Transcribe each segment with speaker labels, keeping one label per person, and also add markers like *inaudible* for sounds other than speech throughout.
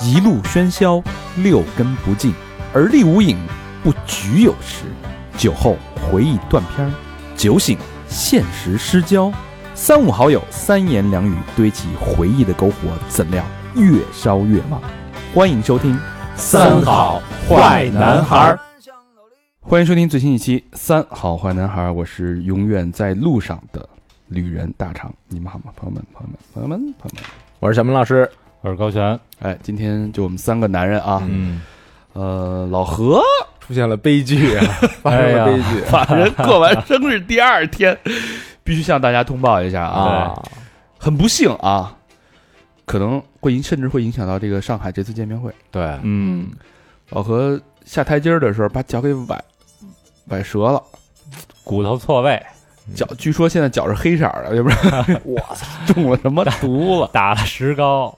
Speaker 1: 一路喧嚣，六根不净，而立无影，不局有时。酒后回忆断片儿，酒醒现实失焦。三五好友，三言两语堆起回忆的篝火，怎料越烧越旺。欢迎收听《
Speaker 2: 三好坏男孩儿》。
Speaker 1: 欢迎收听最新一期《三好坏男孩儿》，我是永远在路上的旅人大肠。你们好吗，朋友们？朋友们，朋友们，朋友们。
Speaker 2: 我是小明老师。
Speaker 3: 我是高璇，
Speaker 1: 哎，今天就我们三个男人啊，
Speaker 3: 嗯，
Speaker 1: 呃，老何
Speaker 2: 出现了悲剧
Speaker 1: *laughs*
Speaker 2: 啊，发生了悲剧
Speaker 1: 把人过完生日第二天， *laughs* 必须向大家通报一下啊，
Speaker 2: 啊！
Speaker 1: 很不幸啊，可能会影甚至会影响到这个上海这次见面会。
Speaker 2: 对，
Speaker 3: 嗯，
Speaker 1: 老何下台阶儿的时候把脚给崴崴折了，
Speaker 3: 骨头错位，
Speaker 1: 脚据说现在脚是 *laughs* 黑色儿的，要不然我操中了什么
Speaker 2: *laughs*
Speaker 1: 毒了。
Speaker 3: 打了石膏，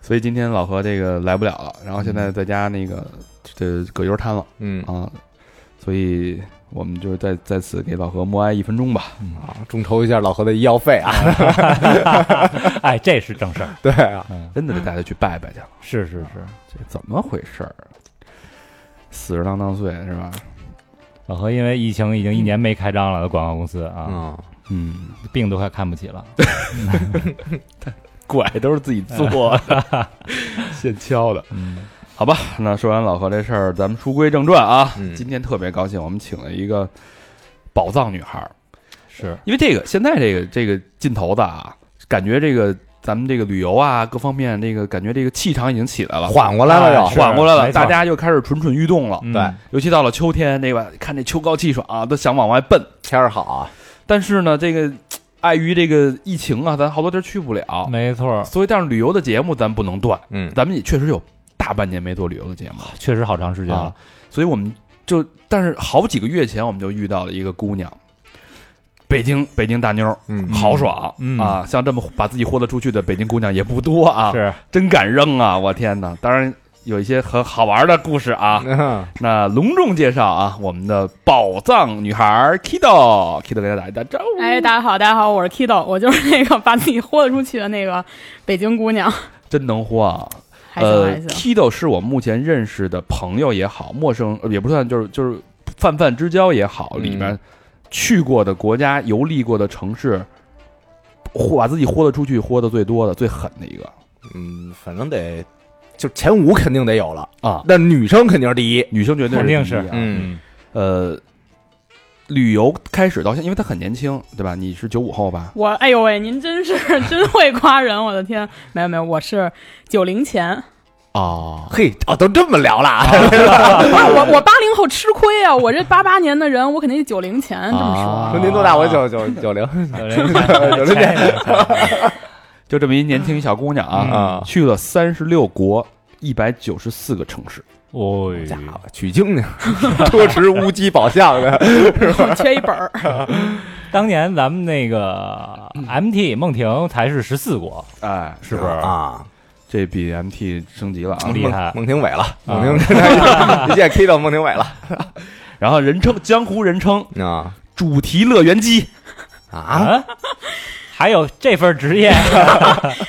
Speaker 1: 所以今天老何这个来不了了，然后现在在家那个这葛优瘫了
Speaker 2: 嗯
Speaker 1: 啊，所以我们就是在在此给老何默哀一分钟吧。
Speaker 2: 啊，
Speaker 3: 嗯
Speaker 2: 众筹一下老何的医药费啊！
Speaker 3: 哎，这是正事儿，
Speaker 2: *laughs* 对啊，
Speaker 1: 真的得带他去拜拜去了。
Speaker 3: 是是是，
Speaker 1: 这怎么回事儿？啊死十啷当岁是吧？
Speaker 3: 老何因为疫情已经一年没开张了，广告公司啊，
Speaker 2: 嗯，
Speaker 1: *laughs* 嗯，
Speaker 3: 病都快看不起了，
Speaker 1: 拐都是自己做的，现敲的。
Speaker 3: 嗯，
Speaker 1: *laughs* 好吧，那说完老何这事儿，咱们书归正传啊。
Speaker 2: 嗯
Speaker 1: 今天特别高兴，我们请了一个宝藏女孩儿，
Speaker 3: 是
Speaker 1: 因为这个现在这个这个劲头子啊，感觉这个咱们这个旅游啊各方面这个感觉这个气场已经起来了，
Speaker 2: 缓过来了
Speaker 3: 哎
Speaker 2: 又
Speaker 3: 是
Speaker 1: 缓过来了，
Speaker 3: 没错
Speaker 1: 大家又开始蠢蠢欲动了。
Speaker 2: 对，
Speaker 3: 嗯
Speaker 1: 尤其到了秋天，那个看这秋高气爽啊，都想往外奔。
Speaker 2: 天儿好啊，
Speaker 1: 但是呢，这个碍于这个疫情啊，咱好多地儿去不了，
Speaker 3: 没错，
Speaker 1: 所以但是旅游的节目咱不能断，
Speaker 2: 嗯，
Speaker 1: 咱们也确实有大半年没做旅游的节目
Speaker 3: 确实好长时间
Speaker 1: 啊
Speaker 3: 了，，
Speaker 1: 所以我们就但是好几个月前我们就遇到了一个姑娘，北京北京大妞儿，
Speaker 2: 嗯
Speaker 1: 豪爽、
Speaker 3: 嗯
Speaker 1: 啊，像这么把自己豁得出去的北京姑娘也不多啊，
Speaker 3: 是
Speaker 1: 真敢扔啊，我天哪！当然有一些很好玩的故事啊，
Speaker 2: 嗯
Speaker 1: 那隆重介绍啊，我们的宝藏女孩 Kido，Kido 给大家打一打招呼，
Speaker 4: *laughs* 哎，大家好，大家好，我是 Kido，我就是那个把自己豁得出去的那个北京姑娘，
Speaker 1: 真能豁啊！
Speaker 4: 还行
Speaker 1: 呃
Speaker 4: 还行，
Speaker 1: ，Kido 是我目前认识的朋友也好，陌生呃也不算，就是就是泛泛之交也好，
Speaker 2: 嗯
Speaker 1: 里面去过的国家、游历过的城市，豁把自己豁得出去、豁得最多的、最狠的一个
Speaker 2: *laughs* 嗯，反正得就前五肯定得有了，
Speaker 1: 啊！
Speaker 2: 那女生肯定是第一。
Speaker 1: 女生绝对
Speaker 3: 肯定
Speaker 1: 是第一啊，
Speaker 2: 嗯，
Speaker 1: 呃，旅游开始到现在，因为她很年轻，对吧？你是九五后吧？
Speaker 4: 我哎呦喂，您真是 *laughs* 真会夸人，我的天，没有没有，我是九零
Speaker 3: *laughs* 啊
Speaker 4: 前，
Speaker 1: 哦，
Speaker 2: 嘿，哦，都这么聊了啊， *laughs*
Speaker 4: 不是我我八零后吃亏啊，我这八八年的人，我肯定是九零前这么说。
Speaker 3: 啊
Speaker 2: 说您多大？我九九九零，
Speaker 3: 有人
Speaker 2: 有
Speaker 3: *laughs*
Speaker 2: 人见 *laughs*
Speaker 1: 就这么一年轻小姑娘
Speaker 4: 嗯
Speaker 1: 啊，
Speaker 2: 啊，
Speaker 1: 去了三十六国。一百九十四个城市，
Speaker 3: 哦，
Speaker 2: 家伙，啊取经 *laughs* 呢，车迟乌鸡宝相的，
Speaker 4: 我缺一本儿， *laughs*
Speaker 3: 当年咱们那个 MT 梦婷才是十四国，
Speaker 1: 哎，
Speaker 3: 是不是？
Speaker 2: 啊？
Speaker 1: 这比 MT 升级了啊！
Speaker 4: 嗯
Speaker 3: 厉害
Speaker 2: 孟孟庭苇了，孟庭苇， *laughs* 你现在 K 到孟庭苇了
Speaker 1: 然后人称江湖人称
Speaker 2: 啊
Speaker 1: 主题乐园机，
Speaker 2: 啊！
Speaker 3: 还有这份职业，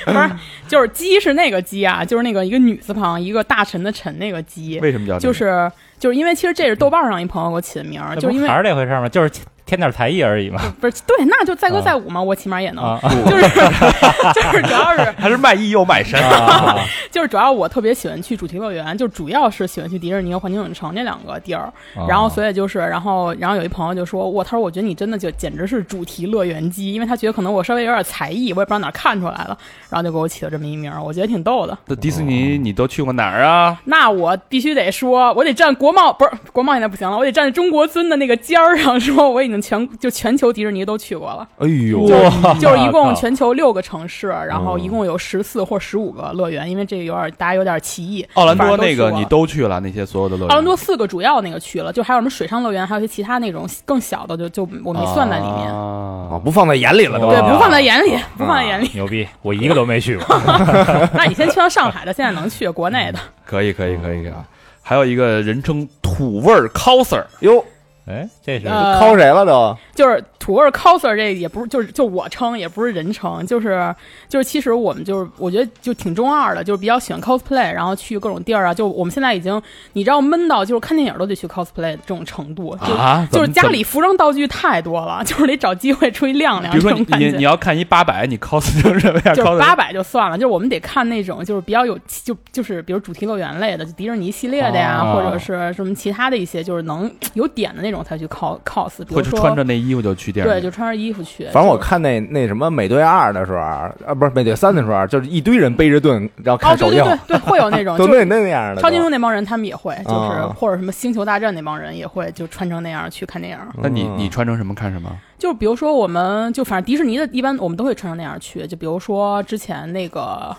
Speaker 4: 不是，就是姬是那个姬啊，就是那个一个女字旁，一个大臣的臣那个姬，
Speaker 1: 为什么叫这
Speaker 4: 嗯就
Speaker 1: 个？
Speaker 4: 是就是因为其实这是豆瓣上一朋友给我起的名儿， *laughs* 就是因为
Speaker 3: 还是这回事儿吗？就是添点才艺而已嘛，
Speaker 4: 不是对，那就载歌
Speaker 3: 啊
Speaker 4: 载舞嘛，我起码也能，
Speaker 3: 啊
Speaker 4: 就是 *laughs* 就是主要是
Speaker 1: 还是卖艺又卖身，
Speaker 3: 啊，
Speaker 4: 就是主要我特别喜欢去主题乐园，就主要是喜欢去迪士尼和环球影城这两个地儿。然后所以就是，然后然后有一朋友就说，我他说我觉得你真的就简直是主题乐园机，因为他觉得可能我稍微有点才艺，我也不知道哪儿看出来了，然后就给我起了这么一名儿，我觉得挺逗的。
Speaker 1: 那迪士
Speaker 4: 哦
Speaker 1: 尼你都去过哪儿啊？
Speaker 4: 那我必须得说，我得站国贸不是国贸现在不行了，我得站在中国尊的那个尖儿上说，我已经全就全球迪士尼都去过了。
Speaker 2: 哎呦
Speaker 3: 哇
Speaker 4: 就是一
Speaker 3: 靠
Speaker 4: 共全球六个城市，然后一共有十四或十五个乐园，因为这个有点大家有点歧义。
Speaker 1: 奥兰多那
Speaker 4: 反正都去过
Speaker 1: 个
Speaker 4: 了
Speaker 1: 你都去了，那些所有的乐园。
Speaker 4: 奥兰多四个主要那个去了，就还有什么水上乐园，还有一些其他那种更小的，就就我没算在里
Speaker 5: 哦
Speaker 4: 面。
Speaker 2: 我
Speaker 4: 哦
Speaker 1: 啊，
Speaker 2: 不放在眼里了都，啊
Speaker 4: 对，
Speaker 3: 哇
Speaker 4: 不放在眼里，不放在眼里。
Speaker 3: 牛逼！我一个都没去
Speaker 4: *laughs*
Speaker 3: 过。
Speaker 5: 哦
Speaker 4: 那你先去趟上海的，现在能去国内的。哦
Speaker 1: 可以可以可以可以啊！还有一个人称土味儿 coser，
Speaker 2: 哟，
Speaker 3: 哎，这是
Speaker 4: 呃
Speaker 2: 敲谁了都？
Speaker 4: 就是土味 coser 这也不是，就是就我称，也不是人称，就是就是，其实我们就是我觉得就挺中二的，就是比较喜欢 cosplay，然后去各种地儿啊，就我们现在已经你知道闷到就是看电影都得去 cosplay 这种程度，就、
Speaker 5: 啊，
Speaker 4: 就是
Speaker 5: 怎么
Speaker 4: 家里服装道具太多了，就是得找机会出去晾
Speaker 5: 怎么比
Speaker 4: 晾，
Speaker 5: 如说
Speaker 4: 这种感
Speaker 5: 你你你
Speaker 4: 觉。
Speaker 5: 要看一八百，你 cos 成什么样
Speaker 4: 就是
Speaker 5: ？cos
Speaker 4: 八百就算了，就是我们得看那种就是比较有就就是比如主题乐园类的，就迪士尼系列的呀，
Speaker 5: 哦
Speaker 4: 或者是什么其他的一些就是能有点的那种才去 cos cos，比
Speaker 5: 或
Speaker 4: 如
Speaker 5: 者
Speaker 4: 说
Speaker 5: 穿着那衣服就去电影
Speaker 4: 对
Speaker 5: 院。
Speaker 4: 就穿着衣服去。
Speaker 2: 反正我
Speaker 4: 就是
Speaker 2: 看那那什么美队二的时候，啊，不是美队三的时候，啊就是一堆人背着盾，然后
Speaker 4: 哦，
Speaker 2: 看
Speaker 4: 对
Speaker 2: 首
Speaker 4: 对
Speaker 2: 映，
Speaker 4: 对对，会
Speaker 2: *laughs*
Speaker 4: 有那种
Speaker 2: 都
Speaker 4: 就
Speaker 2: 那
Speaker 4: 是
Speaker 2: 那那样的都。
Speaker 4: 超级英雄那帮人，他们也会，就是
Speaker 2: 啊
Speaker 4: 或者什么星球大战那帮人也会，就穿成那样去看电影。
Speaker 5: 那你
Speaker 2: 嗯
Speaker 5: 你穿成什么看什么？
Speaker 4: 就比如说，我们就反正迪士尼的，一般我们都会穿成那样去。就比如说之前那个。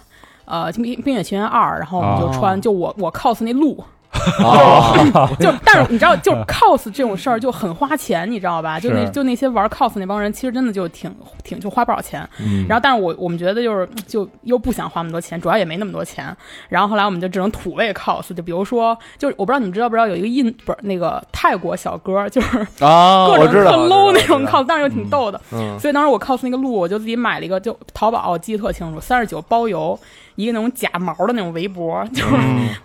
Speaker 4: 呃，《冰冰雪奇缘二》，然后我们就穿，就我我 cos 那鹿，
Speaker 2: 哦
Speaker 4: *laughs* 就但是你知道，
Speaker 2: *laughs*
Speaker 4: 就是 cos 这种事儿就很花钱，你知道吧？就那
Speaker 3: 是
Speaker 4: 就那些玩 cos 那帮人，其实真的就挺挺就花不少钱。
Speaker 2: 嗯
Speaker 4: 然后，但是我我们觉得就是就又不想花那么多钱，主要也没那么多钱。然后后来我们就只能土味 cos，就比如说，就是我不知道你们知道不知道有一个印不是那个泰国小哥，就是
Speaker 2: 啊，
Speaker 4: 各
Speaker 2: 我
Speaker 4: 种
Speaker 2: 知
Speaker 4: 特
Speaker 2: 道
Speaker 4: low 那种。
Speaker 2: 我知道
Speaker 4: cos，但是又挺逗的。
Speaker 2: 嗯， *laughs*
Speaker 4: 所以当时我 cos 那个鹿，我就自己买了一个，就淘宝我记得特清楚，三十九包邮，一个那种假毛的那种围脖，
Speaker 5: 嗯
Speaker 4: 就是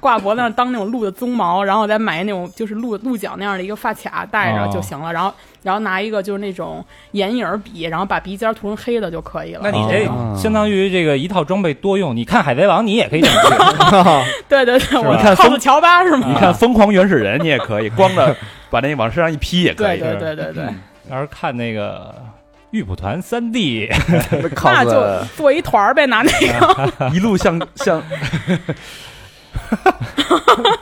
Speaker 4: 挂脖子上当那种鹿的鬃毛，然后再买那种就是鹿鹿角那样的一个发卡戴着
Speaker 3: 哦
Speaker 4: 就行了，然后然后拿一个就是那种眼影笔，然后把鼻尖涂成黑的就可以了。
Speaker 3: 那你
Speaker 5: 啊
Speaker 3: 这
Speaker 4: 哦
Speaker 3: 相当于这个一套装备多用，你看《海贼王》你也可以这么去，
Speaker 4: *laughs* 对对对，我
Speaker 5: 你看
Speaker 4: cos
Speaker 5: 风
Speaker 4: 乔巴是吗？
Speaker 5: 你
Speaker 3: 啊
Speaker 5: 看《疯狂原始人》，你也可以，光着把那往身上一披也可
Speaker 4: 对
Speaker 5: 以。嗯
Speaker 4: 对对对对，
Speaker 3: 到时候看那个《玉蒲团三 D》，
Speaker 2: 那
Speaker 4: 那
Speaker 2: cos
Speaker 4: 就做一团儿呗，拿那
Speaker 5: 嗯
Speaker 4: 个
Speaker 5: 一路向 *laughs*
Speaker 4: *laughs*
Speaker 5: 向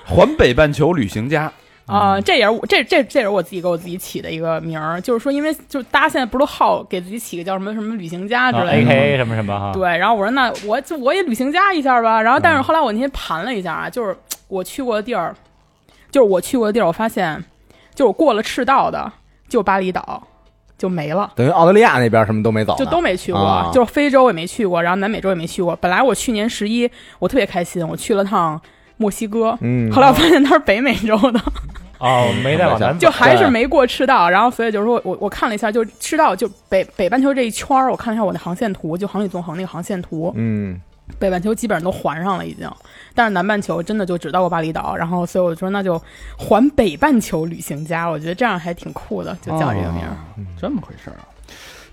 Speaker 5: 环北半球旅行家，
Speaker 4: 啊、这也是我这这这也是我自己给我自己起的一个名儿，就是说，因为就是大家现在不是都好给自己起个叫什么什么旅行家之类
Speaker 5: 啊
Speaker 3: A
Speaker 4: 的
Speaker 3: K 什
Speaker 4: 吗。
Speaker 3: 么什么
Speaker 2: 啊
Speaker 3: 哈，
Speaker 4: 对，然后我说那我就我也旅行家一下吧。然后
Speaker 2: 嗯
Speaker 4: 但是后来我那天盘了一下啊，就是我去过的地儿，就是我去过的地儿，我发现就是我过了赤道的，就巴厘岛就没了。
Speaker 2: 等于澳大利亚那边什么都没走呢，
Speaker 4: 就都没去过，
Speaker 2: 啊
Speaker 4: 就是非洲也没去过，然后南美洲也没去过。本来我去年十一我特别开心，我去了趟墨西哥，
Speaker 2: 嗯
Speaker 4: 后来我发现它是北美洲的，
Speaker 3: 哦，没再往南走
Speaker 4: 就还是
Speaker 2: 对
Speaker 4: 没过赤道。然后所以就是说我我看了一下，就是赤道就北北半球这一圈儿，我看了一下我的航线图，就航旅纵横那个航线图，
Speaker 2: 嗯，
Speaker 4: 北半球基本上都环上了已经，但是南半球真的就只到过巴厘岛，然后所以我就说那就环北半球旅行家，我觉得这样还挺酷的，就叫这个名儿。
Speaker 5: 哦这么回事儿啊。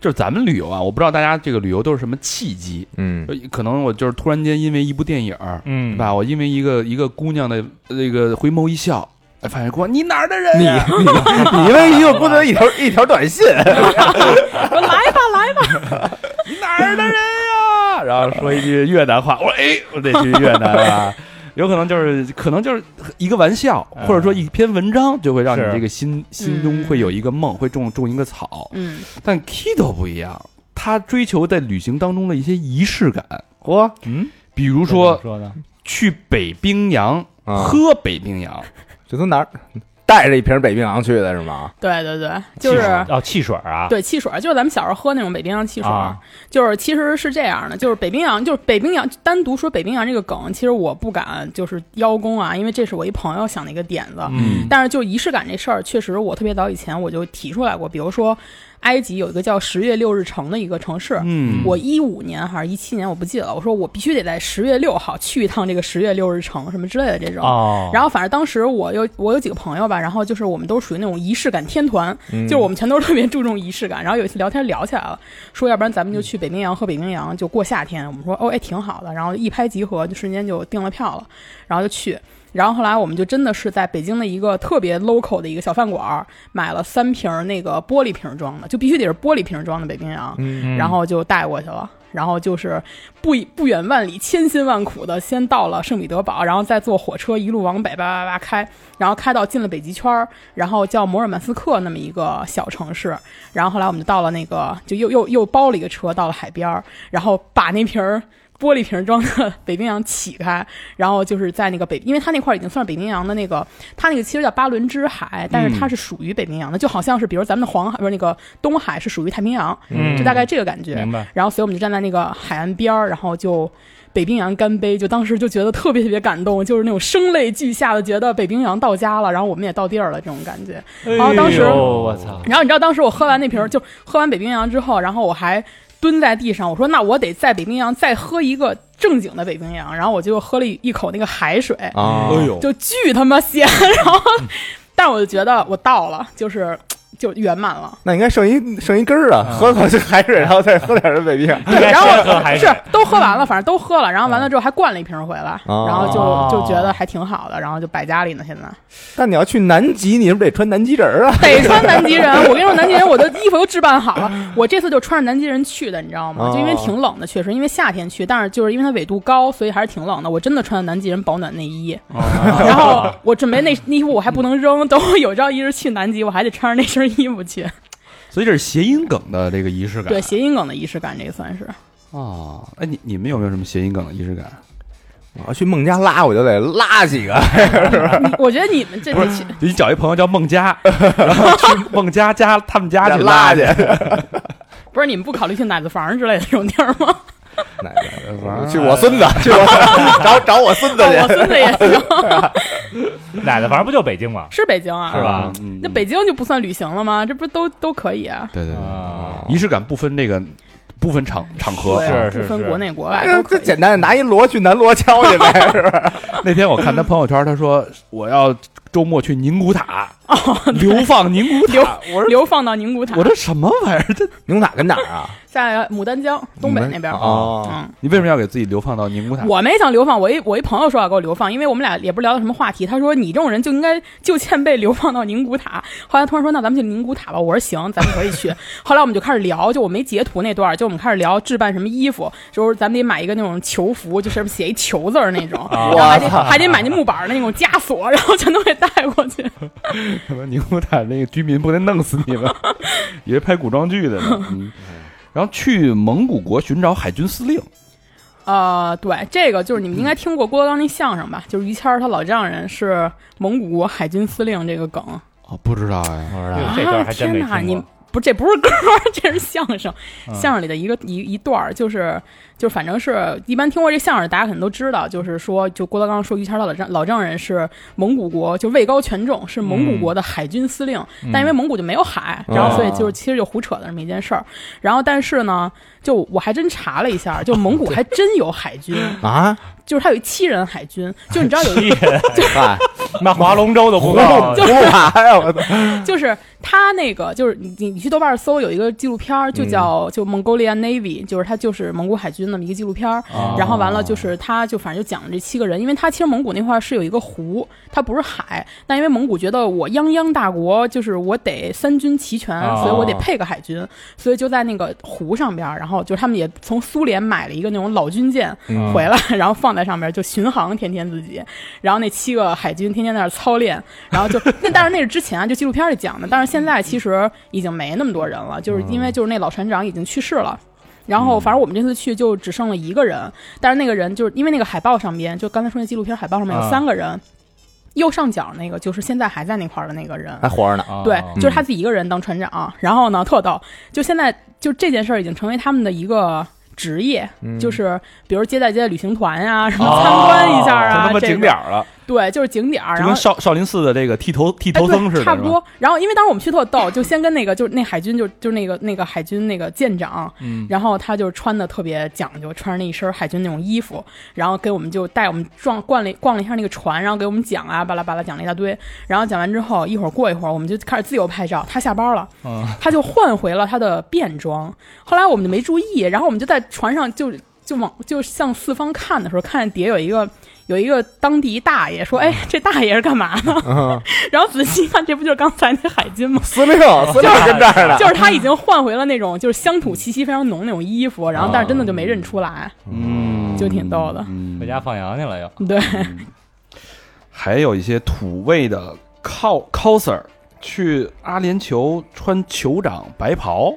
Speaker 5: 就是咱们旅游啊，我不知道大家这个旅游都是什么契机，
Speaker 2: 嗯
Speaker 5: 呃可能我就是突然间因为一部电影儿，对
Speaker 3: 嗯，
Speaker 5: 吧？我因为一个一个姑娘的那个回眸一笑，哎，发现姑娘你哪儿的人
Speaker 2: 你
Speaker 5: 呀、
Speaker 2: 你你为又不能一条一条短
Speaker 4: *laughs*
Speaker 2: 信，
Speaker 4: 我来吧，来吧，
Speaker 5: *laughs* 你哪儿的人呀、然后说一句越南话，我说哎，我得去越南啊。 *laughs* 有可能就是，可能就是一个玩笑，
Speaker 3: 嗯
Speaker 5: 或者说一篇文章，就会让你
Speaker 3: 是
Speaker 5: 这个心心中会有一个梦，会种种一个草。
Speaker 4: 嗯，
Speaker 5: 但 Kido 不一样，他追求在旅行当中的一些仪式感，
Speaker 2: 嚯，
Speaker 3: 嗯，
Speaker 5: 比如
Speaker 3: 不
Speaker 5: 说
Speaker 3: 说呢，
Speaker 5: 去北冰洋
Speaker 2: 啊
Speaker 5: 喝北冰洋，
Speaker 2: 这从哪儿带着一瓶北冰洋去的是吗？
Speaker 4: 对对对，就
Speaker 3: 汽
Speaker 4: 是
Speaker 3: 水。哦，汽水啊，
Speaker 4: 对汽水儿，就是咱们小时候喝那种北冰洋汽水儿，
Speaker 3: 啊
Speaker 4: 就是其实是这样的，就是北冰洋，就是北冰洋单独说北冰洋这个梗，其实我不敢就是邀功啊，因为这是我一朋友想的一个点子。
Speaker 5: 嗯
Speaker 4: 但是就仪式感这事儿，确实我特别早以前我就提出来过，比如说埃及有一个叫十月六日城的一个城市。
Speaker 5: 嗯，
Speaker 4: 我一五年还是一七年，我不记得了。我说我必须得在十月六号去一趟这个十月六日城什么之类的这种。
Speaker 3: 哦，
Speaker 4: 然
Speaker 3: 后
Speaker 4: 后反正当时我有我有几个朋友吧，然后就是我们都属于那种仪式感天团，
Speaker 2: 嗯
Speaker 4: 就是我们全都特别注重仪式感。 *laughs* 然后有一次聊天聊起来了，说要不然咱们就去北冰洋喝北冰洋，就过夏天。我们说哦，哎，挺好的。然后一拍即合，就瞬间就订了票了，然后就去。然后后来我们就真的是在北京的一个特别 local 的一个小饭馆儿买了三瓶儿那个玻璃瓶儿装的，就必须得是玻璃瓶儿装的北冰洋。
Speaker 2: 嗯
Speaker 4: 然后就带过去了。然后就是不不远万里、千辛万苦的先到了圣彼得堡，然后再坐火车一路往北叭叭叭开，然后开到进了北极圈儿，然后叫摩尔曼斯克那么一个小城市。然后后来我们就到了那个，就又又又包了一个车到了海边儿，然后把那瓶儿。玻璃瓶装的北冰洋起开，然后就是在那个北，因为它那块已经算是北冰洋的那个，它那个其实叫巴伦支海，但是它是属于北冰洋的，就好像是比如咱们的黄海不是那个东海是属于太平洋，
Speaker 3: 嗯
Speaker 4: 就大概这个感觉。
Speaker 3: 明白。
Speaker 4: 然后所以我们就站在那个海岸边儿，然后就北冰洋干杯，就当时就觉得特别特别感动，就是那种声泪俱下的，觉得北冰洋到家了，然后我们也到地儿了这种感觉。然后当时
Speaker 3: 哎呦我操，
Speaker 4: 然后你知道当时我喝完那瓶儿，就喝完北冰洋之后，然后我还蹲在地上，我说那我得在北冰洋再喝一个正经的北冰洋，然后我就喝了一一口那个海水，
Speaker 3: 哦
Speaker 2: 啊，
Speaker 5: 哎呦，
Speaker 4: 就巨他妈咸， *laughs* 然后，但是我就觉得我到了，就是就圆满了。
Speaker 2: 那应该剩一剩一根儿啊，喝口这海水，然后再喝点儿这北冰洋。
Speaker 3: 应该
Speaker 4: 然后
Speaker 3: 先喝海
Speaker 4: 是
Speaker 3: 水
Speaker 4: 都喝完了，反正都喝了，然后完了之后还灌了一瓶回来，
Speaker 2: 嗯哦
Speaker 4: 然后就就觉得还挺好的，然后就摆家里呢。
Speaker 2: *laughs*
Speaker 4: 现在
Speaker 2: 但你要去南极，你是不是得穿南极人儿啊？
Speaker 4: 北川南极人，我跟你说，南极人我的衣服都置办好了，我这次就穿着南极人去的，你知道吗？就因为
Speaker 2: 哦
Speaker 4: 挺冷的，确实因为夏天去，但是就是因为它纬度高，所以还是挺冷的。我真的穿的南极人保暖内衣， *laughs* 然后我准备那那衣服我还不能扔，等我有朝一日去南极，我还得穿着那身衣服去。
Speaker 5: 所以这是谐音梗的这个仪式感。
Speaker 4: 对，谐音梗的仪式感，这个算是。
Speaker 5: 啊，哎，你你们有没有什么谐音梗的仪式 *laughs* 感？
Speaker 2: 我要去孟加拉，我就得拉几个。
Speaker 4: 你我觉得你们这得去，
Speaker 5: 你找一朋友叫孟 *laughs* 佳，然后去孟佳家他们家去
Speaker 2: 拉去， *laughs*
Speaker 4: 不是你们不考虑去奶子房之类的这种地儿吗？
Speaker 2: 哪个
Speaker 5: 嗯
Speaker 2: 去我孙子， *laughs* 去我孙子找找我孙子
Speaker 4: 我 *laughs*
Speaker 2: 去。
Speaker 4: 孙子也行，
Speaker 3: 奶奶，反正不就北京吗？
Speaker 4: 是北京啊，
Speaker 3: 是吧？
Speaker 5: 嗯
Speaker 4: 那北京就不算旅行了吗？这不都都可以啊？
Speaker 5: 对对对，
Speaker 3: 啊，
Speaker 5: 仪式感不分这个不分场场合。
Speaker 4: 对啊
Speaker 3: 是
Speaker 4: 不分
Speaker 3: 是
Speaker 4: 国内国外
Speaker 2: 哎
Speaker 4: 都
Speaker 2: 这
Speaker 4: 可以。
Speaker 2: 简单，拿一锣去南锣敲去呗，是吧？
Speaker 5: *laughs* 那天我看他朋友圈，他说我要周末去宁古塔流放宁古塔，我说
Speaker 4: 哦 *laughs* 流放到宁古塔
Speaker 5: 我，这什么玩意儿？这
Speaker 2: 宁塔跟哪儿啊？
Speaker 4: 在牡丹江东北那边。
Speaker 2: 哦，
Speaker 4: 嗯，
Speaker 5: 你为什么要给自己流放到宁古
Speaker 1: 哦
Speaker 5: 塔？
Speaker 4: 我没想流放，我一我一朋友说要给我流放，因为我们俩也不知道聊的什么话题，他说你这种人就应该就欠被流放到宁古塔。后来突然说那咱们去宁古塔吧，我说行，咱们可以去。 *laughs* 后来我们就开始聊，就我没截图那段儿，就我们开始聊置办什么衣服，就是咱们得买一个那种囚服，就上面写一囚字儿那种，
Speaker 3: 啊
Speaker 4: 然后还得还得买那木板儿的那种枷锁，然后全都给带过去。
Speaker 5: 什么宁古塔那个居民不得弄死你
Speaker 4: *laughs*
Speaker 5: 们？以为拍古装剧的呢。嗯然后去蒙古国寻找海军司令，
Speaker 4: 呃，对，这个就是你们应该听过郭德纲那相声吧？就是于谦儿他老丈人是蒙古国海军司令这个梗。
Speaker 5: 哦，不知道哎，
Speaker 3: 哎呦这段还真没
Speaker 4: 啊、天
Speaker 3: 听
Speaker 4: 你
Speaker 3: 过。
Speaker 4: 不，这不是歌儿， *laughs* 这是相声，相声里的一个一一段儿，就是就是反正是一般听过这相声，大家可能都知道，就是说，就郭德纲说于谦儿他老丈老丈人是蒙古国，就位高权重，是蒙古
Speaker 3: 嗯
Speaker 4: 国的海军司令，但因为蒙古就没有海，然后所以就是其实就胡扯的这么一件事儿。然后但是呢，就我还真查了一下，就
Speaker 3: *laughs*
Speaker 4: 蒙古还真有海军，
Speaker 2: 啊，
Speaker 4: 就是他有一七人海军，就你知道有一
Speaker 3: 屁 *laughs*
Speaker 2: 嗨，
Speaker 3: 那划龙舟都不
Speaker 4: *laughs*
Speaker 3: 够，
Speaker 2: 哎胡啥呀？我操！
Speaker 4: 就是他那个，就是你你你去豆瓣搜有一个纪录片儿，就叫、就 Mongolian Navy，就是他就是蒙古海军那么一个纪录片儿。
Speaker 3: 哦啊
Speaker 4: 然后完了就是他就反正就讲了这七个人，因为他其实蒙古那块儿是有一个湖，它不是海，但因为蒙古觉得我泱泱大国，就是我得三军齐全，
Speaker 3: 哦
Speaker 4: 所以我得配个海军，所以就在那个湖上边儿，然后就是他们也从苏联买了一个那种老军舰回来， *laughs* 然后放在上面就巡航，天天自己。然后那七个海军天天在那儿操练，然后就那但是那是之前啊，就纪录片里讲的，但是现在其实已经没那么多人了，就是因
Speaker 5: 嗯
Speaker 4: 为就是那老船长已经去世了。然后，反正我们这次去就只剩了一个人，但是那个人就是因为那个海报上边，就刚才说那纪录片海报上面有
Speaker 3: 啊
Speaker 4: 三个人，右上角那个就是现在还在那块儿的那个人，
Speaker 5: 啊
Speaker 2: 还活着呢，
Speaker 3: 啊
Speaker 4: 对，就是
Speaker 5: 嗯
Speaker 4: 他自己一个人当船长，然后呢特逗，就现在就这件事儿已经成为他们的一个职业，
Speaker 5: 嗯
Speaker 4: 就是比如接待接待旅行团呀、什么
Speaker 3: 哦
Speaker 4: 参观一下
Speaker 5: 成
Speaker 4: 啊，
Speaker 5: 他妈
Speaker 4: 这
Speaker 5: 景
Speaker 4: 个
Speaker 5: 点儿了，
Speaker 4: 对，就是景点儿，
Speaker 5: 就
Speaker 4: 然后
Speaker 5: 跟。少少林寺的这个剃头剃
Speaker 4: 哎，
Speaker 5: 头僧似
Speaker 4: 对，
Speaker 5: 的，
Speaker 4: 差
Speaker 5: 是
Speaker 4: 不
Speaker 5: 吧
Speaker 4: 多。然后，因为当时我们去特逗， *laughs* 就先跟那个，就是那海军就，就那个那个海军那个舰长，
Speaker 3: 嗯
Speaker 4: 然后他就穿的特别讲究，穿着那一身海军那种衣服，然后给我们就带我们转逛了一逛了一下那个船，然后给我们讲啊，巴拉巴拉讲了一大堆。然后讲完之后，一会儿过一会儿，我们就开始自由拍照。他下班了，
Speaker 5: 啊
Speaker 4: 他就换回了他的便装。后来我们就没注意，然后我们就在船上就就往就向四方看的时候，看见底下有一个有一个当地一大爷说：“哎，这大爷是干嘛呢？” *laughs* 然后仔细一看，这不就是刚才那海军吗？
Speaker 2: 司令，司令跟这儿呢。
Speaker 4: 就是他已经换回了那种就是乡土气息非常浓那种衣服，然后但是真的就没认出来，
Speaker 5: 嗯，
Speaker 4: 就挺逗的。
Speaker 5: 嗯
Speaker 3: 回家放羊去了又。
Speaker 4: 对，
Speaker 5: 还有一些土味的 cos coser 去阿联酋穿酋长白袍，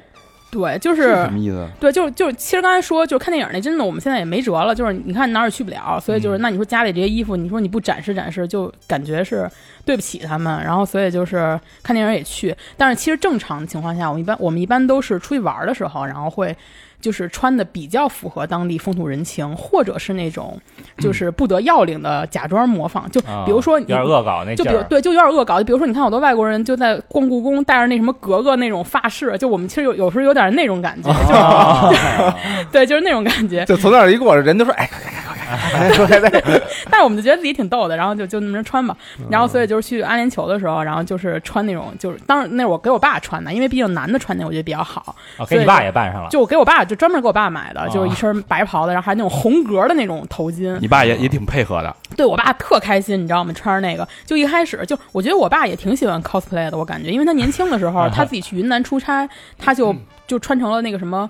Speaker 4: 对，就是是
Speaker 5: 什么意思？
Speaker 4: 对，就是就是，其实刚才说就是看电影那，真的我们现在也没辙了，就是你看哪儿也去不了，所以就是、
Speaker 3: 嗯
Speaker 4: 那你说家里这些衣服，你说你不展示展示，就感觉是对不起他们，然后所以就是看电影也去，但是其实正常情况下，我们一般我们一般都是出去玩儿的时候，然后会。就是穿的比较符合当地风土人情，或者是那种就是不得要领的假装模仿，就比如说
Speaker 3: 啊有
Speaker 4: 你
Speaker 3: 点恶搞那
Speaker 4: 就
Speaker 3: 劲
Speaker 4: 比如
Speaker 3: 儿，
Speaker 4: 对，就有点恶搞。就比如说，你看好多外国人就在逛故宫，戴着那什么格格那种发饰，就我们其实有有时候有点那种感觉，
Speaker 3: 啊
Speaker 4: *laughs* 对，就是那种感觉。
Speaker 2: 就从那儿一过，人都说哎，快快快快快快！
Speaker 4: 但是我们就觉得自己挺逗的，然后就就那么着穿吧。
Speaker 3: 嗯
Speaker 4: 然后所以就是去阿联酋的时候，然后就是穿那种就是，当然那是我给我爸穿的，因为毕竟男的穿那我觉得比较好，
Speaker 3: 啊给你爸也办上了，
Speaker 4: 就我给我爸就专门给我爸买的，就是
Speaker 3: 啊
Speaker 4: 一身白袍的，然后还有那种红格的那种头巾。
Speaker 5: 你爸也也挺配合的，
Speaker 4: 对我爸特开心，你知道吗？穿着那个，就一开始就我觉得我爸也挺喜欢 cosplay 的，我感觉，因为他年轻的时候，他自己去云南出差，他就就穿成了那个什么。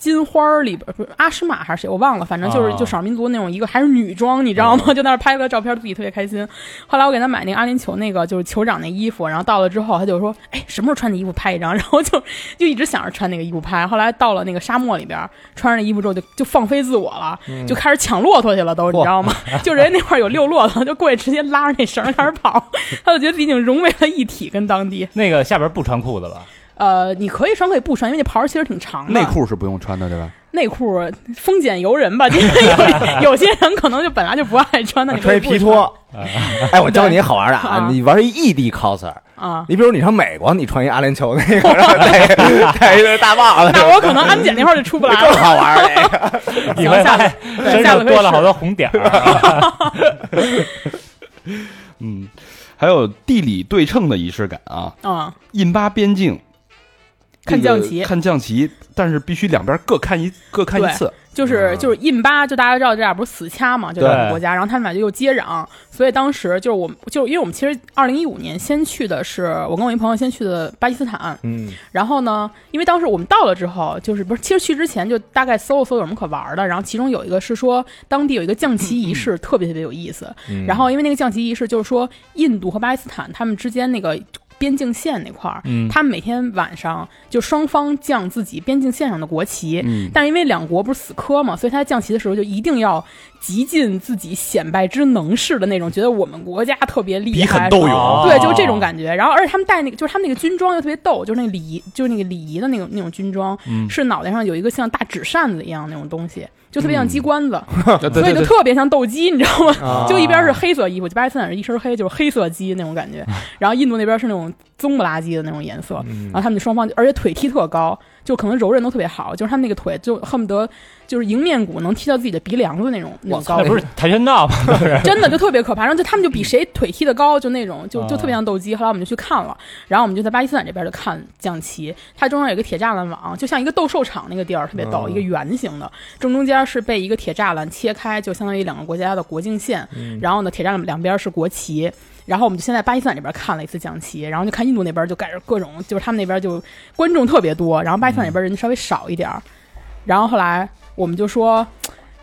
Speaker 4: 金花儿里边不是阿诗玛还是谁我忘了，反正就是
Speaker 3: 啊
Speaker 4: 就少数民族那种一个还是女装，你知道 *laughs* 吗？就那儿拍了照片，自己特别开心。后来我给他买那个阿联酋那个就是酋长那衣服，然后到了之后他就说：“哎，什么时候穿那衣服拍一张？”然 *laughs* 后就就一直想着穿那个衣服拍。后来到了那个沙漠里边，穿上那衣服之后就就放飞自我了，就开始抢骆驼去了都，你
Speaker 2: 嚯
Speaker 4: 知道吗？就人家那块儿有遛骆驼，就过去直接拉着那绳儿开始跑，他就觉得自己已经融为了一体，跟当地。
Speaker 3: 那个下边不穿裤子了，
Speaker 4: 呃，你可以穿可以不穿，因为那袍儿其实挺长的。
Speaker 5: 内裤是不用穿的，对吧？
Speaker 4: 内裤丰俭由人吧， *laughs* 就是有有些人可能就本来就不爱穿，那你可
Speaker 2: 穿
Speaker 4: 以
Speaker 2: 一
Speaker 4: 啊不
Speaker 2: 皮拖。哎，我教你一好玩的
Speaker 4: 啊
Speaker 2: 啊！你玩一异地 coser，
Speaker 4: 啊。
Speaker 2: 你比如你上美国，你穿一阿联酋那个，然后
Speaker 4: *laughs*
Speaker 2: 戴戴一个大帽子，
Speaker 4: 那我可能安检那块儿就出不来
Speaker 2: 更
Speaker 4: 了。
Speaker 2: 好玩儿哎那个。
Speaker 3: 你会发现
Speaker 4: 对
Speaker 3: 身
Speaker 4: 下次
Speaker 3: 上
Speaker 4: 可以
Speaker 3: 多了
Speaker 4: 试
Speaker 3: 好多红点
Speaker 4: *laughs*
Speaker 3: 儿，
Speaker 5: 嗯，还有地理对称的仪式感啊，
Speaker 4: 嗯，
Speaker 5: 印巴边境。
Speaker 4: 看
Speaker 5: 这个
Speaker 4: 降旗
Speaker 5: 看降旗，但是必须两边各看一各看一次。
Speaker 4: 就是
Speaker 5: 嗯
Speaker 4: 就是印巴，就大家知道这俩不是死掐嘛，就
Speaker 3: 对
Speaker 4: 两个国家，然后他们俩就又接壤，所以当时就是我们就因为我们其实二零一五年先去的是我跟我一朋友先去的巴基斯坦，
Speaker 2: 嗯，
Speaker 4: 然后呢，因为当时我们到了之后，就是不是其实去之前就大概搜了搜有什么可玩的，然后其中有一个是说当地有一个降旗仪
Speaker 5: 嗯
Speaker 4: 式，特别特别有意思。
Speaker 2: 嗯
Speaker 4: 然后因为那个降旗仪式就是说印度和巴基斯坦他们之间那个边境线那块儿，
Speaker 3: 嗯
Speaker 4: 他们每天晚上就双方降自己边境线上的国旗，
Speaker 5: 嗯，
Speaker 4: 但是因为两国不是死磕嘛，所以他在降旗的时候就一定要极尽自己显摆之能事的那种，觉得我们国家特别厉
Speaker 5: 比
Speaker 4: 害
Speaker 5: 狠，斗
Speaker 2: 啊
Speaker 3: 哦
Speaker 5: 勇，
Speaker 4: 对，就是这种感觉。然后而且他们戴那个，就是他们那个军装又特别逗，就是那个礼仪，就是那个礼仪的那种那种军装，
Speaker 3: 嗯
Speaker 4: 是脑袋上有一个像大纸扇子一样那种东西。就特别像鸡冠子，
Speaker 5: 对
Speaker 4: 所
Speaker 5: 嗯
Speaker 4: 以
Speaker 5: 对
Speaker 4: 就
Speaker 5: 对，
Speaker 4: 特别像斗鸡，你知道吗？
Speaker 2: 啊
Speaker 4: 就一边是黑色衣服，就巴基斯坦人一身黑，就是黑色鸡那种感觉。然后印度那边是那种棕不拉几的那种颜色，
Speaker 3: 嗯
Speaker 4: 然后他们就双方就，而且腿踢特高，就可能柔韧都特别好，就是他们那个腿就恨不得就是迎面骨能踢到自己的鼻梁子那种那种高
Speaker 3: 那
Speaker 4: 度
Speaker 3: 不是跆拳道吗？
Speaker 4: 真的就特别可怕。然后就他们就比谁腿踢得高，就那种就
Speaker 3: 啊
Speaker 4: 就特别像斗鸡。后来我们就去看了，然后我们就在巴基斯坦这边就看降旗，它中间有一个铁栅栏网，就像一个斗兽场那个地儿，特别逗，
Speaker 2: 嗯
Speaker 4: 一个圆形的，正中间是被一个铁栅栏切开，就相当于两个国家的国境线。然后呢，铁栅栏两边是国旗。然后我们就先在巴基斯坦这边看了一次降旗，然后就看印度那边就赶着各种，就是他们那边就观众特别多，然后巴基斯坦那边人稍微少一点儿。然后后来我们就说，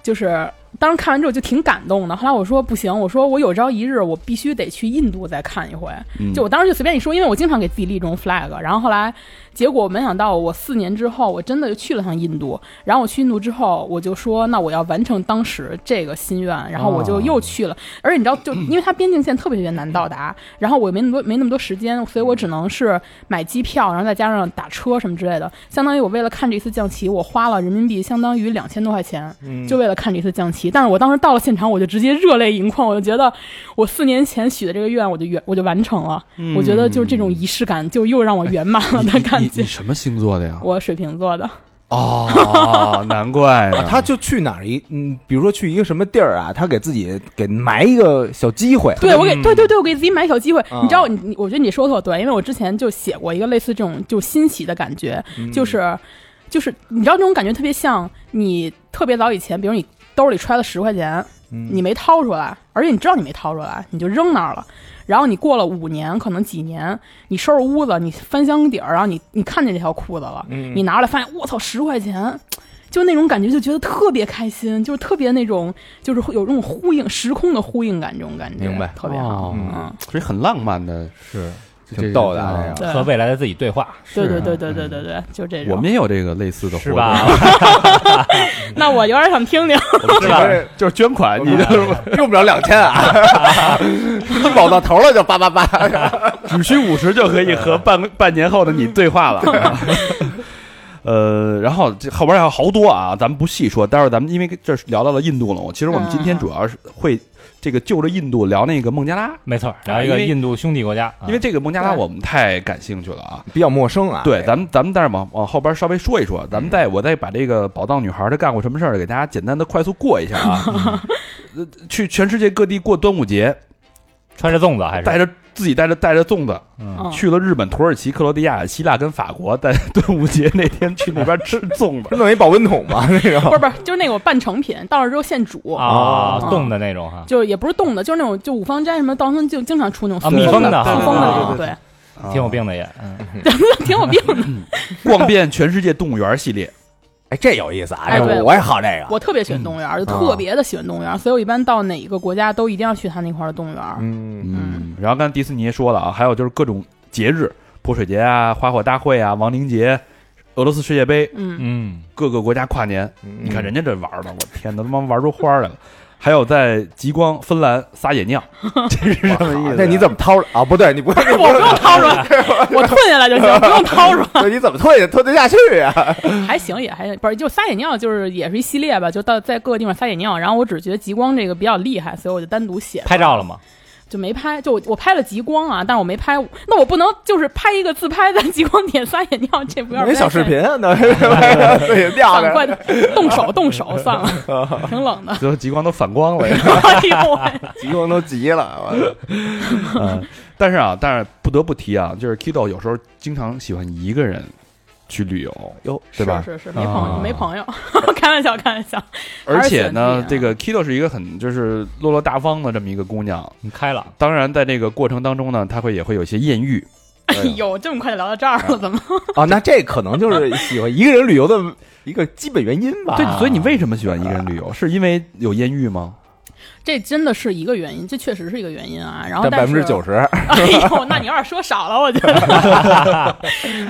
Speaker 4: 就是当时看完之后就挺感动的。后来我说不行，我说我有朝一日我必须得去印度再看一回。
Speaker 5: 嗯
Speaker 4: 就我当时就随便一说，因为我经常给自己立这种 flag。然后后来结果没想到，我四年之后我真的就去了趟印度。然后我去印度之后，我就说那我要完成当时这个心愿。然后我就又去了，而且你知道，就因为它边境线特别特别难到达，然后我也没那么多没那么多时间，所以我只能是买机票，然后再加上打车什么之类的。相当于我为了看这次降旗，我花了人民币相当于两千多块钱。
Speaker 2: 嗯
Speaker 5: 嗯
Speaker 4: 就为了看这次降旗。但是我当时到了现场，我就直接热泪盈眶，我就觉得我四年前许的这个愿，我就圆，我就完成了。我觉得就是这种仪式感，就又让我圆满了
Speaker 5: 嗯哎你
Speaker 4: 的
Speaker 5: 你
Speaker 4: 感
Speaker 5: 你
Speaker 4: 觉。
Speaker 5: 什么星座的呀？
Speaker 4: 我水瓶座的，
Speaker 5: 哦，难怪呢
Speaker 2: 啊，他就去哪儿一嗯，比如说去一个什么地儿啊，他给自己给埋一个小机会，
Speaker 4: 对我给对对对，我给自己买小机会。
Speaker 2: 啊
Speaker 4: 你知道，你你我觉得你说得特对，因为我之前就写过一个类似这种就欣喜的感觉，就是就是你知道这种感觉特别像你特别早以前，比如你兜里揣了十块钱，你
Speaker 2: 你
Speaker 4: 没掏出来，而且你知道你没掏出来，你就扔那儿了。然后你过了五年，可能几年，你收拾屋子，你翻箱底儿，然后你你看见这条裤子了，
Speaker 2: 嗯
Speaker 4: 你拿出来发现，我操，十块钱，就那种感觉，就觉得特别开心，就是特别那种，就是会有这种呼应时空的呼应感，这种感觉，
Speaker 2: 明白
Speaker 4: 特别好。
Speaker 5: 哦
Speaker 4: 嗯，
Speaker 5: 所以很浪漫的
Speaker 2: 是挺逗的啊
Speaker 5: 这
Speaker 2: 这
Speaker 5: 个
Speaker 2: 个。
Speaker 4: 对
Speaker 3: *laughs* 和未来的自己对话，
Speaker 4: 对对
Speaker 5: 是
Speaker 4: 对对对对对，就
Speaker 2: 哎
Speaker 4: 这
Speaker 5: 我
Speaker 4: 种
Speaker 5: 们。也有这个类似的活
Speaker 3: 是
Speaker 5: 动，
Speaker 4: *laughs*
Speaker 3: 吧？
Speaker 4: 那我有点想听听，
Speaker 3: 是吧？
Speaker 2: 啊就是捐款，你就是用不了两千啊，医保到头了就八八八。
Speaker 1: 只需五十就可以和半半年后的你对话了。呃，然后这后边还有好多啊，咱们不细说。待会儿咱们因为这是聊到了印度了，我其实我们今天主要是会这个就着印度聊那个孟加拉，
Speaker 3: 没错，
Speaker 4: 啊
Speaker 3: 聊一
Speaker 1: 因
Speaker 3: 个
Speaker 1: 为
Speaker 3: 印度兄弟国家，啊
Speaker 1: 因为这个孟加拉
Speaker 2: 嗯
Speaker 4: 对
Speaker 1: 我们太感兴趣了啊。
Speaker 2: 比较陌生啊，
Speaker 1: 对，咱们咱们但是往往后边稍微说一说，咱们再我再把这个宝藏女孩她干过什么事儿给大家简单的快速过一下啊。呃去全世界各地过端午节，
Speaker 3: 穿着粽子啊还
Speaker 1: 带
Speaker 3: 是
Speaker 1: 着自己带着带着粽子，
Speaker 3: 哎
Speaker 4: 哦
Speaker 3: 嗯
Speaker 1: 去了日本、土耳其、克罗地亚、希腊跟法国，在 *laughs* 端午节那天去那边吃粽子。
Speaker 2: 不 *laughs* 是弄一保温桶吗？那种
Speaker 4: 不是不是，就是那种半成品，到那儿之后现煮
Speaker 3: 啊
Speaker 4: 嗯
Speaker 3: 冻的那种哈，
Speaker 4: 就也不是冻的，就是那种就五芳斋什么，到时候就经常出那
Speaker 3: 啊
Speaker 4: 种
Speaker 3: 密封的
Speaker 4: 塑封的那种，对，
Speaker 2: 啊
Speaker 3: 挺有病的也，嗯
Speaker 4: 挺有病的。
Speaker 1: 逛遍全世界动物园系列，
Speaker 2: 哎，这有意思啊，
Speaker 4: 哎
Speaker 2: 这
Speaker 4: 对
Speaker 2: 我我也好这个。
Speaker 4: 我特别喜欢动物园，就特别的喜欢动物园，所以我一般到哪一个国家都一定要去他那块儿的动物园。
Speaker 2: 嗯，
Speaker 1: 嗯，然后刚才迪士尼也说了啊，还有就是各种节日，泼水节啊、花火大会啊、亡灵节、俄罗斯世界杯，
Speaker 4: 嗯， *laughs*
Speaker 3: 嗯，
Speaker 1: 各个国家跨年，
Speaker 2: 你
Speaker 1: 你看人家这玩儿的，我天哪，他妈玩出花儿来了。还有在极光芬兰撒野尿，这是什么意思？。
Speaker 2: 那你怎么掏了啊？不对，你不
Speaker 4: *laughs*
Speaker 2: 会，
Speaker 4: 我不用掏出来，我吞下来就行，不用掏出来。
Speaker 2: 对，你怎么退也退得下去啊呀？
Speaker 4: 还行，也还不是，就撒野尿，就是也是一系列吧，就到在各个地方撒野尿。然后我只觉得极光这个比较厉害，所以我就单独写，
Speaker 3: 拍照了吗？
Speaker 4: 就没拍。就我我拍了极光啊，但是我没拍，那我不能就是拍一个自拍在极光点撒野尿，这不要
Speaker 2: 没小视频 *laughs* 啊，那
Speaker 4: *laughs*
Speaker 2: 对也掉
Speaker 4: 算了，
Speaker 2: 着。
Speaker 4: 快动
Speaker 2: *laughs*
Speaker 4: 手动手算了，挺冷的
Speaker 1: 最后极光都反光了呀？
Speaker 4: 哎呦喂，
Speaker 2: 激动都急了，
Speaker 4: *laughs*
Speaker 2: 我
Speaker 1: 嗯，但是啊，但是不得不提啊，就是 Kido 有时候经常喜欢一个人去旅游，
Speaker 2: 哟，
Speaker 1: 对吧？
Speaker 4: 是是是，没朋友
Speaker 1: 啊
Speaker 4: 没朋友， *laughs* 开玩笑开玩笑。
Speaker 1: 而且呢，
Speaker 4: 还是喜欢自己啊
Speaker 1: 这个 Kido 是一个很就是落落大方的这么一个姑娘。
Speaker 3: 你开了，
Speaker 1: 当然，在这个过程当中呢，她会也会有一些艳遇。
Speaker 4: 哎呦，这么快就聊到这儿了，怎么？
Speaker 2: 哦，那这可能就是喜欢一个人旅游的一个基本原因吧。
Speaker 1: 对，所以你为什么喜欢一个人旅游？是因为有艳遇吗？
Speaker 4: 这真的是一个原因，这确实是一个原因啊。然后
Speaker 2: 占百
Speaker 4: 但
Speaker 2: 分
Speaker 4: 是
Speaker 2: 之九十，
Speaker 4: *laughs* 哎呦，那你有点说少了，我觉得。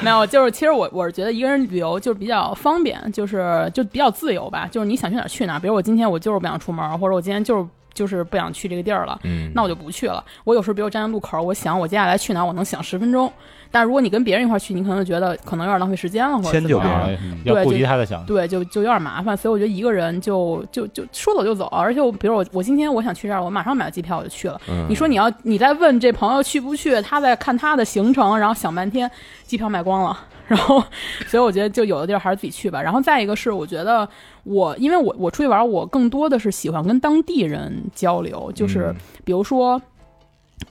Speaker 4: 没有，就是其实我我是觉得一个人旅游就是比较方便，就是就比较自由吧，就是你想去哪儿去哪儿。比如我今天我就是不想出门，或者我今天就是就是不想去这个地儿了。
Speaker 2: 嗯
Speaker 4: 那我就不去了。我有时候，比如站在路口，我想我接下来去哪儿，我能想十分钟。但如果你跟别人一块儿去，你可能就觉得可能有点浪费时间了，或者
Speaker 1: 迁就
Speaker 4: 怎么
Speaker 1: 别
Speaker 4: 样
Speaker 1: 人
Speaker 3: 啊
Speaker 1: 嗯
Speaker 3: 要
Speaker 4: 对
Speaker 3: 顾及
Speaker 4: 就
Speaker 3: 他的想，
Speaker 4: 对，就就有点麻烦，所以我觉得一个人就就就说走就走，而且我比如我我今天我想去这儿，我马上买了机票我就去了。
Speaker 3: 嗯
Speaker 2: 嗯
Speaker 4: 你说你要你再问这朋友去不去，他在看他的行程，然后想半天，机票卖光了，然后所以我觉得就有的地儿还是自己去吧。然后再一个是我觉得我因为我我出去玩儿，我更多的是喜欢跟当地人交流，就
Speaker 3: 嗯
Speaker 4: 是比如说。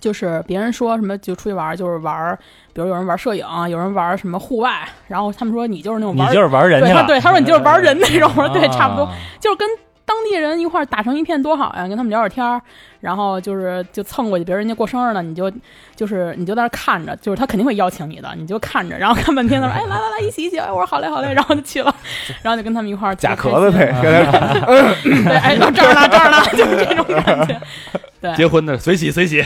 Speaker 4: 就是别人说什么就出去玩儿，就是玩儿，比如有人玩儿摄影，有人玩儿什么户外，然后他们说你就是那种
Speaker 3: 你
Speaker 4: 玩儿
Speaker 3: 就是玩人去
Speaker 4: 对他
Speaker 3: 了，
Speaker 4: 对他说你就是玩人那种，我说对，
Speaker 3: 啊
Speaker 4: 差不多，就是跟当地人一块儿打成一片多好呀，跟他们聊聊天儿，然后就是就蹭过去，比如人家过生日了，你就就是你就在那儿看着，就是他肯定会邀请你的，你就看着，然后看半天，
Speaker 3: *laughs*
Speaker 4: 他说哎来来来一起一起，哎我说好嘞好嘞，然后就去了，然后就跟他们一
Speaker 3: *laughs*
Speaker 4: 块儿
Speaker 2: 假
Speaker 4: 特
Speaker 2: 咳
Speaker 4: 别开
Speaker 2: 子
Speaker 4: 心啊
Speaker 2: 呗，跟他
Speaker 4: *laughs* 对，哎到这儿了这儿了， *laughs* 就是这种
Speaker 3: *laughs*
Speaker 4: 感觉，
Speaker 1: 结婚的随喜随喜。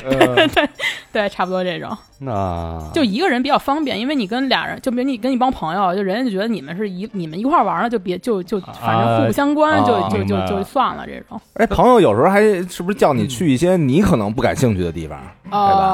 Speaker 4: *laughs* 对，差不多这种。
Speaker 1: 那
Speaker 4: 就一个人比较方便，因为你跟俩人，就比如你跟一帮朋友，就人家就觉得你们是一你们一块儿玩儿了，就别就就反正互不相关，
Speaker 2: 啊
Speaker 4: 就就
Speaker 3: 明白
Speaker 4: 就就
Speaker 3: 了
Speaker 4: 算了这种。
Speaker 2: 哎，朋友有时候还是不是叫你去一些你可能不感兴趣的地方？啊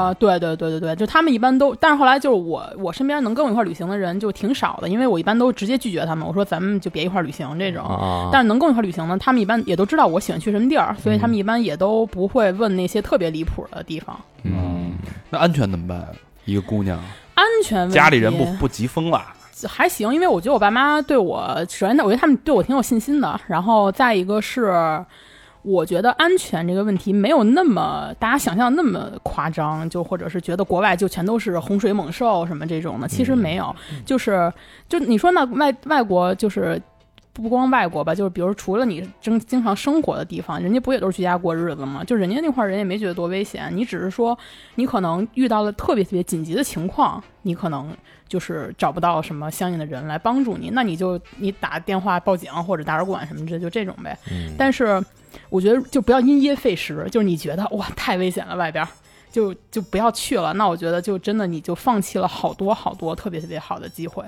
Speaker 4: 呃，对对对对对，就他们一般都，但是后来就是我我身边能跟我一块儿旅行的人就挺少的，因为我一般都直接拒绝他们，我说咱们就别一块儿旅行这种。
Speaker 1: 哦
Speaker 2: 啊，
Speaker 4: 嗯但是能跟我一块儿旅行呢，他们一般也都知道我喜欢去什么地儿，所以他们一般也都不会问那些特别离谱的地方。
Speaker 1: 嗯，那安全怎么办？一个姑娘，
Speaker 4: 安全问题
Speaker 1: 家里人不不急疯了，啊
Speaker 4: 还行，因为我觉得我爸妈对我，首先我觉得他们对我挺有信心的，然后再一个是，我觉得安全这个问题没有那么大家想象那么夸张，就或者是觉得国外就全都是洪水猛兽什么这种的，其实没有，就是就你说那外外国就是。不光外国吧，就是比如除了你经经常生活的地方，人家不也都是居家过日子吗？就人家那块儿人也没觉得多危险，你只是说你可能遇到了特别特别紧急的情况，你可能就是找不到什么相应的人来帮助你，那你就你打电话报警或者打人管什么之类，就这种呗。但是我觉得就不要因噎废食，就是你觉得哇太危险了外边儿，就就不要去了。那我觉得就真的你就放弃了好多好多特别特别好的机会。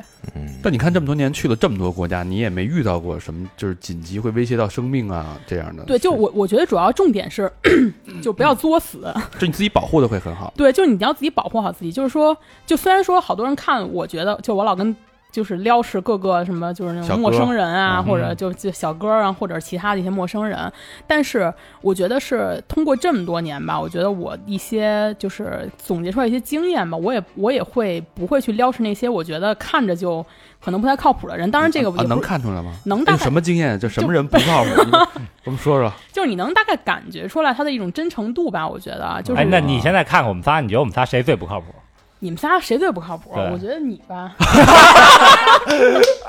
Speaker 1: 但你看这么多年去了这么多国家，你也没遇到过什么就是紧急会威胁到生命啊这样的。
Speaker 4: 对，就我我觉得主要重点是， *coughs* 就不要作死。
Speaker 1: 就你自己保护的会很好。
Speaker 4: 对，就是你要自己保护好自己。就是说，就虽然说好多人看，我觉得就我老跟就是撩是各个什么就是那
Speaker 1: 小
Speaker 4: 种
Speaker 1: 哥
Speaker 4: 陌生人啊，
Speaker 1: 嗯
Speaker 4: 或者就就小哥啊，或者其他的一些陌生人。但是我觉得是通过这么多年吧，我觉得我一些就是总结出来一些经验吧，我也我也会不会去撩是那些我觉得看着就可能不太靠谱的人。当然这个
Speaker 1: 啊
Speaker 4: 也不
Speaker 1: 能看出来吗？
Speaker 4: 能
Speaker 1: 哎
Speaker 4: 大
Speaker 1: 有
Speaker 4: 概
Speaker 1: 什么经验？就什么人不靠谱？你
Speaker 4: *laughs*
Speaker 1: 们我们说说。
Speaker 4: 就是你能大概感觉出来他的一种真诚度吧，我觉得啊就是
Speaker 3: 哎，那你现在看看我们仨，你觉得我们仨谁最不靠谱？
Speaker 4: 你们仨谁最不靠谱？
Speaker 3: 对
Speaker 4: 我觉得你吧，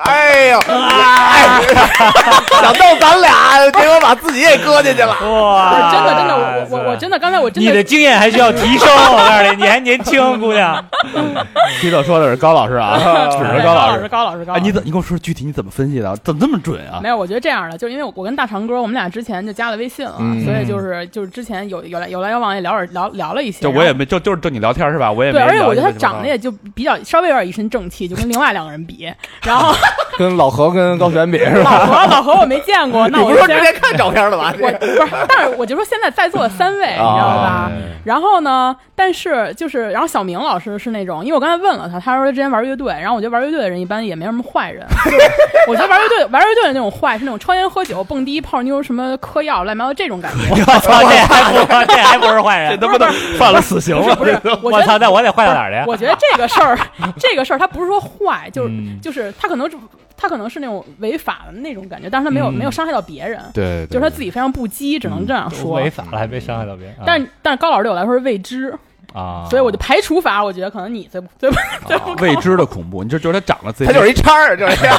Speaker 2: 哎呦，哎， *laughs* 想逗咱俩，结果把自己也搁进去了。
Speaker 3: 哇
Speaker 4: 真的真的，我我我我真的刚才我真
Speaker 3: 你的经验还需要提升，我告诉你，你还年轻，姑 *laughs* 娘。
Speaker 1: 提到说的是高老师
Speaker 4: *laughs*
Speaker 1: 啊，指着
Speaker 4: 对
Speaker 1: 高
Speaker 4: 高
Speaker 1: 老
Speaker 4: 师，
Speaker 1: 师。
Speaker 4: 高老师，高老
Speaker 1: 哎，
Speaker 4: 师。
Speaker 1: 你怎你跟我说说具体你怎么分析的？怎么这么准啊？
Speaker 4: 没有，我觉得这样的，就是因为我我跟大长哥，我们俩之前就加了微信了，
Speaker 2: 嗯
Speaker 4: 所以就是就是之前有有来有来有往也聊点聊聊了一些，
Speaker 1: 就我也没就就是就你聊天是吧？我也没
Speaker 4: 对，
Speaker 1: 聊
Speaker 4: 而
Speaker 1: 你
Speaker 4: 且
Speaker 1: 乱七八
Speaker 4: 我觉
Speaker 1: 糟。
Speaker 4: 得他长得也就比较稍微有点一身正气，就
Speaker 1: *laughs*
Speaker 4: 跟另外两个人比，然后
Speaker 2: *laughs* 跟老何跟高璇比是 *laughs* 吧？
Speaker 4: 老何老何我没见
Speaker 1: *laughs*
Speaker 4: 过，那我就先
Speaker 2: 看照片了 *laughs* 吗？
Speaker 4: 我不是，但是我就说现在在座的三位，
Speaker 1: 啊
Speaker 4: 你知道吧？然后呢，但是就是，然后小明老师是那种，因为我刚才问了他，他说他之前玩乐队，然后我觉得玩乐队的人一般也没什么坏人，就是我觉得玩乐队玩乐队的那种坏是那种抽烟喝酒、蹦迪、泡妞、什么嗑药、乱七八糟这种感
Speaker 3: *laughs*
Speaker 4: 觉。
Speaker 3: *laughs* 我操，这还不这还不是坏
Speaker 1: 这
Speaker 3: 人？
Speaker 1: 他妈都犯了死刑了，
Speaker 4: 不是
Speaker 1: 这都，
Speaker 4: 我
Speaker 3: 我
Speaker 4: 觉
Speaker 3: 操，
Speaker 4: 得
Speaker 3: 那我得坏到哪儿去？
Speaker 4: 我觉得这个事儿，这个事儿他不是说坏，就是、
Speaker 3: 嗯
Speaker 4: 就是他可能他可能是那种违法的那种感觉，但是他没有、
Speaker 3: 嗯
Speaker 4: 没有伤害到别人，
Speaker 1: 对，
Speaker 4: 就是他自己非常不羁，只能这样说。啊
Speaker 3: 违法了，还没伤害到别人。啊
Speaker 4: 但是但是高老师对我来说是未知，
Speaker 3: 啊，
Speaker 4: 所以我就排除法，我觉得可能你最不最不最不
Speaker 1: 啊未知的恐怖。你就觉得他长得贼，
Speaker 2: 他就是一叉儿，就是这样。 *laughs*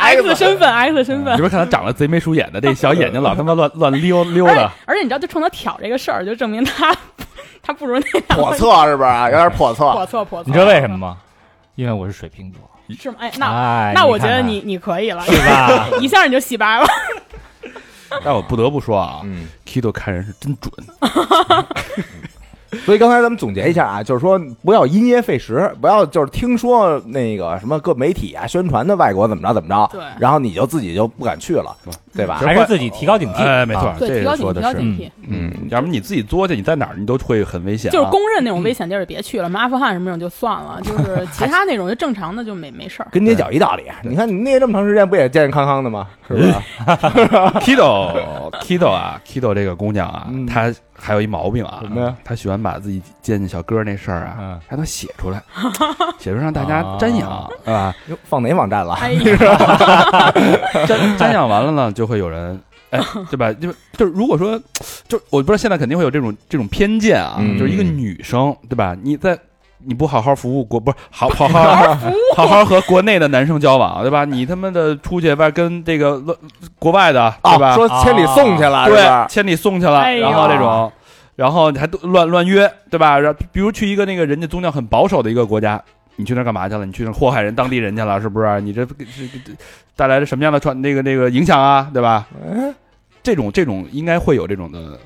Speaker 4: X 的身份，X 的身
Speaker 1: 你
Speaker 4: 份。
Speaker 1: 别看他长得贼眉鼠眼的，这小眼睛老他妈乱乱溜溜
Speaker 4: 而 *laughs*
Speaker 1: 的。
Speaker 4: 而且你知道，就冲他挑这个事儿，就证明他 *laughs* 他不如那两
Speaker 2: 叵
Speaker 4: 个
Speaker 2: 测是不是？啊有点叵测。
Speaker 4: 叵测叵测。
Speaker 3: 你知道为什么吗？因为我是水瓶座。
Speaker 4: 是吗？哎，那
Speaker 3: 哎
Speaker 4: 那我觉得
Speaker 3: 看看
Speaker 4: 你你可以了，
Speaker 3: 是 *laughs* 吧？
Speaker 4: *laughs* 一下你就洗白了。
Speaker 1: 但我不得不说啊
Speaker 2: 嗯，
Speaker 1: ，Kido 看人是真准，
Speaker 2: 所以刚才咱们总结一下啊，就是说不要因噎废食，不要就是听说那个什么各媒体啊宣传的外国怎么着怎么着，
Speaker 4: 对
Speaker 2: 然后你就自己就不敢去了，对吧？
Speaker 3: 还是自己提高警惕。
Speaker 1: 哎，没错
Speaker 2: 啊，
Speaker 1: 这
Speaker 4: *laughs* 对，提
Speaker 1: 个
Speaker 4: 高警
Speaker 1: 说
Speaker 4: 惕，
Speaker 1: 的
Speaker 4: 提高
Speaker 1: 是，
Speaker 4: 警惕。
Speaker 1: 嗯，要不你自己作去，你在哪儿你都会很危险啊，
Speaker 4: 就是公认那种危险地儿别去了，什么阿富汗什么那种就算了，就是其他那种就正常的就没没
Speaker 3: *laughs*
Speaker 4: 事儿。
Speaker 2: 跟捏脚一道理。啊你看你捏这么长时间，不也健健康康的吗？是不是？
Speaker 1: *laughs* Kido Kido 啊，Kido 这个姑娘啊
Speaker 2: 嗯，
Speaker 1: 她还有一毛病啊
Speaker 2: 什么呀，
Speaker 1: 她喜欢把自己见见小哥那事儿啊
Speaker 3: 嗯，
Speaker 1: 还能写出来，写出来让大家瞻仰啊，
Speaker 2: *laughs* 哟放哪网站了？
Speaker 4: 哎呀，
Speaker 1: 瞻瞻仰完了呢，就会有人。哎，对吧？ *laughs* 就就是如果说，就我不知道现在肯定会有这种这种偏见啊，
Speaker 2: 嗯
Speaker 1: 就是一个女生，对吧？你在你不好好服务国，不是好好好好好和国内的男生交往，对吧？你他妈的出去外跟这个呃国外的，对吧？
Speaker 2: 哦，说千里送去了，是
Speaker 1: 对，
Speaker 2: 吧？
Speaker 1: 千里送去了，
Speaker 4: 哎呦
Speaker 1: 然后这种，然后你还都乱乱约，对吧？然后比如去一个那个人家宗教很保守的一个国家，你去那儿干嘛去了？你去那儿祸害人当地人去了，是不是？你这这这这带来了什么样的传那个那个影响啊？对吧？
Speaker 2: 嗯
Speaker 1: 这种这种应该会有这种的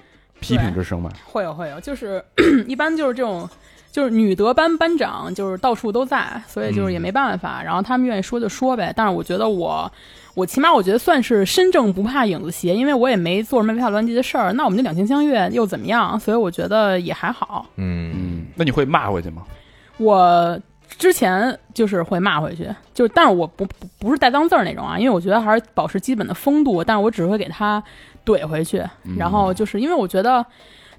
Speaker 1: 批评之声吧？
Speaker 4: 会有会有，就是 *clears throat* 一般就是这种，就是女德班班长就是到处都在，所以就是也没办法。然后他们愿意说就说呗，但是我觉得我。我起码我觉得算是身正不怕影子斜，因为我也没做什么违法乱纪的事儿，那我们就两情相悦又怎么样？所以我觉得也还好。
Speaker 2: 嗯，
Speaker 1: 嗯，那你会骂回去吗？
Speaker 4: 我之前就是会骂回去，就是但是我不不不是带脏字儿那种啊，因为我觉得还是保持基本的风度，但是我只会给他怼回去。然后就是因为我觉得，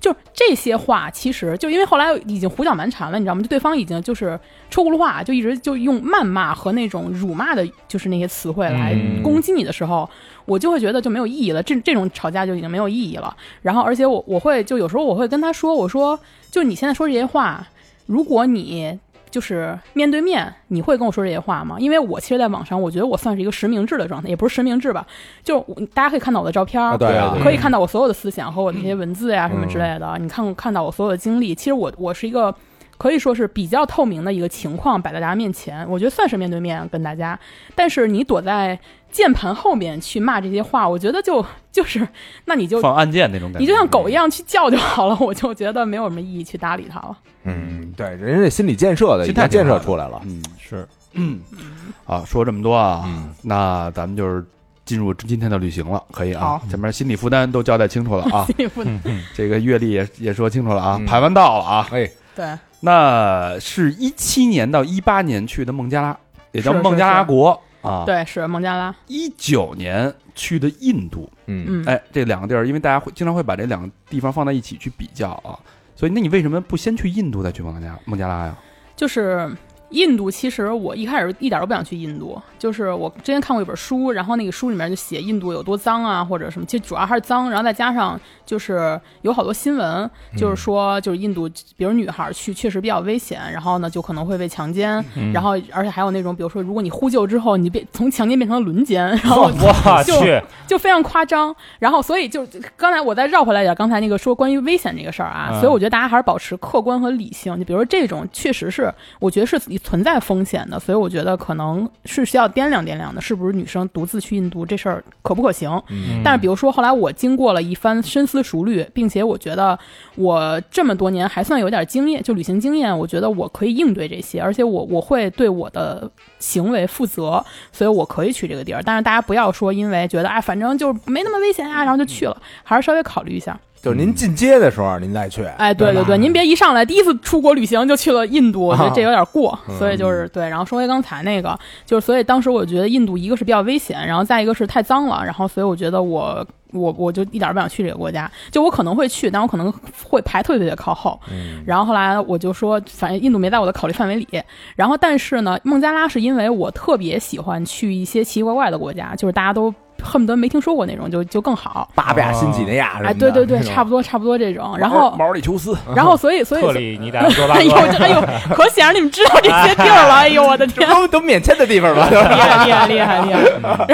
Speaker 4: 就这些话其实就因为后来已经胡搅蛮缠了，你知道吗？就对方已经就是说轱辘话，啊就一直就用谩骂和那种辱骂的，就是那些词汇来
Speaker 2: 嗯
Speaker 4: 攻击你的时候，我就会觉得就没有意义了。这这种吵架就已经没有意义了。然后而且我我会就有时候我会跟他说，我说就你现在说这些话，如果你。就是面对面，你会跟我说这些话吗？因为我其实，在网上，我觉得我算是一个实名制的状态，也不是实名制吧，就我大家可以看到我的照片儿，
Speaker 2: 啊对嗯啊，
Speaker 4: 可以看到我所有的思想和我的那些文字呀、什么之类的，你看看到我所有的经历。其实我我是一个可以说是比较透明的一个情况摆在大家面前，我觉得算是面对面跟大家。但是你躲在键盘后面去骂这些话，我觉得就 *laughs* 就是，那你就
Speaker 3: 放按键那种感觉，
Speaker 4: 你就
Speaker 2: 嗯
Speaker 4: 像狗一样去叫就好了， *laughs* 我就觉得没有什么意义去搭理他了。 *laughs*
Speaker 2: 嗯，对，人家这心理建设的已
Speaker 1: 心态
Speaker 2: 经
Speaker 1: 挺
Speaker 2: 建
Speaker 1: 好
Speaker 2: 设
Speaker 1: 的
Speaker 2: 出来了。
Speaker 1: 嗯，是，嗯， *clears throat* 啊，说这么多啊，
Speaker 2: 嗯
Speaker 1: 那咱们就是进入今天的旅行了，可以啊
Speaker 4: 好。
Speaker 1: 前面心理负担都交代清楚了
Speaker 4: *laughs*
Speaker 1: 啊，
Speaker 4: 心里不能
Speaker 1: 这个阅历也也说清楚了啊，
Speaker 2: 嗯
Speaker 1: 排完道了啊。
Speaker 2: 哎，
Speaker 4: 对，
Speaker 1: 那是一七年到一八年去的孟加拉，也叫
Speaker 4: 是是
Speaker 1: 孟加拉
Speaker 4: 是
Speaker 1: 国啊。
Speaker 4: 对，是孟加拉，
Speaker 1: 一九年去的印度，
Speaker 2: 嗯，
Speaker 4: 嗯，
Speaker 1: 哎，这两个地儿，因为大家会经常会把这两个地方放在一起去比较啊，所以那你为什么不先去印度再去孟加拉孟加拉呀？
Speaker 4: 就是印度。其实我一开始一点都不想去印度，就是我之前看过一本书，然后那个书里面就写印度有多脏啊，或者什么，其实主要还是脏，然后再加上就是有好多新闻，就是说就是印度，比如女孩去确实比较危险，然后呢就可能会被强奸，然后而且还有那种，比如说如果你呼救之后，你变从强奸变成了轮奸，然后
Speaker 3: 嗯我
Speaker 4: 就
Speaker 3: 去，
Speaker 4: 就非常夸张。然后，所以就刚才我再绕回来一点，刚才那个说关于危险这个事儿啊，
Speaker 3: 嗯
Speaker 4: 所以我觉得大家还是保持客观和理性。就比如说这种，确实是我觉得是存在风险的，所以我觉得可能是需要掂量掂量的，是不是女生独自去印度这事儿可不可行。
Speaker 2: 嗯
Speaker 4: 但是，比如说后来我经过了一番深思熟虑，并且我觉得我这么多年还算有点经验，就旅行经验，我觉得我可以应对这些，而且我我会对我的行为负责，所以我可以去这个地儿。但是大家不要说因为觉得哎，反正就没那么危险啊，然后就去了，还是稍微考虑一下。
Speaker 2: 就是您进阶的时候您再去，
Speaker 4: 哎，对对对，您别一上来第一次出国旅行就去了印度，我觉得这有点过，所以就是对。然后说回刚才那个，就是所以当时我觉得印度一个是比较危险，然后再一个是太脏了，然后所以我觉得我我我就一点儿不想去这个国家，就我可能会去，但我可能会排特别特别靠后。然后后来我就说，反正印度没在我的考虑范围里。然后但是呢，孟加拉是因为我特别喜欢去一些奇奇怪怪的国家，就是大家都恨不得没听说过那种，就就更好。
Speaker 2: 巴布亚新几内亚什么的，
Speaker 4: 哎，对对对，差
Speaker 2: 不
Speaker 4: 不多差不多这种。然后
Speaker 1: 毛毛里求斯，
Speaker 4: 然后所以所以
Speaker 3: 特里尼达多巴
Speaker 4: 哎 *laughs* 呦，
Speaker 3: 哥，
Speaker 4: 这哎呦，可显然你们知道这些地 *laughs* 儿了。哎呦，我的天，
Speaker 2: 都都免签的地方
Speaker 4: *laughs*
Speaker 2: 吧，
Speaker 4: 厉害厉害厉害厉害！然后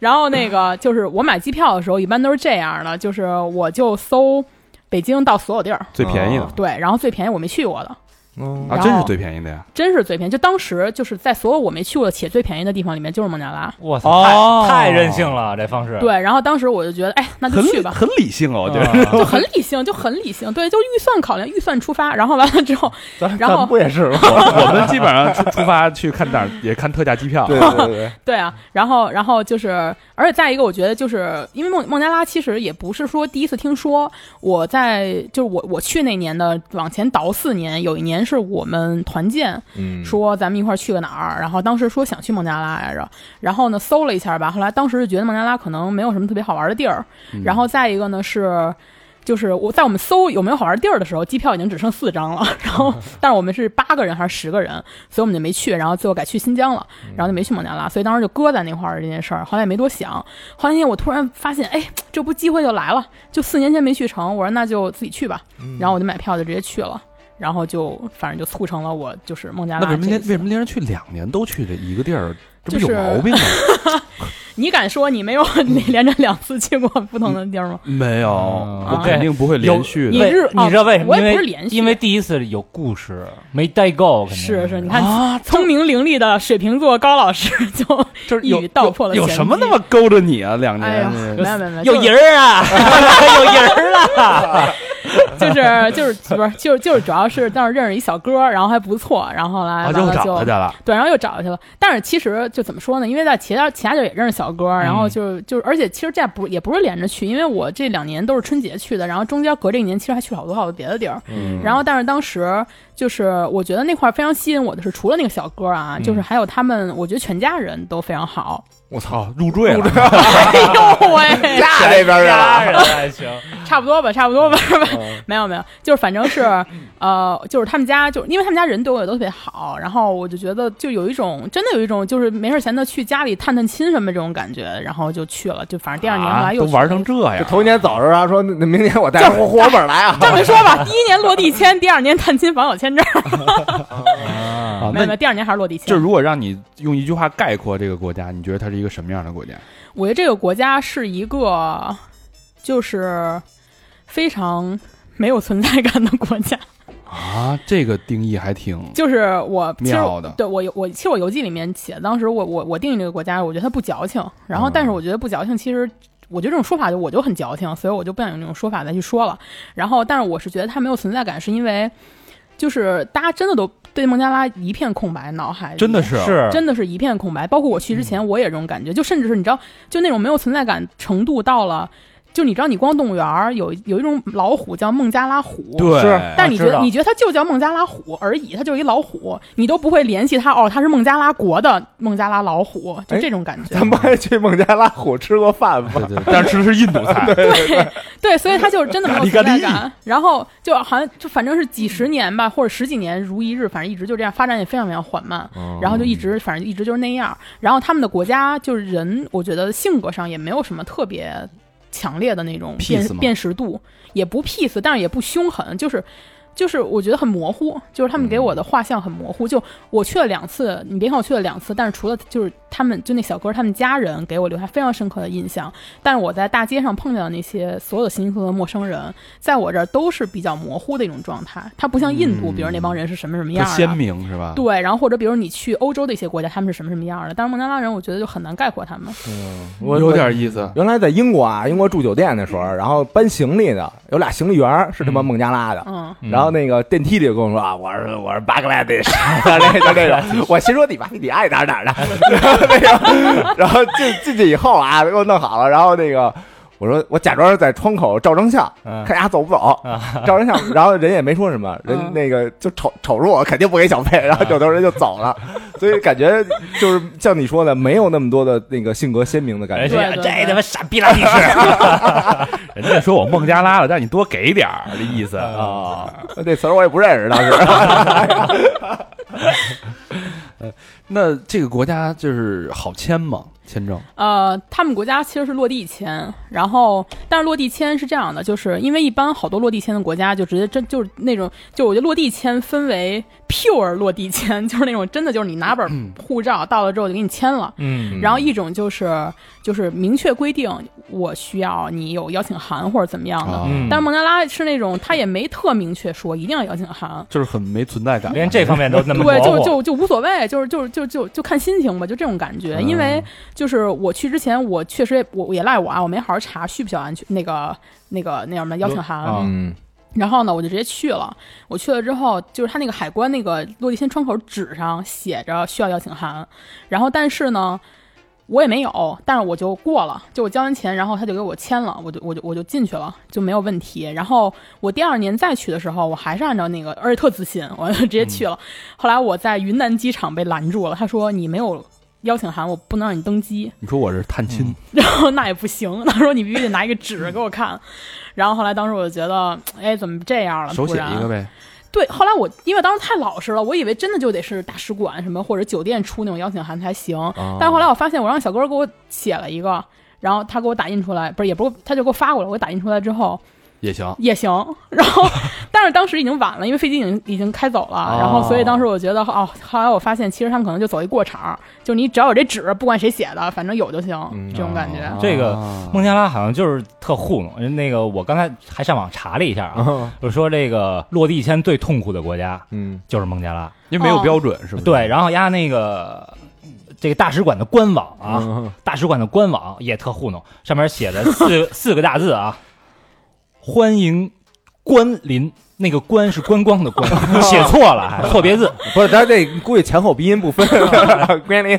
Speaker 4: *laughs* 然后那个就是我买机票的时候，一般都是这样的，就是我就搜北京到所有地儿，
Speaker 1: 最便宜的、
Speaker 4: 对，然后最便宜我没去过的，
Speaker 2: 嗯
Speaker 1: 啊，
Speaker 4: 然后
Speaker 1: 真是最便宜的呀！
Speaker 4: 真是最便宜。就当时就是在所有我没去过且最便宜的地方里面，就是孟加拉。
Speaker 3: 我
Speaker 1: 哦
Speaker 3: 操，太太任性了，这方式，
Speaker 4: 对，然后当时我就觉得，哎，那就
Speaker 1: 很
Speaker 4: 去
Speaker 1: 理
Speaker 4: 吧。
Speaker 1: 很理性啊，我觉得。
Speaker 3: 啊
Speaker 4: *laughs* 就很理性，就很理性，对，就预算考量，预算出发，然后完了之后，
Speaker 2: 咱
Speaker 4: 然后
Speaker 2: 咱不也是吗？
Speaker 4: *laughs*
Speaker 1: 我们基本上出出发去看哪儿也看特价机票，
Speaker 4: *laughs*
Speaker 2: 对对对，
Speaker 4: 对啊，然后然后就是，而且再一个，我觉得就是因为孟孟加拉其实也不是说第一次听说，我在就是我我去那年的往前倒四年，有一年是我们团建
Speaker 2: 嗯
Speaker 4: 说咱们一块儿去个哪儿，然后当时说想去孟加拉来着，然后呢搜了一下吧，后来当时就觉得孟加拉可能没有什么特别好玩的地儿，
Speaker 1: 嗯
Speaker 4: 然后再一个呢是。就是我在我们搜有没有好玩的地儿的时候，机票已经只剩四张了， *laughs*
Speaker 1: *laughs*
Speaker 4: 然后但是我们是八个人还是十个人，所以我们就没去，然后最后改去新疆了，
Speaker 1: 嗯
Speaker 4: 然后就没去孟加拉，所以当时就搁在那块儿这件事儿，后来也没多想。后来那天我突然发现，哎，这不机会就来了，就四年前没去成，我说那就自己去吧，
Speaker 1: 嗯
Speaker 4: 然后我就买票就直接去了，然后就反正就促成了我就是孟加
Speaker 1: 那
Speaker 4: 拉
Speaker 1: 为什么
Speaker 4: 这
Speaker 1: 连
Speaker 4: 一次
Speaker 1: 为什么连着去两年都去这一个地儿？这不
Speaker 4: 就是
Speaker 1: 有毛 *laughs* 病吗？
Speaker 4: 你敢说你没有
Speaker 1: 嗯
Speaker 4: 你连着两次去过不同的地儿吗？
Speaker 1: 没有，
Speaker 3: 啊
Speaker 1: 我肯定不会连续
Speaker 4: 你
Speaker 1: 的。
Speaker 4: 日
Speaker 3: 你知道为什么？
Speaker 4: 我
Speaker 3: 因
Speaker 4: 也不是
Speaker 3: 为
Speaker 4: 连续，
Speaker 3: 因为第一次有故事，没带够，肯定
Speaker 4: 是是，你看。
Speaker 1: 啊，
Speaker 4: 聪明伶俐的水瓶座高老师 *laughs* 就
Speaker 1: 就是
Speaker 4: 一
Speaker 1: 有
Speaker 4: 语道破了
Speaker 1: 有有
Speaker 4: 玄
Speaker 1: 什么
Speaker 4: 机
Speaker 1: 那么勾着你啊？两
Speaker 4: 哎呀，
Speaker 1: 年，
Speaker 4: 没有没有没有，
Speaker 3: 有
Speaker 4: 就是
Speaker 3: 人儿
Speaker 4: *laughs*
Speaker 3: 啊， *laughs* 有人儿了，
Speaker 4: 就是就是不是就是就是主要是当时认识一小哥，然后还不错，然后后来
Speaker 1: 啊，
Speaker 4: 完
Speaker 1: 就
Speaker 4: 了
Speaker 1: 找
Speaker 4: 就
Speaker 1: 他去了。
Speaker 4: 对，然后又找去了。但是其实就怎么说呢？因为在其他其他地儿也认识小哥，然后就就而且其实这样不也不是连着去，因为我这两年都是春节去的，然后中间隔这一年其实还去了好多好多别的地儿。
Speaker 1: 嗯
Speaker 4: 然后但是当时就是我觉得那块儿非常吸引我的是，除了那个小哥啊，就是还有他们，我觉得全家人都非常好。
Speaker 1: 我操，入赘了， *laughs*
Speaker 4: 哎呦喂！
Speaker 2: 家这
Speaker 4: 哎
Speaker 2: 边去
Speaker 3: 家
Speaker 2: 了，
Speaker 3: 人还行，
Speaker 4: 差不多吧，差不多吧，
Speaker 1: 嗯
Speaker 4: *laughs*
Speaker 1: 哦
Speaker 4: 没有没有，就是反正
Speaker 1: *laughs*
Speaker 4: 是，呃，就是他们家，就是因为他们家人对我也都特别好，然后我就觉得就有一种真的有一种就是没事闲的去家里探探亲什么这种感觉，然后就去了，就反正第二年后
Speaker 1: 啊
Speaker 4: 来又
Speaker 1: 都
Speaker 4: 去
Speaker 1: 玩
Speaker 4: 了
Speaker 1: 成这
Speaker 2: 就
Speaker 1: 样，
Speaker 2: 头一年早上啊，说那那明年我
Speaker 4: *laughs*
Speaker 2: 带户户口本来啊， *laughs*
Speaker 4: 这么说
Speaker 1: *laughs*
Speaker 4: 吧，第一年落地签，第二年探亲访友签证，
Speaker 1: 啊
Speaker 4: 没有没
Speaker 1: 那
Speaker 4: 有，第二年还是落地签。
Speaker 1: 就如果让你用一句话概括这个国家，你觉得它是一个什么样的国家？
Speaker 4: 我觉得这个国家是一个就是非常没有存在感的国家。
Speaker 1: 啊，这个定义还挺
Speaker 4: 就是我其实
Speaker 1: 妙的
Speaker 4: 对我有我其实我游记里面写，当时我我我定义这个国家，我觉得它不矫情，然后
Speaker 1: 嗯
Speaker 4: 但是我觉得不矫情，其实我觉得这种说法就我就很矫情，所以我就不想用这种说法再去说了。然后，但是我是觉得它没有存在感，是因为就是大家真的都对孟加拉一片空白，脑海里
Speaker 1: 真的是哦嗯
Speaker 3: 是
Speaker 4: 真的是一片空白。包括我去之前，我也这种感觉，就甚至是你知道，就那种没有存在感程度到了，就你知道，你光动物园儿有有一种老虎叫孟加拉虎，
Speaker 1: 对，
Speaker 2: 是
Speaker 4: 但是你觉
Speaker 3: 知
Speaker 4: 得
Speaker 3: 道
Speaker 4: 你觉得它就叫孟加拉虎而已，它就是一老虎，你都不会联系它哦，它是孟加拉国的孟加拉老虎，就
Speaker 2: 哎
Speaker 4: 这种感觉。
Speaker 2: 咱们还去孟加拉虎吃过饭
Speaker 4: *laughs*
Speaker 2: 吗？
Speaker 1: 对对，但是吃的是印度菜，
Speaker 4: 对，所以它就是
Speaker 3: *laughs*
Speaker 4: 真的没有
Speaker 1: 咖喱咖
Speaker 4: 存在
Speaker 1: 喱
Speaker 4: 感。然后就好像就反正是几十年吧，或者十几年如一日，反正一直就这样发展也非常非常缓慢。 *laughs*
Speaker 1: 哦
Speaker 4: 然后就一
Speaker 1: 嗯
Speaker 4: 直反正一直就是那样。然后他们的国家就是人，我觉得性格上也没有什么特别强烈的那种
Speaker 1: Peace
Speaker 4: 辨
Speaker 1: 吗
Speaker 4: 辨识度，也不 peace，但是也不凶狠，就是。就是我觉得很模糊，就是他们给我的画像很模糊。就我去了两次，你别看我去了两次，但是除了就是他们就那小哥他们家人给我留下非常深刻的印象，但是我在大街上碰见的那些所有的形形色色的陌生人，在我这儿都是比较模糊的一种状态。它不像印度，
Speaker 1: 嗯
Speaker 4: 比如那帮人是什么什么
Speaker 1: 不
Speaker 4: 样啊儿
Speaker 1: 鲜
Speaker 4: 的，
Speaker 1: 明
Speaker 3: 啊
Speaker 1: 是吧？
Speaker 4: 对，然后或者比如你去欧洲的一些国家，他们是什么什么样儿的，但是孟加拉人我觉得就很难概括他们。
Speaker 2: 我
Speaker 1: 有点意思。
Speaker 2: 原来在英国啊，英国住酒店的时候，然后搬行李的有俩行李员儿是他妈孟加拉的，
Speaker 4: 嗯，
Speaker 2: 然后那个电梯里就跟我说啊，我是我是巴格莱的，那就这种，我心说你吧，你爱哪儿哪儿的，然后那个，然后进进去以后啊，给我弄好了，然后那个。我说我假装在窗口照张相，
Speaker 3: 嗯
Speaker 2: 看丫走不走，照张相，然后人也没说什么，人
Speaker 4: 嗯
Speaker 2: 那个就瞅瞅着我，肯定不给小费，然后扭头人就走了，所以感觉就是像你说的，没有那么多的那个性格鲜明的感
Speaker 3: 人
Speaker 2: 觉。
Speaker 3: 家
Speaker 4: 对
Speaker 3: 哎这
Speaker 4: 对对
Speaker 3: 他妈傻逼拉地是， *laughs* 人家说我孟加拉了，让你多给点儿的意思啊。
Speaker 2: 啊，那词儿我也不认识，当时
Speaker 1: 那这个国家就是好签吗？签证？
Speaker 4: 呃，他们国家其实是落地签，然后但是落地签是这样的，就是因为一般好多落地签的国家就直接真就是那种，就我觉得落地签分为 pure 落地签， *laughs* 就是那种真的就是你拿本护照到了之后就给你签了。
Speaker 3: 嗯
Speaker 4: 然后一种就是就是明确规定，我需要你有邀请函或者怎么样的。
Speaker 1: 啊，
Speaker 3: 嗯
Speaker 4: 但是孟加拉是那种他也没特明确说一定要邀请函，
Speaker 1: 就是很没存在感，
Speaker 3: 连这方面都那么
Speaker 4: 对，
Speaker 3: 模
Speaker 4: 就
Speaker 3: 糊
Speaker 4: 就就无所谓，就是就是就就就看心情吧，就这种感觉。因
Speaker 3: 嗯
Speaker 4: 为就是我去之前，我确实也我我也赖我啊，我没好好查需不需要安全那个那个那叫什么邀请函。
Speaker 1: 啊
Speaker 2: 嗯， *laughs*
Speaker 4: 然后呢，我就直接去了。我去了之后，就是他那个海关那个落地签窗口纸上写着需要邀请函，然后但是呢，我也没有，但是我就过了，就我交完钱，然后他就给我签了，我就我就我就进去了，就没有问题。然后我第二年再去的时候，我还是按照那个，而且特自信，我就直接去了。后来我在云南机场被拦住了，他说你没有。邀请函我不能让你登机， *laughs*
Speaker 1: 你说我是探
Speaker 3: 嗯
Speaker 1: 亲，
Speaker 4: 然后那也不行。他说你必须得拿一个纸给我看， *laughs* 然后后来当时我就觉得，哎，怎么这样了？
Speaker 1: 手
Speaker 4: 突
Speaker 1: 写
Speaker 4: 然啊
Speaker 1: 一个呗。
Speaker 4: 对，后来我因为当时太老实了，我以为真的就得是大使馆什么或者酒店出那种邀请函才行。
Speaker 1: 哦啊
Speaker 4: 但是后来我发现，我让小哥给我写了一个，然后他给我打印出来，不是也不是，他就给我发过来，我打印出来之后
Speaker 1: 也行，
Speaker 4: 也行。然
Speaker 1: *laughs*
Speaker 4: 后，但是当时已经晚了，因为飞机已经已经开走了。然后，所以当时我觉得，哦，后来我发现，其实他们可能就走一过场儿，就你只要有这纸，不管谁写的，反正有就行，这种感觉。
Speaker 1: 啊
Speaker 3: 这个孟加拉好像就是特糊弄，人那个我刚才还上网查了一下
Speaker 4: 嗯
Speaker 3: 啊，就说这个落地签最痛苦的国家
Speaker 2: 嗯，
Speaker 3: 就是孟加拉，
Speaker 1: 因为没有标准，是不是？
Speaker 3: 对，，然后压那个这个大使馆的官网
Speaker 1: 嗯
Speaker 3: 啊，大使馆的官网也特糊弄，上面写的四四个大字啊，欢迎关临，那个关是观光的
Speaker 1: *laughs*
Speaker 3: 关，写错了，还错别字，
Speaker 2: *laughs* 不是，但是这估计前后鼻音不
Speaker 4: *laughs*
Speaker 2: 分。关林，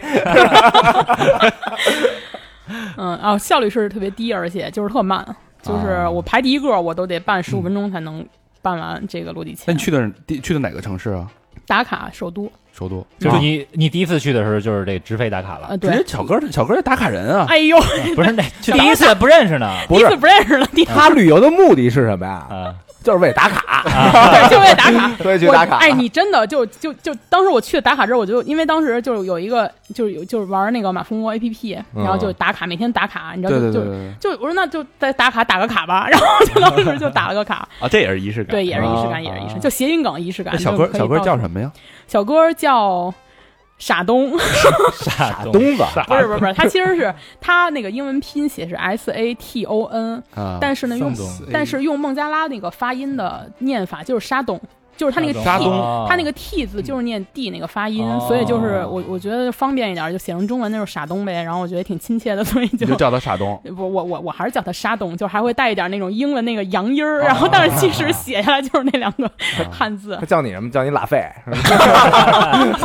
Speaker 4: 嗯啊，效率是特别低，而且就是特慢，
Speaker 1: 哦
Speaker 4: 就是我排第一个，我都得办十五分钟才能办完这个落地
Speaker 1: 嗯那
Speaker 4: 签。
Speaker 1: 你去的是第去的哪个城市啊？
Speaker 4: 打卡首都，
Speaker 1: 首都，
Speaker 3: 就是你你第一次去的时候就是这直飞打卡了
Speaker 4: 呃，，
Speaker 1: 啊直接
Speaker 4: 啊对，
Speaker 1: 巧哥，巧哥是打卡人啊，
Speaker 4: 哎呦，
Speaker 3: 不是那第一次不认识呢，
Speaker 4: 第
Speaker 2: 不
Speaker 4: 一
Speaker 2: 是
Speaker 4: 次不认
Speaker 1: *laughs*
Speaker 4: 识了，第一次
Speaker 2: 他旅游的目的是什么呀？
Speaker 3: 啊，
Speaker 2: 就是为打卡，
Speaker 4: 对就为打
Speaker 1: *laughs*
Speaker 4: 卡。
Speaker 2: 所以去
Speaker 4: 我
Speaker 2: 打卡。
Speaker 4: 哎，你真的就就就当时我去打卡之后，我就因为当时就是有一个就是有就是玩那个马蜂窝 APP，然后就打卡，每天打卡，你知道
Speaker 1: 对
Speaker 4: 就
Speaker 1: 嗯对对
Speaker 4: 就
Speaker 1: 对
Speaker 4: 就我说那就再打卡打个卡吧， *laughs* 然后就当时就打了
Speaker 1: *laughs*
Speaker 4: 个卡，
Speaker 1: 啊，这也是仪式感。
Speaker 4: 对，也是仪式
Speaker 1: 啊
Speaker 4: 感，也是仪式
Speaker 1: 啊
Speaker 4: 感，就谐音梗仪式
Speaker 1: 那
Speaker 4: 感。
Speaker 1: 小
Speaker 4: 就
Speaker 1: 哥，
Speaker 4: 可以
Speaker 1: 小哥
Speaker 4: 到
Speaker 1: 叫什么呀？
Speaker 4: 小哥叫傻东。 *laughs*
Speaker 3: 傻
Speaker 2: 东子，
Speaker 4: 不是不是不是，它其
Speaker 1: *laughs*
Speaker 4: 实是它那个英文拼写是 S A T O N，
Speaker 1: 啊，
Speaker 4: 但是呢用
Speaker 3: 宋总
Speaker 4: 但是用孟加拉那个发音的念法就是沙东，就是它那个
Speaker 1: 沙嗯
Speaker 4: T，
Speaker 1: 东
Speaker 3: 啊
Speaker 4: 它那个 T 字就是念 D 那个发音，
Speaker 3: 哦
Speaker 4: 所以就是我我觉得方便一点，就写成中文那就是傻东呗。然后我觉得挺亲切的，所以
Speaker 1: 你
Speaker 4: 就
Speaker 1: 就叫他傻东。
Speaker 4: *laughs*
Speaker 1: *laughs*
Speaker 4: 不，我我我还是叫它沙东，就还会带一点那种英文那个洋音
Speaker 1: 啊
Speaker 4: 儿，然后但是其实写下来就是那两个汉字
Speaker 2: 他。叫你什么？叫你拉
Speaker 4: *laughs*
Speaker 2: 菲，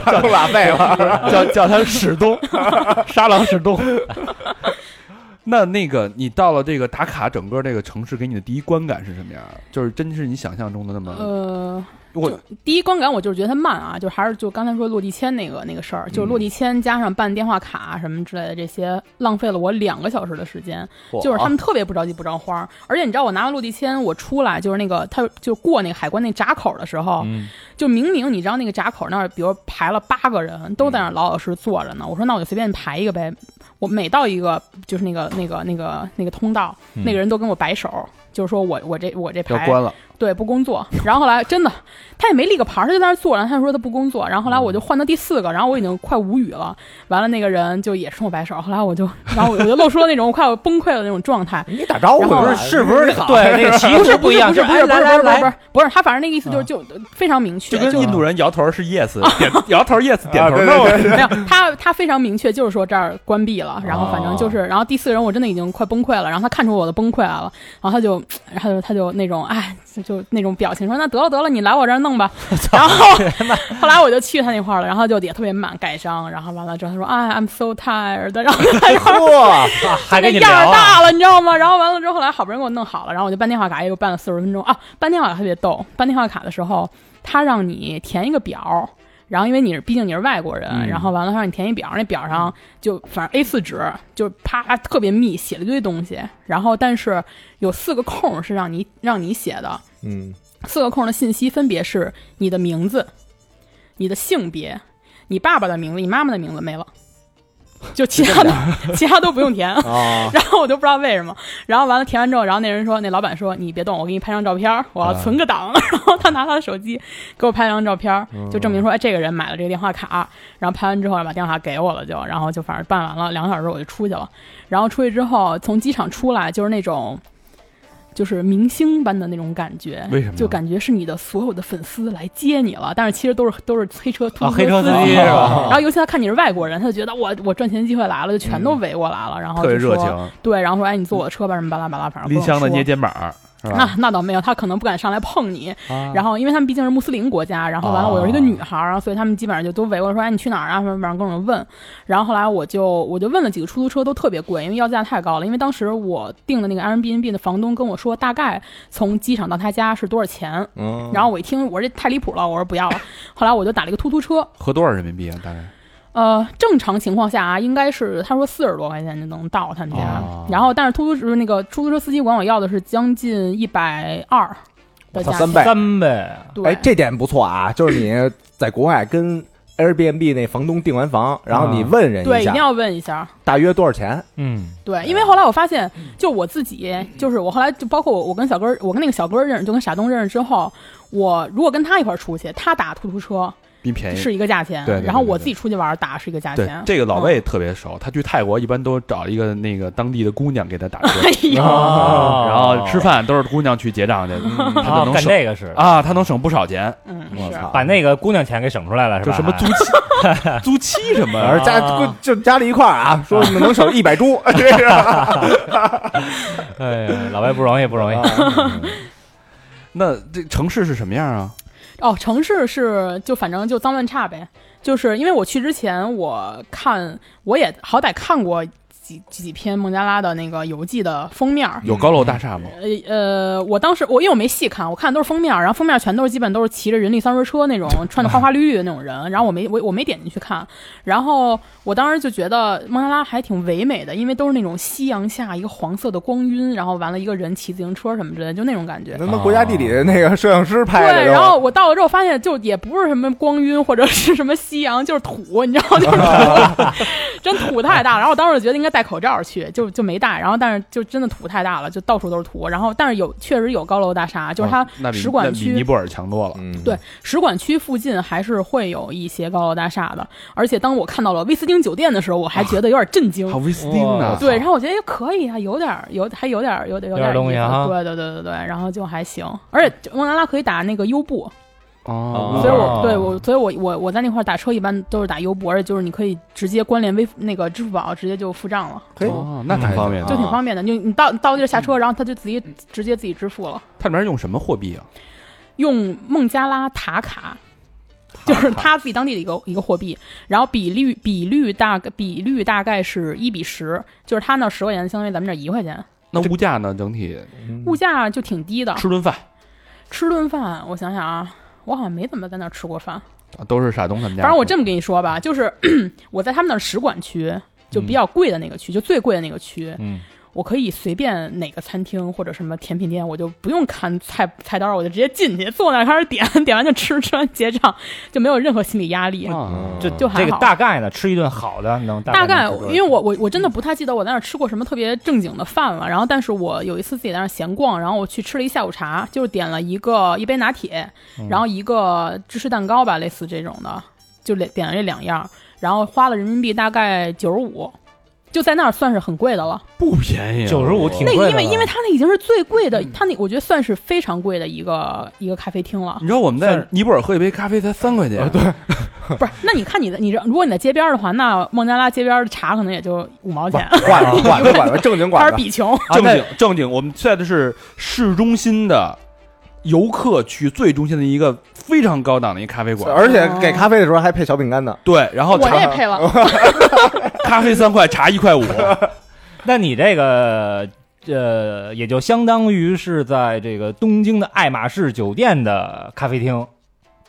Speaker 2: 叫你拉菲吧。
Speaker 1: *laughs* 叫叫他史
Speaker 3: *laughs*
Speaker 1: 东，沙狼史东。那那个，你到了这个打卡整个这个城市，给你的第一观感是什么样？就是真是你想象中的那么？
Speaker 4: 呃，
Speaker 1: 我
Speaker 4: 第一观感我就是觉得它慢啊，就还是就刚才说落地签那个那个事
Speaker 1: 嗯
Speaker 4: 儿，就是落地签加上办电话卡什么之类的这些，浪费了我两个小时的时间。就是他们特别不着急不着慌儿，而且你知道我拿完落地签我出来就是那个他就过那个海关那闸口的时候，
Speaker 1: 嗯
Speaker 4: 就明明你知道那个闸口那儿，比如排了八个人都在那儿老老实实坐着呢，我说那我就随便排一个呗。我每到一个就是那个那个那个那个通道，那个人都跟我摆手，就是说我我这我这
Speaker 1: 嗯要
Speaker 4: 排
Speaker 1: 关了，
Speaker 4: 对，不工作。然后后来真的，他也没立个牌儿，他就在那儿坐着。他就说他不工作。然后后来我就换到第四个，然后我已经快无语了。完了，那个人就也冲我摆手。后来我就，然后我就露出了那种快要崩溃的那种状态。
Speaker 2: 你打招呼啊
Speaker 4: 然
Speaker 2: 不
Speaker 4: 后
Speaker 2: 是是不是好？
Speaker 3: 对，那
Speaker 4: *laughs*
Speaker 3: 个旗
Speaker 4: 不是
Speaker 3: 帜一样，
Speaker 4: 不是
Speaker 3: 就
Speaker 4: 不是不
Speaker 3: 来
Speaker 4: 是
Speaker 3: 来
Speaker 4: 不是不
Speaker 3: 来，
Speaker 4: 是不是他，反正那个意思就是就非常明确，
Speaker 1: 就跟
Speaker 4: 就
Speaker 1: 印度人摇头是
Speaker 4: *laughs*
Speaker 1: yes，点摇头 yes，点
Speaker 2: 啊
Speaker 1: 头
Speaker 2: 对
Speaker 1: no
Speaker 2: 对。对
Speaker 4: 没有他他非常明确，就是说这儿关闭了。然后反正就是，然后第四个人我真的已经快崩溃了，然后他看出我的崩溃来了，然后他就然后他就他就那种哎就就那种表情说那得了得了，你来我这儿弄吧。然后后来我就去他那块儿了，然后就也特别满感伤，然后完了之后他说哎 I'm so tired，然后他说。
Speaker 2: 哇，
Speaker 3: 啊还
Speaker 4: 那
Speaker 3: 跟你
Speaker 4: 样
Speaker 3: 聊
Speaker 4: 儿
Speaker 3: 啊，
Speaker 4: 大了，你知道吗？然后完了之后，后来好不容易给我弄好了，然后我就办电话卡，也就办了四十分钟啊。办电话卡特别逗，办电话卡的时候，他让你填一个表，然后因为你是毕竟你是外国人，
Speaker 3: 嗯
Speaker 4: 然后完了他让你填一表，那表上就反正 A 四纸就啪特别密，写了一堆东西，然后但是有四个空是让你让你写的，
Speaker 2: 嗯，
Speaker 4: 四个空的信息分别是你的名字、你的性别、你爸爸的名字、你妈妈的名字没了。就其他的，其他都不用填。
Speaker 2: 啊，
Speaker 4: *laughs* 然后我就不知道为什么，然后完了填完之后，然后那人说，那老板说你别动，我给你拍张照片儿，
Speaker 1: 啊
Speaker 4: 我要存个档。 *laughs* 然后他拿他的手机给我拍张照片儿，
Speaker 1: 嗯
Speaker 4: 就证明说，哎，这个人买了这个电话卡，然后拍完之后把电话卡给我了就，然后就反正办完了，两个小时我就出去了。然后出去之后，从机场出来就是那种。就是明星般的那种感觉，
Speaker 1: 为什么
Speaker 4: 就感觉是你的所有的粉丝来接你了，但是其实都是都是黑车突
Speaker 3: 啊黑车司
Speaker 4: 司
Speaker 3: 机
Speaker 1: 啊
Speaker 3: 是吧？
Speaker 4: 然后尤其他看你是外国人，他就觉得我我赚钱机会来了，就全都围过来了，然后
Speaker 1: 特别
Speaker 4: 就说
Speaker 1: 热情，
Speaker 4: 对，然后说哎，你坐我的车吧，什么巴拉巴拉，反正
Speaker 1: 拎
Speaker 4: 跟我
Speaker 1: 箱子
Speaker 4: 说
Speaker 1: 捏肩膀，是
Speaker 4: 那
Speaker 1: 吧？
Speaker 4: 那倒没有，他可能不敢上来碰你。然后，因为他们毕竟是穆斯林国家，然后完了，我又是一个女孩儿，然后所以他们基本上就都围过来说：“哎，你去哪儿啊？”什么反正各种问。然后后来我就我就问了几个出租车，都特别贵，因为要价太高了。因为当时我订的那个 Airbnb 的房东跟我说，大概从机场到他家是多少钱。
Speaker 2: 嗯，
Speaker 4: 然后我一听，我说这太离谱了，我说不要了。后来我就打了一个出租车，
Speaker 1: 合多少人民币啊？大概
Speaker 4: 呃，正常情况下啊，应该是他说四十多块钱就能到他们家，
Speaker 2: 啊
Speaker 1: 哦
Speaker 4: 然后但是突就是那个出租车司机管我要的是将近一百二的
Speaker 2: 我操
Speaker 4: 价
Speaker 2: 三
Speaker 4: 钱
Speaker 2: 倍，
Speaker 3: 三呗，
Speaker 4: 对，
Speaker 2: 哎，这点不错啊，就是你在国外跟 Airbnb 那房东订完房，然后你哎问人
Speaker 4: 啊对
Speaker 2: 一
Speaker 4: 一定
Speaker 2: 下
Speaker 4: 要问一下。
Speaker 2: 大约多少钱，
Speaker 3: 嗯，
Speaker 4: 对，因为后来我发现，就我自己，就是我后来就包括我，我跟小哥儿，我跟那个小哥儿认识，就跟傻东认识之后，我如果跟他一块儿出去，他打出租车
Speaker 1: 比
Speaker 2: 哎
Speaker 1: 便宜。
Speaker 4: 是一个价钱，
Speaker 1: 对对对
Speaker 4: 然后我
Speaker 1: 对
Speaker 4: 自己出去玩儿打是一个价
Speaker 1: 对
Speaker 4: *laughs* 钱，。嗯
Speaker 1: 这个老魏特别熟，他去泰国一般都找一个那个当地的姑娘给他打
Speaker 4: *laughs*
Speaker 1: 车，
Speaker 4: 哎呦，
Speaker 3: 哦
Speaker 1: 然后吃饭都是姑娘去结账
Speaker 4: *laughs*
Speaker 1: 去，嗯他
Speaker 3: 啊
Speaker 4: 哦
Speaker 1: 就，能
Speaker 3: 干
Speaker 1: 省
Speaker 3: 这个是，
Speaker 1: 啊，他能省不少钱，
Speaker 4: 嗯，
Speaker 2: 我
Speaker 4: 是。
Speaker 2: 操，
Speaker 3: 把那个姑娘钱给省出来了是
Speaker 1: 就
Speaker 3: 吧？哎
Speaker 1: 什么租期、
Speaker 4: *laughs*
Speaker 1: 租期什
Speaker 2: 反
Speaker 1: 么，
Speaker 2: 正家就家里一块儿啊，说能省一百株，这是
Speaker 3: 哎呀，老外不容易，不容易。
Speaker 2: 啊
Speaker 1: 那这城市是什么样啊？
Speaker 4: 哦，城市是就反正就脏乱差呗，就是因为我去之前我看我也好歹看过几几篇孟加拉的那个游记的封面儿。
Speaker 1: 有高楼大厦吗？
Speaker 4: 呃呃，我当时我因为我没细看，我看的都是封面儿，然后封面儿全都是基本都是骑着人力三轮车那种，穿的花花绿绿的那种人，然后我没我我没点进去看，然后我当时就觉得孟加拉还挺唯美的，因为都是那种夕阳下一个黄色的光晕，然后完了一个人骑自行车什么之类的，就那种感觉。
Speaker 2: 他妈国家地理的那个摄像师拍的
Speaker 4: 对，
Speaker 2: 都，
Speaker 4: 然后我到了之后发现，就也不是什么光晕或者是什么夕阳，就是土，你知道，就是土， *laughs* 真土太大了。然后我当时就觉得应该戴口罩去，就就没戴。然后但是就真的土太大了，就到处都是土。然后但是有确实有高楼大厦，就是它
Speaker 1: 哦那比
Speaker 4: 使馆
Speaker 1: 那比
Speaker 4: 区
Speaker 1: 尼泊尔强多了。
Speaker 2: 嗯
Speaker 4: 对，使馆区附近还是会有一些高楼大厦的。而且当我看到了威斯汀酒店的时候，我还觉得有点震惊。
Speaker 1: 还有威斯汀呢
Speaker 3: 哇？
Speaker 4: 嗯对，然后我觉得也可以啊，有点儿有还有点儿有点有
Speaker 3: 有点
Speaker 4: 点
Speaker 3: 东西
Speaker 4: 意思
Speaker 3: 啊
Speaker 4: 对对对对对，然后就还行，而且就孟加拉可以打那个优步，
Speaker 1: 哦
Speaker 4: 所以
Speaker 1: 哦
Speaker 4: 我对我，所以我我我在那块儿打车一般都是打优步，而且就是你可以直接关联微那个支付宝直接就付账了，
Speaker 2: 可以，
Speaker 1: 哦那挺方便的，
Speaker 2: 啊
Speaker 4: 就挺方便的。就你到你到地儿下车，然后他就直接直接自己支付了，
Speaker 1: 它里面用什么货币啊？
Speaker 4: 用孟加拉塔卡。就是他自己当地的一个一个货币，然后比率比率大概比率大概是一比十，就是他那十块钱相当于咱们这一块钱，
Speaker 1: 那物价呢？整体
Speaker 3: 嗯
Speaker 4: 物价就挺低的。
Speaker 1: 吃顿饭
Speaker 4: 吃顿饭，我想想啊，我好像没怎么在那儿吃过饭。
Speaker 1: 啊都是傻东他们家。
Speaker 4: 反正我这么跟你说吧，就是 *clears throat* 我在他们那儿使馆区，就
Speaker 3: 嗯
Speaker 4: 比较贵的那个区，就最贵的那个区，
Speaker 1: 嗯，
Speaker 4: 我可以随便哪个餐厅或者什么甜品店，我就不用看菜菜单，我就直接进去坐那儿开始点， *laughs* 点完就吃，吃完结账，就没有任何心理压力，
Speaker 1: 啊，
Speaker 3: 这
Speaker 4: 就还好。
Speaker 3: 这个大概呢，吃一顿好的能大
Speaker 4: 大概
Speaker 3: 能吃多，少嗯
Speaker 4: 因为我我我真的不太记得我在那儿吃过什么特别正经的饭了。然后，但是我有一次自己在那儿闲逛，然后我去吃了一下午茶，就是点了一个一杯拿铁，
Speaker 3: 嗯
Speaker 4: 然后一个芝士蛋糕吧，类似这种的，就点点了这两样，然后花了人民币大概九十五。就在那儿算是很贵的了，
Speaker 1: 不便宜啊，
Speaker 3: 九十五挺
Speaker 4: 那
Speaker 3: 贵的了，嗯
Speaker 4: 个因为因为它那已经是最贵的，它那我觉得算是非常贵的一个一个咖啡厅了
Speaker 3: *laughs*
Speaker 1: 你。知道我们在尼泊尔喝一杯咖啡才三块钱，啊对，
Speaker 4: 不是，那你看你的你这，如果你在街边儿的话，那孟加拉街边儿的茶可能也就五毛钱，
Speaker 2: 管了管了管了，正经
Speaker 4: 它
Speaker 2: 管
Speaker 4: 是
Speaker 2: 了。
Speaker 4: 比穷。
Speaker 3: 哦
Speaker 1: 正经正经，我们在的是市中心的游客区最中心的一个非常高档的一咖啡馆，
Speaker 2: 而且
Speaker 4: 哦
Speaker 2: 给咖啡的时候还配小饼干呢，
Speaker 1: 对，然后
Speaker 4: 我这
Speaker 1: 茶
Speaker 4: 也配了，
Speaker 3: 哦
Speaker 1: 咖啡三块，茶一 *laughs* 块五，
Speaker 3: 那你这个呃，也就相当于是在这个东京的爱马仕酒店的咖啡厅，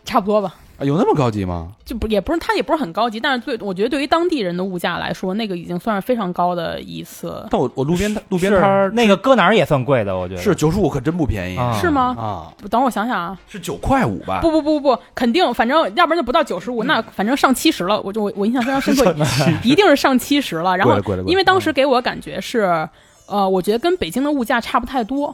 Speaker 4: 差不多吧。
Speaker 1: 啊有那么高级吗？
Speaker 4: 就不也不是它也不是很高级，但是最我觉得对于当地人的物价来说，那个已经算是非常高的一次，
Speaker 1: 但我我路边摊路边
Speaker 3: 是
Speaker 1: 摊儿
Speaker 3: 那个搁哪儿也算贵的，我觉得
Speaker 1: 是九十五，可真不便宜
Speaker 3: 啊
Speaker 4: 是吗？
Speaker 1: 啊，
Speaker 4: 等会儿我想想啊，
Speaker 1: 是九块五吧？
Speaker 4: 不不不不，肯定，反正要不然就不到九十五，那反正上七十了，我就我我印象非常深刻， *laughs* 一定是上七十了。然
Speaker 1: 贵
Speaker 4: 后
Speaker 1: 了贵了贵了
Speaker 4: 因为当时给我感觉是，呃，我觉得跟北京的物价差不太多。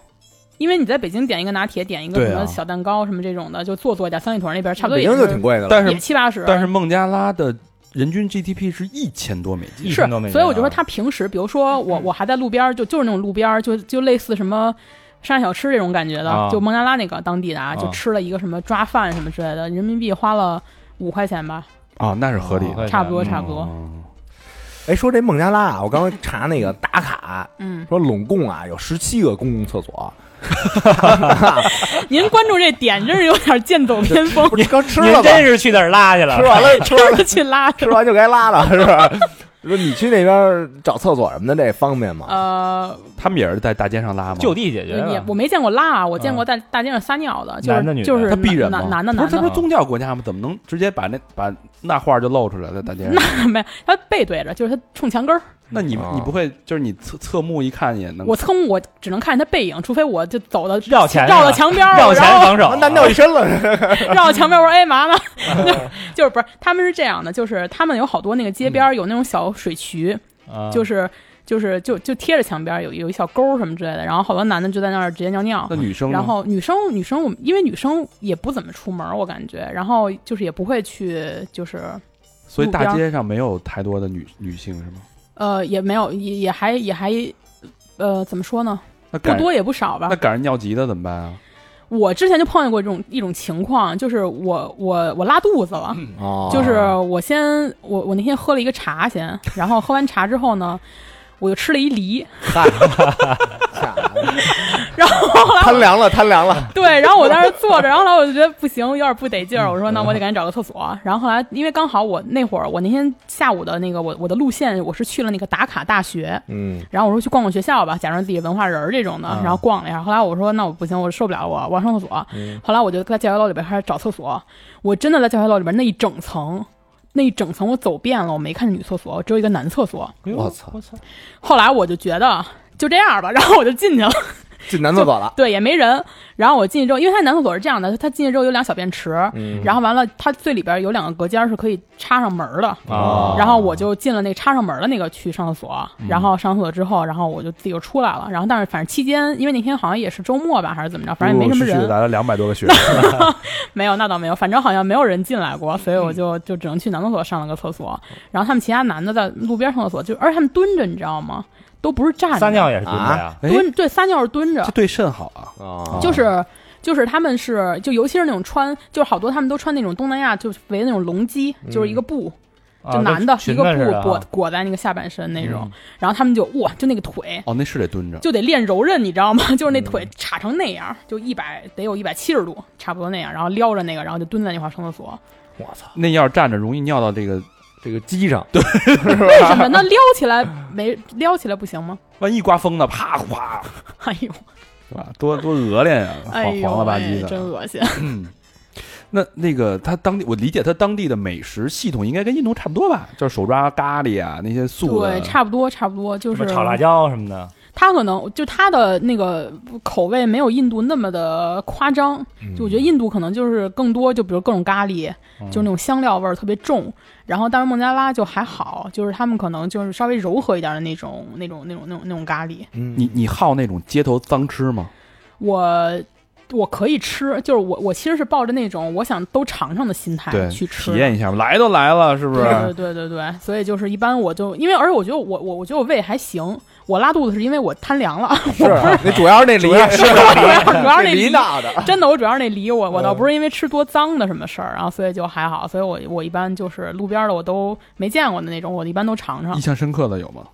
Speaker 4: 因为你在北京点一个拿铁，点一个
Speaker 1: 对啊
Speaker 4: 什么小蛋糕什么这种的，就做作一点。三里屯那边差不多
Speaker 2: 北
Speaker 4: 也
Speaker 2: 京就是挺贵的了。
Speaker 1: 但
Speaker 4: 也
Speaker 1: 是
Speaker 4: 七八十，
Speaker 1: 但是孟加拉的人均 GDP 是一千多美金，
Speaker 3: 一
Speaker 4: 是
Speaker 3: 千多美，金啊
Speaker 4: 所以我就说他平时，比如说我我还在路边儿，就就是那种路边儿，就就类似什么上海小吃这种感觉的，
Speaker 3: 啊
Speaker 4: 就孟加拉那个当地的啊，
Speaker 3: 啊
Speaker 4: 就吃了一个什么抓饭什么之类的，人民币花了五块钱吧，
Speaker 1: 啊，那是合理的。
Speaker 3: 对
Speaker 4: 差不多
Speaker 3: 嗯
Speaker 4: 差不多，
Speaker 1: 嗯
Speaker 2: 哎，说这孟加拉啊，我刚刚查那个打卡，
Speaker 4: 嗯，
Speaker 2: 说拢共啊有十七个公共厕所，
Speaker 4: 嗯 *laughs* 您关注这点真是有点剑走偏锋，
Speaker 2: 你刚吃
Speaker 3: 您
Speaker 2: 了吧？
Speaker 3: 真是去那儿拉去
Speaker 2: 吃
Speaker 3: 了，
Speaker 2: 完了，吃完了，
Speaker 4: 去拉去
Speaker 2: 吃。完就该拉了，是吧？ *laughs* 说你去那边找厕所什么的，这方便吗？
Speaker 4: 呃，
Speaker 1: 他们也是在大街上拉吗？
Speaker 3: 就地解决了
Speaker 4: 也我没见过拉啊，我见过在大街上撒尿的，就
Speaker 3: 男的
Speaker 4: 是
Speaker 3: 女的
Speaker 4: 就是
Speaker 1: 他避人吗
Speaker 4: 男男的
Speaker 1: 不
Speaker 4: 男
Speaker 1: 是，他
Speaker 4: 的，
Speaker 1: 不是宗教国家吗？怎么能直接把那把那画就露出来在大街上？
Speaker 4: 没有他背对着，就是他冲墙根儿。
Speaker 1: 那你
Speaker 2: 哦
Speaker 1: 你不会就是你侧侧目一看也能
Speaker 4: 我侧目我只能看见他背影，除非我就走到
Speaker 3: 绕前
Speaker 4: 绕到墙边儿，
Speaker 3: 哎绕前
Speaker 4: 然后
Speaker 3: 防守啊，
Speaker 2: 那尿一身了，
Speaker 4: 绕到墙边，我说哎嘛呢？ *laughs* 就是不是他们是这样的，就是他们有好多那个街边儿有那种小水渠，
Speaker 3: 啊
Speaker 4: 就是就是就就贴着墙边儿有有一小沟儿什么之类的，然后好多男的就在那儿直接尿尿
Speaker 1: 那。女生呢
Speaker 4: 然后女生女生我们因为女生也不怎么出门儿，我感觉，然后就是也不会去就是。
Speaker 1: 所以
Speaker 4: 路边
Speaker 1: 大
Speaker 4: 儿
Speaker 1: 街上没有太多的女女性是吗？
Speaker 4: 呃，也没有，也也还也还，呃，怎么说呢？
Speaker 1: 那
Speaker 4: 不啊
Speaker 1: 赶
Speaker 4: 多也不少吧
Speaker 1: 那。赶上尿急的怎么办啊？
Speaker 4: 我之前就碰见过这种一种情况，就是我我我拉肚子了，
Speaker 2: 哦 *laughs*
Speaker 4: 就是
Speaker 1: 啊
Speaker 4: 我先我我那天喝了一个茶先，然后喝完茶之后呢，我又吃了一梨，然后后来
Speaker 2: 贪凉了，贪凉了，
Speaker 4: 对，然后我在那儿坐着，然后后来我就觉得不行，有点不得劲儿，我说那我得赶紧找个厕所。然后后来因为刚好我那会儿我那天下午的那个我我的路线我是去了那个打卡大学，
Speaker 2: 嗯，
Speaker 4: 然后我说去逛逛学校吧，假装自己文化人儿这种的，然后逛了一下。后来我说那我不行，我受不了，我我要上厕所。
Speaker 2: 嗯
Speaker 4: 后来我就在教学楼里边开始找厕所，我真的在教学楼里边那一整层。那一整层我走遍了，我没看见女厕所，我只有一个男厕所。
Speaker 3: 哎
Speaker 2: 我操，
Speaker 4: 后来我就觉得就这样吧，然后我就进去了，
Speaker 2: 进男厕所了，
Speaker 4: 对，也没人。然后我进去之后，因为它男厕所是这样的，它进去之后有两小便池，
Speaker 2: 嗯
Speaker 4: 然后完了它最里边有两个隔间是可以插上门儿的，
Speaker 3: 啊，
Speaker 4: 然后我就进了那个插上门的那个去上厕所，
Speaker 1: 嗯
Speaker 4: 然后上厕所之后，然后我就自己就出来了。然后但是反正期间，因为那天好像也是周末吧，还是怎么着，反正也没什么
Speaker 1: 陆陆续续
Speaker 4: 人，
Speaker 1: 来了两百多个学生，
Speaker 4: *laughs* 没有那倒没有，反正好像没有人进来过，所以我就就只能去男厕所上了个厕所。然后他们其他男的在路边上厕所，就而且他们蹲着，你知道吗？都不是站着，啊
Speaker 3: 撒尿也是蹲的呀，
Speaker 1: 哎，
Speaker 4: 蹲对撒尿是蹲着
Speaker 3: 哦
Speaker 1: 这，对肾好啊！
Speaker 2: 啊
Speaker 4: 就是就是他们是就尤其是那种穿，就是好多他们都穿那种东南亚就围那种龙基，就是一个布，
Speaker 3: 啊
Speaker 4: 就男的
Speaker 3: 跟
Speaker 4: 一
Speaker 3: 裙
Speaker 4: 个
Speaker 3: 子似
Speaker 4: 布
Speaker 3: 的啊嗯
Speaker 4: 裹裹在那个下半身那种，然后他们就哇，就那个腿。
Speaker 1: 哦，那是得蹲着，
Speaker 4: 就得练柔韧，你知道吗？ *laughs* 就是那
Speaker 3: 嗯
Speaker 4: 腿叉成那样，就一百得有一百七十度，差不多那样，然后撩着那个，然后就蹲在那块儿上
Speaker 3: *laughs*
Speaker 4: 厕所。
Speaker 2: 我操，
Speaker 1: 那要是站着容易尿到这个，
Speaker 2: 这个机上
Speaker 4: 为什么？那撩起来没撩起来不行吗？ *laughs*
Speaker 1: 万一刮风呢，啪哗，
Speaker 4: 哎
Speaker 3: *laughs*
Speaker 4: 呦，
Speaker 1: 是吧？多多恶劣呀，黄
Speaker 4: 哎呦，
Speaker 1: 黄了吧唧
Speaker 4: 哎真
Speaker 1: 的。
Speaker 4: 恶
Speaker 3: *laughs*
Speaker 4: 心。
Speaker 1: *coughs* 那那个他当地，我理解他当地的美食系统应该跟印度差不多吧？就是手抓咖喱啊，那些素的
Speaker 4: 对，，差不多，差不多就
Speaker 3: 什
Speaker 4: 是
Speaker 3: 么炒辣椒什么的，
Speaker 4: 他可能就他的那个口味没有印度那么的夸张，
Speaker 1: 嗯
Speaker 4: 就我觉得印度可能就是更多，就比如各种咖喱，就是那种香料味儿特别重。然后，但是孟加拉就还好，就是他们可能就是稍微柔和一点的那种、那种、那种、那种、那种咖喱。
Speaker 2: 嗯
Speaker 1: 你你好那种街头脏吃吗？
Speaker 4: 我我可以吃，就是我我其实是抱着那种我想都尝尝的心态
Speaker 1: 对，
Speaker 4: 哎去吃，
Speaker 1: 体验一下吧，来都来了，是不是？
Speaker 4: 对对对对对，所以就是一般我就因为，而且我觉得我我我觉得我胃还行，我拉肚子是因为我贪凉了，
Speaker 2: 是那主要是那梨， *laughs*
Speaker 4: 主要主要是那
Speaker 2: 梨
Speaker 4: 梨。
Speaker 2: 闹的，
Speaker 4: *laughs* 真的，我主要是那梨，我我倒不是因为吃多脏的什么事儿，然后所以就还好，所以我我一般就是路边的我都没见过的那种，我一般都尝尝
Speaker 1: 印。象深刻的有吗？
Speaker 4: 嗯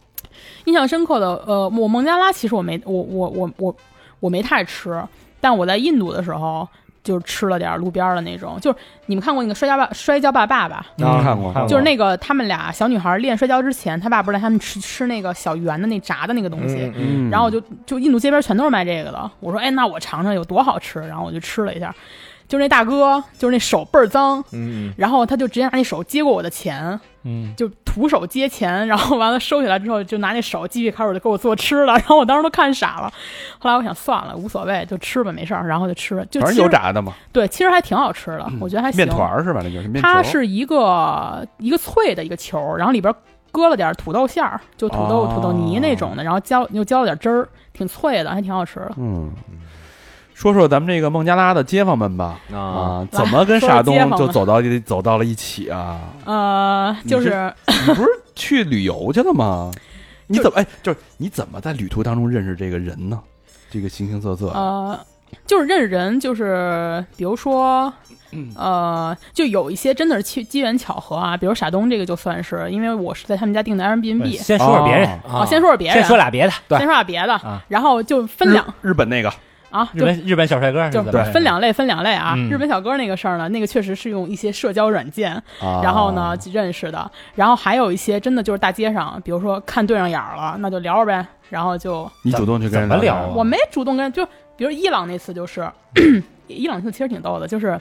Speaker 4: 印象深刻的，呃，我孟加拉其实我没我我我我我没太吃，但我在印度的时候就吃了点儿路边儿的那种，就是你们看过那个摔跤吧摔跤吧爸爸，
Speaker 1: 嗯看过
Speaker 4: 就是那个他们俩小女孩练摔跤之前，他爸不是让他们吃吃那个小圆的那炸的那个东西，
Speaker 2: 嗯
Speaker 4: 然后我就就印度街边全都是卖这个的，我说哎，那我尝尝有多好吃，然后我就吃了一下，就是那大哥就是那手倍儿脏，
Speaker 2: 嗯，
Speaker 4: 然后他就直接拿那手接过我的钱，
Speaker 3: 嗯，
Speaker 4: 就徒手接钱，然后完了收起来之后就拿那手继续开始给我做吃的，然后我当时都看傻了，后来我想算了，无所谓，就吃吧，没事儿，然后就吃了，就
Speaker 1: 反
Speaker 4: 其
Speaker 1: 正
Speaker 4: 实
Speaker 1: 有炸的嘛，
Speaker 4: 对，其实还挺好吃的，嗯我觉得还行。
Speaker 1: 面团儿是吧？那就是面球
Speaker 4: 它是一个一个脆的一个球，然后里边搁了点土豆馅儿，就土豆、
Speaker 1: 哦
Speaker 4: 土豆泥那种的，然后浇又浇了点汁儿，挺脆的，还挺好吃的。
Speaker 1: 嗯。说说咱们这个孟加拉的街坊们吧，
Speaker 2: 啊，
Speaker 1: 啊，怎么跟
Speaker 4: 说说
Speaker 1: 傻东
Speaker 4: 街坊
Speaker 1: 就
Speaker 4: 们
Speaker 1: 走到一走到了一起啊？
Speaker 4: 呃，就
Speaker 1: 你
Speaker 4: 是
Speaker 1: 你不是去旅游去了
Speaker 4: *laughs*
Speaker 1: 吗？你
Speaker 4: 就
Speaker 1: 怎么哎，就是你怎么在旅途当中认识这个人呢？这个形形色色的，
Speaker 4: 呃，就是认识人，就是比如说。
Speaker 3: 嗯
Speaker 4: 呃，就有一些真的是机机缘巧合啊，比如傻东这个就算是，因为我是在他们家订的 Airbnb。
Speaker 3: 先说说别人，
Speaker 1: 哦，
Speaker 4: 啊，先说说别人，
Speaker 3: 哎先说俩别的，
Speaker 4: 先说俩别的，
Speaker 3: 啊
Speaker 4: 然后就分两
Speaker 1: 日日本那个
Speaker 4: 啊，
Speaker 3: 日
Speaker 4: 就
Speaker 3: 本日本小帅哥
Speaker 4: 就
Speaker 3: 怎么
Speaker 4: 分两类，分两类啊。
Speaker 3: 嗯
Speaker 4: 日本小哥那个事儿呢，那个确实是用一些社交软件，
Speaker 3: 哦
Speaker 1: 啊，
Speaker 4: 然后呢认识的，然后还有一些真的就是大街上，比如说看对上眼儿了，那就聊呗，然后就
Speaker 1: 你主动去跟人
Speaker 3: 怎么
Speaker 1: 聊
Speaker 3: 聊啊嗯
Speaker 4: 我没主动跟，就比如伊朗那次就是， *clears throat* 伊朗那次其实挺逗的，就是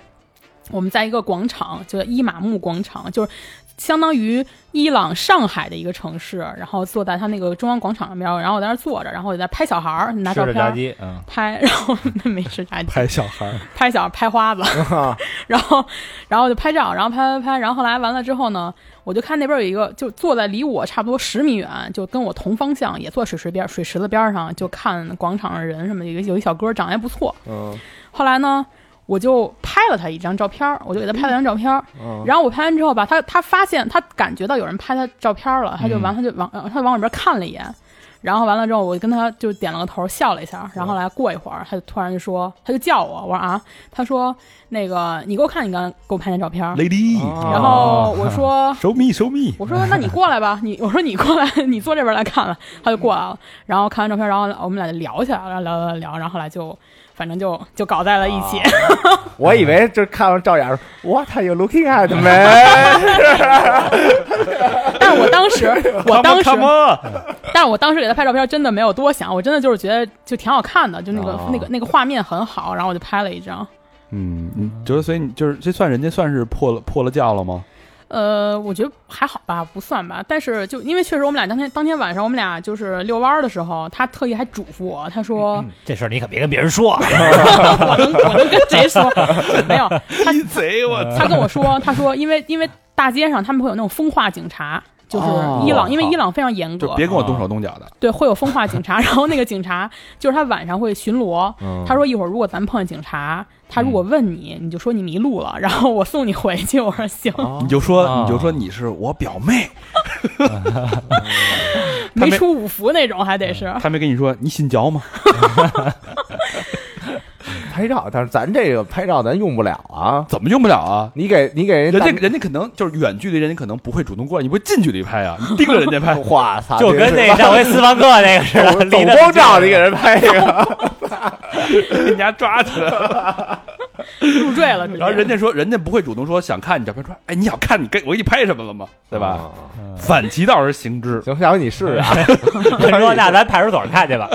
Speaker 4: 我们在一个广场，就伊玛目广场，就是相当于伊朗上海的一个城市，然后坐在他那个中央广场上边儿，然后我在那儿坐着，然后我在拍小孩儿，拿
Speaker 3: 吃
Speaker 4: 照
Speaker 3: 着
Speaker 4: 片
Speaker 3: 炸
Speaker 4: 儿
Speaker 3: 鸡，嗯，
Speaker 4: 拍，然后 *laughs* 没吃炸鸡，
Speaker 1: 拍小孩儿，
Speaker 4: 拍小拍花子， *laughs* 然后然后就拍照，然后拍拍拍，然后后来完了之后呢，我就看那边有一个，就坐在离我差不多十米远，就跟我同方向，也坐水池边水池子边上，就看广场上人什么，有一个有一小哥长得还不错。
Speaker 2: 嗯
Speaker 4: 后来呢，我就拍了他一张照片，我就给他拍了张照片，
Speaker 2: 嗯，
Speaker 4: 然后我拍完之后吧，他他发现他感觉到有人拍他照片了，他就往他就往呃他往我这边看了一眼，然后完了之后我跟他就点了个头笑了一下，然后来过一会儿他就突然就说他就叫我，我说啊，他说那个你给我看你刚刚给我拍那照片，
Speaker 1: ，lady，
Speaker 4: 然后我说。
Speaker 1: 手密手密，
Speaker 4: 我说：“那你过来吧，你我说你过来， *laughs* 你坐这边来看了。”他就过来了，然后看完照片，然后我们俩就聊起来了，聊聊聊，然后后来就，反正就就搞在了一起。
Speaker 2: 我以为就是看完照眼，What are you looking at me？
Speaker 4: *laughs* 但我当时，我当时，
Speaker 1: come on，
Speaker 4: *laughs* 但是我当时给他拍照片，真的没有多想，我真的就是觉得就挺好看的，就那个、
Speaker 2: 哦
Speaker 4: 那个那个画面很好，然后我就拍了一张。
Speaker 1: 嗯，你觉得所以你就是这算人家算是破了破了教了吗？
Speaker 4: 呃，我觉得还好吧，不算吧。但是就因为确实我们俩当天当天晚上我们俩就是遛弯儿的时候，他特意还嘱咐我，他说、
Speaker 1: 嗯
Speaker 3: 这事儿你可别跟别人说，
Speaker 4: 我能我能跟谁说？ *laughs* 没有，他呃
Speaker 1: 贼我
Speaker 4: 他跟我说，他说因为因为大街上他们会有那种风化警察，就是
Speaker 1: 哦
Speaker 4: 伊朗，因为
Speaker 1: 好
Speaker 4: 伊朗非常严格
Speaker 1: 就，别跟我动手动脚的，
Speaker 4: 对，会有风化警察， *laughs* 然后那个警察就是他晚上会巡逻，他说一会儿如果咱碰见警察，他如果问你，你就说你迷路了，然后我送你回去。我说行，
Speaker 2: 哦
Speaker 1: 你就说
Speaker 3: 啊
Speaker 1: 你就说你是我表妹，他
Speaker 4: 没
Speaker 1: 没嗯
Speaker 4: 出啊五福那种还得是。
Speaker 1: 他没跟你说你信教吗？
Speaker 2: 拍照，但是咱这个拍照咱用不了啊。
Speaker 1: 怎么用不了
Speaker 4: *laughs*
Speaker 1: 啊？
Speaker 2: 你给你给
Speaker 1: 人家
Speaker 2: 大。
Speaker 1: 人家可能就是远距离，人家可能不会主动过来，你不会近距离拍啊，你盯着人家拍 *laughs*
Speaker 2: 哇操，
Speaker 3: *laughs* 就跟那上回私房课那个似的， *laughs*
Speaker 2: 走
Speaker 3: 离得
Speaker 2: 光照你给人拍一个，
Speaker 1: 人家抓起来，
Speaker 4: 入赘了，直接
Speaker 1: 然后人家说，人家不会主动说想看你照片，说哎，你想看你给我给你拍什么了吗？对吧？
Speaker 2: 嗯？
Speaker 1: 反其道而行之。
Speaker 2: 行，下回你试试啊。
Speaker 3: 他说那咱派出所看去 *laughs* 吧。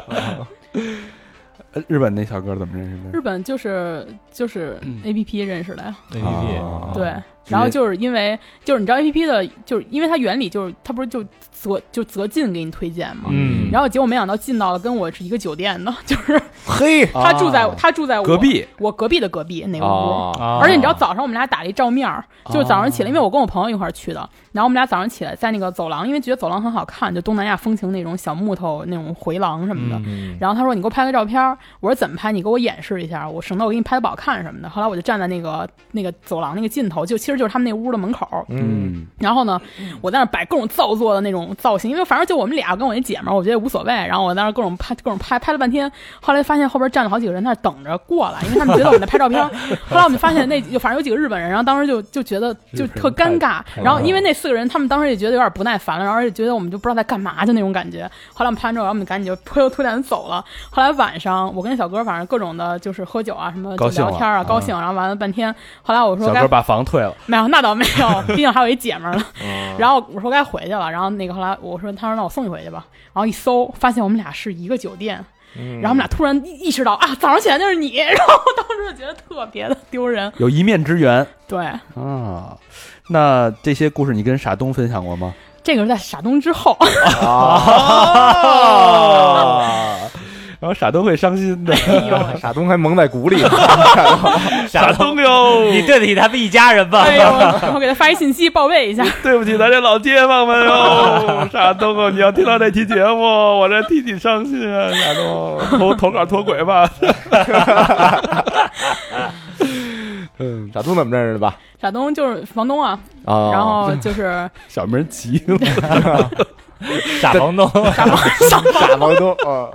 Speaker 1: 呃日本那小哥怎么认识
Speaker 4: 日
Speaker 1: 的？
Speaker 4: 本就是就是 A P P 认识的呀，
Speaker 3: A
Speaker 2: 啊
Speaker 4: 对，然后就是因为就是你知道 A P P 的，就是因为它原理就是它不是就择就择进给你推荐嘛，
Speaker 3: 嗯，
Speaker 4: 然后结果没想到进到了跟我是一个酒店的，就是
Speaker 2: 啊嘿，
Speaker 4: 他住在、他住在我
Speaker 1: 隔，壁
Speaker 4: 我隔壁的隔壁那个屋。
Speaker 2: 啊，
Speaker 3: 后
Speaker 4: 而且你知道早上我们俩打了一照面儿，就是早上起来，因为我跟我朋友一块儿去的，然后我们俩早上起来在那个走廊，因为觉得走廊很好看，就东南亚风情那种小木头那种回廊什么的，
Speaker 2: 嗯
Speaker 4: 然后他说：“你给我拍个照片儿。”我说：“怎么拍？你给我演示一下，我省得我给你拍的不好看什么的。”后来我就站在那个那个走廊那个尽头，就其实就是他们那屋的门口。
Speaker 2: 嗯，
Speaker 4: 然后呢，我在那儿摆各种造作的那种造型，因为反正就我们俩跟我那姐们儿，我觉得无所谓。然后我在那儿各种拍，各种拍，拍了半天。后来发现后边站了好几个人在那儿等着过来，因为他们觉得我们在拍照片儿。
Speaker 1: *laughs*
Speaker 4: 后来我们发现那反正有几个日本人，然后当时就就觉得就特尴尬。然后因为那四个人，他们当时也觉得有点不耐烦了，然后而且觉得我们就不知道在干嘛，就那种感觉。后来我们拍完之后，然后我们赶紧就推头推脸地走了。后来晚上我跟那小哥反正各种的就是喝酒啊什么就
Speaker 1: 高兴
Speaker 4: 聊
Speaker 1: 了
Speaker 4: 天啊
Speaker 1: 嗯
Speaker 4: 高兴，然后完了半天。后来我说
Speaker 1: 小
Speaker 4: 该
Speaker 1: 哥把房退了，
Speaker 4: 没有，那倒没有，毕竟还有一姐们儿呢。 *laughs* 然后我说该回去了，然后那个后来我说，他说那我送你回去吧。然后一搜，发现我们俩是一个酒店，然后我们俩突然意意识到啊，早上起来那是你， *laughs* 然后当时就觉得特别的丢人。
Speaker 1: 有一面之缘
Speaker 4: 对，
Speaker 1: 啊。那这些故事你跟傻东分享过吗？
Speaker 4: 这个是在傻东之后，
Speaker 2: 啊，
Speaker 1: 然后傻东会伤心的，
Speaker 4: 哎
Speaker 2: 傻东还蒙在鼓里，
Speaker 1: *laughs* 傻东 *laughs* 哟，
Speaker 3: 你对得起他们一家人吧？
Speaker 4: 哎呦，我给他发一信息报备一下。
Speaker 1: 对不起咱这老街坊们 *laughs* 哟，傻东啊，你要听到这期节目，我这替你伤心啊，傻东， *laughs* 投投稿脱轨吧。
Speaker 2: 嗯，傻东怎么认识的吧？
Speaker 4: 傻东就是房东啊，
Speaker 2: 啊，
Speaker 4: 然后就是
Speaker 1: 小明急了，
Speaker 3: 傻房东，
Speaker 4: 傻东，傻 *laughs* 东
Speaker 2: 傻毛东，啊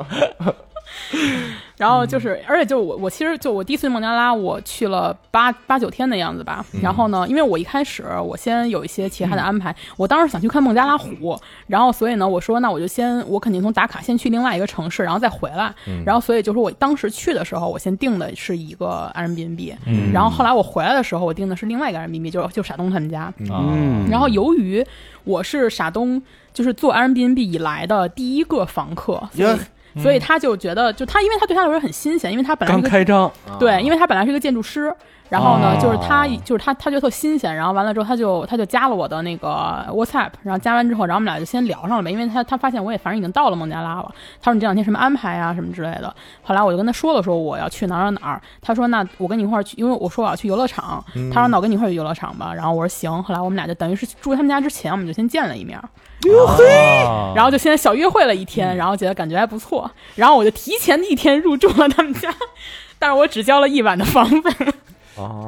Speaker 4: 然后就是，而且就我我其实就我第一次去孟加拉，我去了八八九天的样子吧。然后呢，因为我一开始我先有一些其他的安排，我当时想去看孟加拉湖，然后所以呢，我说那我就先我肯定从打卡先去另外一个城市，然后再回来。
Speaker 2: 嗯
Speaker 4: 然后所以就是我当时去的时候，我先定的是一个 Airbnb，、然
Speaker 3: 嗯
Speaker 4: 后后来我回来的时候，我定的是另外一个 Airbnb，就就傻东他们家。
Speaker 1: 嗯
Speaker 4: 然后由于我是傻东，就是做 Airbnb 以来的第一个房客，所以
Speaker 2: 哟
Speaker 4: 所以他就觉得，就他，因为他对他来说很新鲜，因为他本来
Speaker 1: 刚
Speaker 4: 是个
Speaker 1: 开张，
Speaker 2: 啊
Speaker 4: 对，因为他本来是个建筑师，然后呢，
Speaker 1: 哦
Speaker 4: 就是他就是他他觉得特新鲜，然后完了之后他就他就加了我的那个 WhatsApp，然后加完之后，然后我们俩就先聊上了呗，因为他他发现我也反正已经到了孟加拉了，他说你这两天什么安排啊什么之类的，后来我就跟他说了说我要去哪儿哪儿哪儿，他说那我跟你一块儿去，因为我说我要去游乐场，他说那我跟你一块儿去游乐场吧，然后我说行，后来我们俩就等于是住他们家之前我们就先见了一面，啊然后就先小约会了一天，然后觉得感觉还不错，然后我就提前一天入住了他们家， *laughs* 但是我只交了一晚的房费。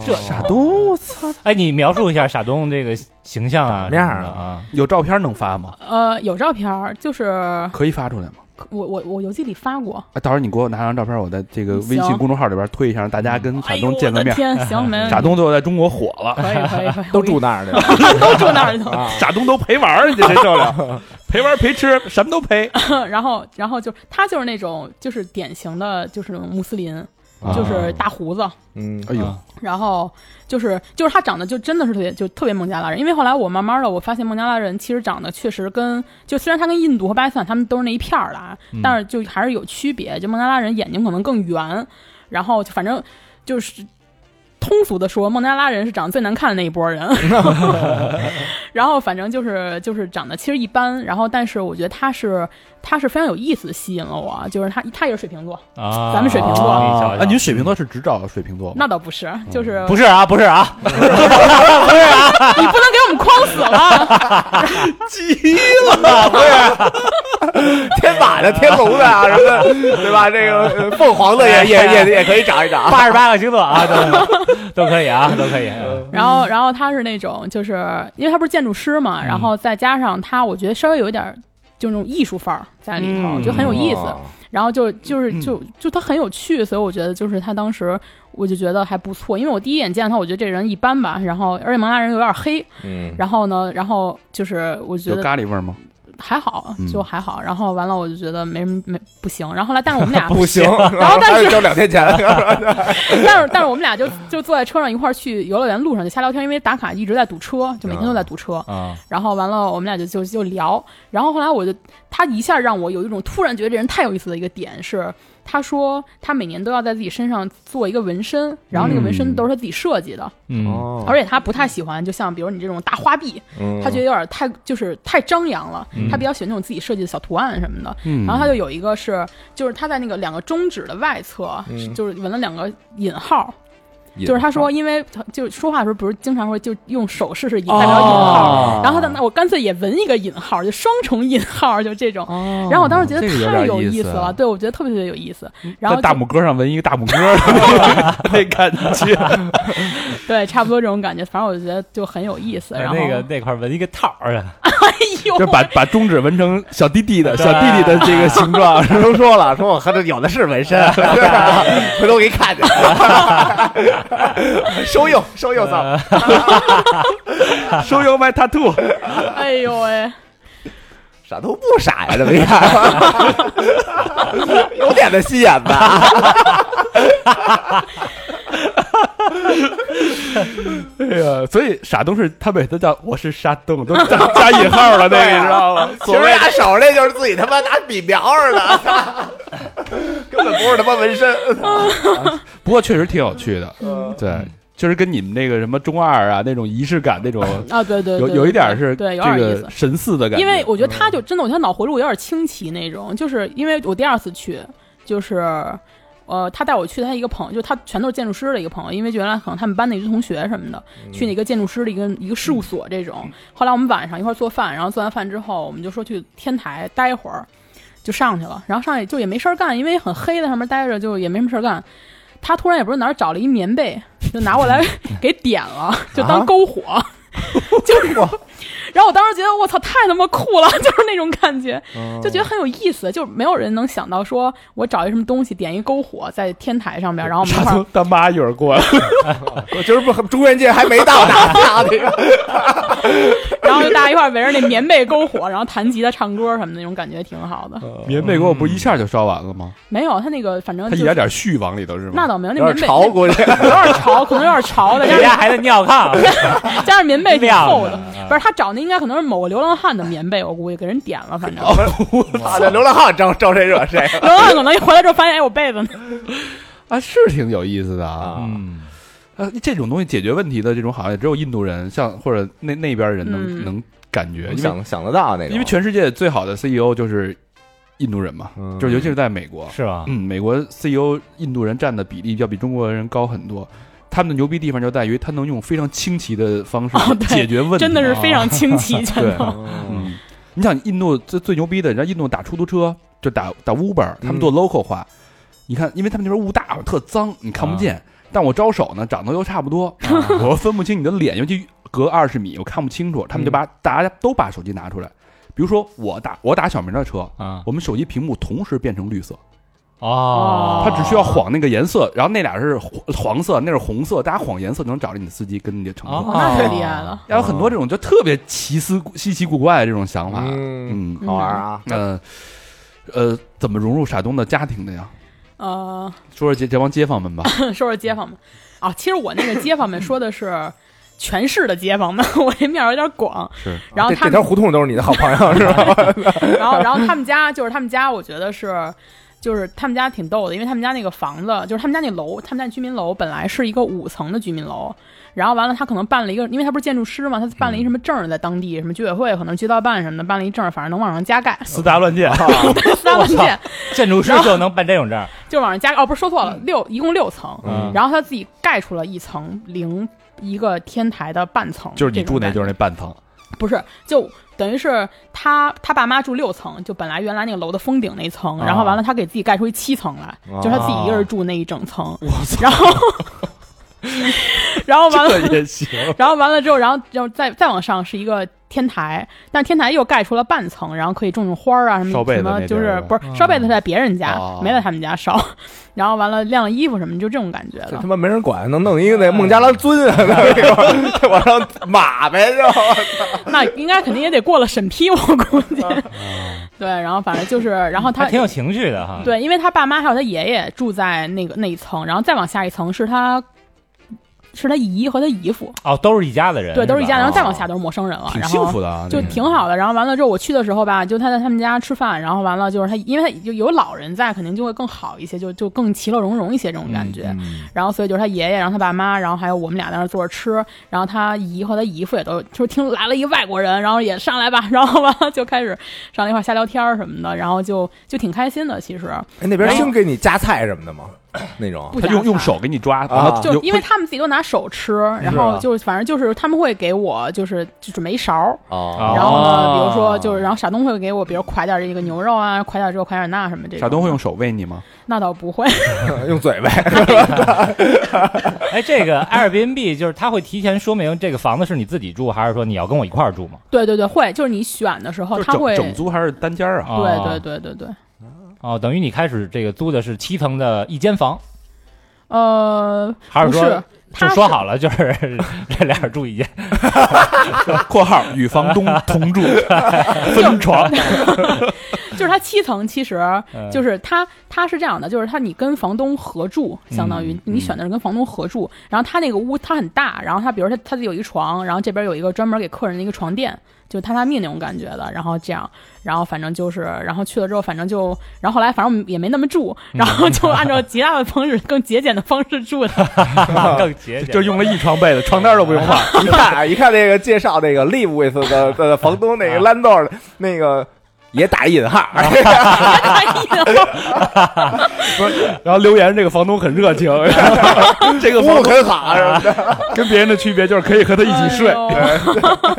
Speaker 3: 这
Speaker 1: 傻东，我操，
Speaker 3: 哎，你描述一下傻东这个形象啊，
Speaker 2: 长这样
Speaker 3: 什么的啊，
Speaker 1: 有照片能发吗？
Speaker 4: 呃，有照片儿，就是
Speaker 1: 可以发出来吗？
Speaker 4: 我我我邮寄里发过。
Speaker 1: 哎，到时候你给我拿张照片，我在这个微信
Speaker 4: 行
Speaker 1: 公众号里边推一下，让大家跟傻
Speaker 4: 哎呦
Speaker 1: 东嗯见个
Speaker 4: 我的
Speaker 1: 面。
Speaker 4: 天，行，
Speaker 1: *laughs*
Speaker 4: 没问题。
Speaker 1: 傻东最后在中国火了，
Speaker 4: 可以可以可以，
Speaker 2: 都住那儿
Speaker 4: *laughs*
Speaker 2: 的，啊
Speaker 4: 都住那儿去了。 *laughs*
Speaker 1: 傻东都陪玩儿去，这受 *laughs* 了，陪玩儿陪吃，什么都陪。
Speaker 4: 然后然后就他就是那种就是典型的就是那种穆斯林，就是大胡子，
Speaker 2: 嗯
Speaker 1: 哎呦
Speaker 3: 啊，
Speaker 4: 然后就是就是他长得就真的是特别就特别孟加拉人，因为后来我慢慢的我发现孟加拉人其实长得确实跟就虽然他跟印度和巴基斯坦他们都是那一片儿的啊，
Speaker 3: 嗯
Speaker 4: 但是就还是有区别，就孟加拉人眼睛可能更圆，然后就反正就是。通俗的说，孟加拉人是长得最难看的那一
Speaker 3: *laughs*
Speaker 4: 波人，然后反正就是就是长得其实一般，然后但是我觉得他是他是非常有意思的吸引了我，就是他他也是水瓶座，
Speaker 3: 啊
Speaker 4: 咱们水瓶座
Speaker 3: 你瞧瞧
Speaker 1: 哎，您水瓶座是只找水瓶座吗？
Speaker 4: 那倒不是，就是
Speaker 3: 不是啊，不是啊，
Speaker 4: 你不能给我们框死了，
Speaker 3: *laughs*
Speaker 2: 天马的、天龙的啊，什么对吧？这个呃凤凰的也也也也可以找一找啊。
Speaker 3: 八十八个星座啊，
Speaker 4: *laughs*
Speaker 3: 都都可以啊，都可以。
Speaker 4: 然后，
Speaker 3: 嗯
Speaker 4: 然后他是那种，就是因为他不是建筑师嘛，然后再加上他，我觉得稍微有一点儿就那种艺术范儿在里头，
Speaker 3: 嗯
Speaker 4: *laughs* 就很有意思。
Speaker 2: 哦
Speaker 4: 然后就就是
Speaker 1: 嗯
Speaker 4: 就就他很有趣，所以我觉得就是他当时我就觉得还不错，因为我第一眼见他，我觉得这人一般吧，然后而且蒙大人有点黑，
Speaker 2: 嗯，
Speaker 4: 然后呢，然后就是我觉
Speaker 1: 有
Speaker 4: 得
Speaker 1: 咖喱味儿吗？
Speaker 4: 还好
Speaker 1: 嗯，
Speaker 4: 就还好，然后完了我就觉得没什么没不行，然后后来但是我们俩
Speaker 2: 不行，啊
Speaker 4: 然后但是
Speaker 2: 还就两天
Speaker 4: *laughs*
Speaker 2: 啊前，
Speaker 4: 但是但是我们俩就就坐在车上一块儿去游乐园路上就瞎聊天，因为打卡一直在堵车，就每天都在堵车。
Speaker 3: 啊，
Speaker 4: 然后完了，我们俩就就就聊。然后后来我就他一下让我有一种突然觉得这人太有意思的一个点是，他说他每年都要在自己身上做一个纹身，然后那个纹身都是他自己设计的，
Speaker 3: 嗯，
Speaker 4: 而且他不太喜欢，就像比如你这种大花臂，
Speaker 2: 哦嗯 *laughs*
Speaker 4: 他觉得有点太就是太张扬了，
Speaker 3: 嗯
Speaker 4: 他比较喜欢那种自己设计的小图案什么的。
Speaker 1: 嗯
Speaker 4: 然后他就有一个是，就是他在那个两个中指的外侧，
Speaker 2: 嗯
Speaker 4: 是就是纹了两个引号，
Speaker 2: 引
Speaker 4: 就是他说，因为他就说话的时候不是经常会就用手试试引
Speaker 3: 哦
Speaker 4: 代表引号，然后他那我干脆也纹一个引号，就双重引号，就这种。
Speaker 1: *laughs* 哦
Speaker 4: 然后我当时觉得
Speaker 1: 这个有
Speaker 4: 太
Speaker 1: 点
Speaker 4: 有
Speaker 1: 意
Speaker 4: 意
Speaker 1: 思
Speaker 4: 思
Speaker 1: 啊
Speaker 4: 了，对我觉得特别特别有意思。然
Speaker 1: 嗯
Speaker 4: 后
Speaker 1: 在大
Speaker 4: 就
Speaker 1: 拇哥上纹一个大拇哥儿， *laughs* 那感
Speaker 2: *laughs*
Speaker 1: 觉
Speaker 4: 对，差不多这种感觉，反正我就觉得就很有意
Speaker 1: 哎
Speaker 4: 思。然后
Speaker 3: 那个那块纹一个套儿啊，
Speaker 4: *laughs* 哎呦，
Speaker 1: 就把把中指纹成小弟弟的
Speaker 3: 对
Speaker 1: 小弟弟的这个形状。
Speaker 2: 他都说了，说我喝的有的是纹身，啊
Speaker 4: *laughs*
Speaker 2: 回头我给你看去，收用收用操，
Speaker 4: 呃
Speaker 1: *laughs* 收 you my tattoo，
Speaker 4: 哎呦喂，
Speaker 2: 傻都不傻呀，这么一看， *laughs* 有点的心眼吧？
Speaker 1: 哎呀，所以傻东是他每次叫我是傻东都加 *laughs* 加引号了，那
Speaker 2: 对
Speaker 1: 个
Speaker 2: 啊
Speaker 1: 你知道吗？啊
Speaker 2: 其实俩手这就是自己他妈拿笔描着 *laughs* 的，根本不是他妈纹身。
Speaker 1: 不过确实挺有趣的，
Speaker 4: 嗯
Speaker 2: 嗯
Speaker 1: 对，就是跟你们那个什么中二啊那种仪式感那种，
Speaker 4: 啊，对 *laughs* 对，
Speaker 1: 有
Speaker 4: 对
Speaker 1: 有一点是
Speaker 4: 对，
Speaker 1: 这
Speaker 4: 有点意思
Speaker 1: 个。神似的感觉。嗯
Speaker 4: 因为我觉得他就真的，我觉得他脑回路有点清奇那种，就是因为我第二次去，就是呃，他带我去他一个朋友，就他全都是建筑师的一个朋友，因为原来可能他们班的一个同学什么的，
Speaker 1: 嗯
Speaker 4: 去那个建筑师的一个一个事务所这种。后来我们晚上一块儿做饭，然后做完饭之后，我们就说去天台待会儿，就上去了。然后上去就也没事儿干，因为很黑，在上面待着就也没什么事儿干。他突然也不知道哪儿找了一棉被，就拿过来
Speaker 1: 嗯
Speaker 4: 给点了，就当
Speaker 1: 啊 *laughs*
Speaker 4: 篝火，就是。然后我当时觉得我操，太他妈酷了， *laughs* 就是那种感觉，
Speaker 1: 哦
Speaker 4: 就觉得很有意思，就没有人能想到说我找一什么东西点一篝火在天台上面，然后我们一
Speaker 1: 傻
Speaker 4: 块儿
Speaker 1: 东他妈一会儿过
Speaker 2: *laughs*
Speaker 1: 来，
Speaker 2: 我今儿不中元节还没到呢，
Speaker 4: 然后就大家一块儿围着那棉被篝火，然后弹吉他、唱歌什么的，那种感觉挺好的。
Speaker 2: 嗯
Speaker 1: 棉被给我不一下就烧完了吗？
Speaker 4: 没有，他那个反正
Speaker 1: 哦他
Speaker 4: 嗯就
Speaker 1: 一
Speaker 4: 是
Speaker 1: 点点絮往里头是吗？
Speaker 4: 那倒没有，那
Speaker 2: 有
Speaker 4: 棉
Speaker 2: 点
Speaker 4: 被
Speaker 2: 潮，估计。
Speaker 4: 有点潮，可能有点
Speaker 1: *laughs*
Speaker 4: 潮的，
Speaker 3: 人
Speaker 4: 加
Speaker 3: 家
Speaker 4: 上
Speaker 3: 还在尿炕，
Speaker 4: *laughs* 加上棉被挺厚
Speaker 3: 晾
Speaker 4: 的。
Speaker 3: 着，
Speaker 1: 啊
Speaker 4: 不是他找那应该可能是某个流浪汉的棉被，我估计给人点了，反正
Speaker 1: 哦
Speaker 2: 操，这流浪汉招招谁惹 *laughs* 谁？
Speaker 4: *laughs* 流浪汉可能一回来之后发现，哎，我被子呢？
Speaker 1: 啊，是挺有意思的啊。
Speaker 3: 嗯，
Speaker 1: 呃，这种东西解决问题的这种，好像也只有印度人，像或者那那边人能、
Speaker 4: 嗯
Speaker 1: 能感觉，因为
Speaker 2: 想想得到那种，
Speaker 1: 因为全世界最好的 CEO 就是印度人嘛，
Speaker 2: 嗯
Speaker 1: 就是尤其是在美国，
Speaker 3: 是
Speaker 4: 啊
Speaker 3: 吧？
Speaker 1: 嗯，美国 CEO 印度人占的比例要比中国人高很多。他们的牛逼地方就在于他能用非常清奇的方式
Speaker 4: 哦对
Speaker 1: 解决问题，啊
Speaker 4: 真的是非
Speaker 1: *laughs*
Speaker 4: 常清奇，全
Speaker 1: 对
Speaker 4: 都。
Speaker 1: 嗯，你想印度最最牛逼的，人家印度打出租车就打打 Uber，他
Speaker 4: 嗯
Speaker 1: 们做 local 化。你看，因为他们那边雾大，特脏，你看不见。
Speaker 4: 嗯
Speaker 1: 但我招手呢，长得又差不
Speaker 4: *laughs*
Speaker 1: 多，我分不清你的脸，尤其隔二十米，我看不清楚。他们就
Speaker 4: 嗯
Speaker 1: 把、大家都把手机拿出来，比如说我打我打小明的车，
Speaker 4: 嗯
Speaker 3: 啊，
Speaker 1: 我们手机屏幕同时变成绿色，
Speaker 3: 哦，
Speaker 1: 他只需要晃那个颜色，然后那俩是黄黄色，那是红色，大家晃颜色就能找着你的司机跟你的乘客。
Speaker 3: 哦
Speaker 4: 那太厉害了，
Speaker 1: 要有很多这种就特别奇思稀奇古怪的这种想法，
Speaker 2: 嗯，
Speaker 1: 嗯
Speaker 2: 好玩啊，
Speaker 1: 呃，呃，怎么融入傻东的家庭的呀？
Speaker 4: 呃，
Speaker 1: 说说这这帮街坊们
Speaker 4: *laughs*
Speaker 1: 吧，
Speaker 4: 说说街坊们啊，其实我那个街坊们说的是全市的街坊们， *laughs* 我这面儿有点广。
Speaker 1: 是，
Speaker 4: 然后
Speaker 2: 这这
Speaker 4: 他们
Speaker 2: 条，胡同都是你的好朋友是吧？
Speaker 4: 然后然后他们家就是他们家，我觉得是。就是他们家挺逗的，因为他们家那个房子，就是他们家那楼，他们家那居民楼本来是一个五层的居民楼，然后完了他可能办了一个，因为他不是建筑师嘛，他办
Speaker 1: 嗯
Speaker 4: 了一什么证儿，在当地什么居委会可能街道办什么的，办了一证儿，反正能往上加盖，
Speaker 1: 四大乱建，
Speaker 4: 嗯
Speaker 2: 嗯
Speaker 1: 嗯
Speaker 4: 三万件
Speaker 3: 建筑师就能办这种证儿，
Speaker 4: 就往上加，哦，不是说错了，六一共六层，
Speaker 3: 嗯
Speaker 4: 然后他自己盖出了一层零一个天台的半层，
Speaker 1: 就是你
Speaker 4: 这种
Speaker 1: 住那
Speaker 4: 感觉
Speaker 1: 就是那半层，
Speaker 4: 不是，就等于是他他爸妈住六层，就本来原来那个楼的封顶那层，然后
Speaker 1: 啊
Speaker 4: 完了他给自己盖出一七层来，就是他自己一个人住那一整层， *laughs* 然后然后完了
Speaker 1: 这也行。
Speaker 4: *laughs* 然后完了之后，然后然后再再往上是一个天台，但是天台又盖出了半层，然后可以种种花儿啊什
Speaker 1: 烧
Speaker 4: 么
Speaker 1: 被子
Speaker 4: 什
Speaker 1: 那
Speaker 4: 么，
Speaker 1: 地儿
Speaker 4: 就是
Speaker 1: 是吧
Speaker 4: 不是烧被子在别人家
Speaker 1: 哦，
Speaker 4: 没在他们家烧，然后完了晾衣服什么，就这种感觉
Speaker 2: 这
Speaker 4: 的
Speaker 2: 他。妈没人管，能弄一个那孟加拉尊啊，那个 *laughs* 这往上码呗，就
Speaker 4: 那应该肯定也得过了审批，我估
Speaker 1: *laughs*
Speaker 4: 计。
Speaker 1: 啊
Speaker 4: 对，然后反正就是，然后他
Speaker 3: 还挺有情趣
Speaker 1: 啊
Speaker 3: 的哈。，
Speaker 4: 对，因为他爸妈还有他爷爷住在那个那一层，然后再往下一层是他。是他姨和他姨夫，
Speaker 3: 哦，都是一家的人，
Speaker 4: 对，都是一家，
Speaker 3: 吧
Speaker 4: 然后再往下都是陌生人了，
Speaker 1: 哎挺
Speaker 4: 然
Speaker 1: 幸
Speaker 4: 后
Speaker 1: 福的啊，
Speaker 4: 就挺好的。然后完了之后，我去的时候吧，就他在他们家吃饭，然后完了就是他，因为他有有老人在，肯定就会更好一些，就就更其乐融融一些这种感觉。
Speaker 1: 嗯
Speaker 4: 然后所以就是他爷爷，然后他爸妈，然后还有我们俩在那儿坐着吃，然后他姨和他姨父也都就是听来了一外国人，然后也上来吧， *laughs* 然后完了就开始上来一块儿瞎聊天儿什么的，然后就就挺开心的。其实
Speaker 2: 哎那边兴给你夹菜什么的吗？那种
Speaker 4: 不
Speaker 1: 他
Speaker 4: 夹
Speaker 1: 用用
Speaker 4: 菜
Speaker 1: 手给你抓，
Speaker 2: 啊
Speaker 1: 然后
Speaker 4: 就
Speaker 1: 有啊
Speaker 4: 因为他们自己都拿手吃，然后就反正就是他们会给我就是就准备一勺儿，
Speaker 2: 哦
Speaker 3: 啊
Speaker 4: 然后呢，比如说
Speaker 3: 哦
Speaker 4: 就是然后傻东会给我，比如垮点这个牛肉啊，垮点这个垮点那什么这种。
Speaker 1: 傻东会用手喂你吗？
Speaker 4: 那倒不会， *laughs*
Speaker 2: 用嘴呗，
Speaker 3: *laughs* 哎，这个 Airbnb 就是他会提前说明这个房子是你自己住，还是说你要跟我一块儿住吗？
Speaker 4: 对对对，会就是你选的时候
Speaker 1: 就是
Speaker 4: 哦他
Speaker 1: 整
Speaker 4: 会，
Speaker 1: 整
Speaker 4: 对
Speaker 1: 租还是单间儿
Speaker 4: *laughs*
Speaker 1: 啊？
Speaker 3: 哦
Speaker 4: 对对对对，
Speaker 3: 哦，等于你开始这个租的是七层的一间房，
Speaker 4: 呃，
Speaker 3: 还
Speaker 4: 不
Speaker 3: 说
Speaker 4: 是，
Speaker 3: 就
Speaker 4: 他
Speaker 3: 说
Speaker 4: 是
Speaker 3: 好了，就是这俩人住一间，
Speaker 1: 括号与房东同
Speaker 4: *laughs*
Speaker 1: 住分床，
Speaker 4: 就是它七层，其实
Speaker 3: 嗯
Speaker 1: 嗯
Speaker 4: 就是它它是这样的，就是它你跟房东合住，相当于
Speaker 1: 嗯
Speaker 4: 你选的是跟房东合住，然后它那个屋它很大，然后它比如它它有一床，然后这边有一个专门给客人的一个床垫，就榻榻米那种感觉的，然后这样，然后反正就是，然后去了之后，反正就，然后后来反正也没那么住，
Speaker 1: 嗯
Speaker 4: 然后就按照极大的方式更节俭的方
Speaker 1: *laughs*
Speaker 4: 式住的，
Speaker 3: 更节俭，
Speaker 1: 就用了一床被子，床单儿都不用
Speaker 4: *laughs*
Speaker 1: 换。
Speaker 2: *laughs* 一看啊，一看那个介绍那个 live with *laughs* 的的房东那个 landlord 那个也打引号，
Speaker 1: 然后留言这个房东很热 *laughs* 情，这个
Speaker 2: 服
Speaker 1: 房
Speaker 2: 务
Speaker 1: 东
Speaker 2: 很好啊什么的。
Speaker 1: 跟别人的区别就是可以和他 *laughs* 一起睡。
Speaker 4: 哎呦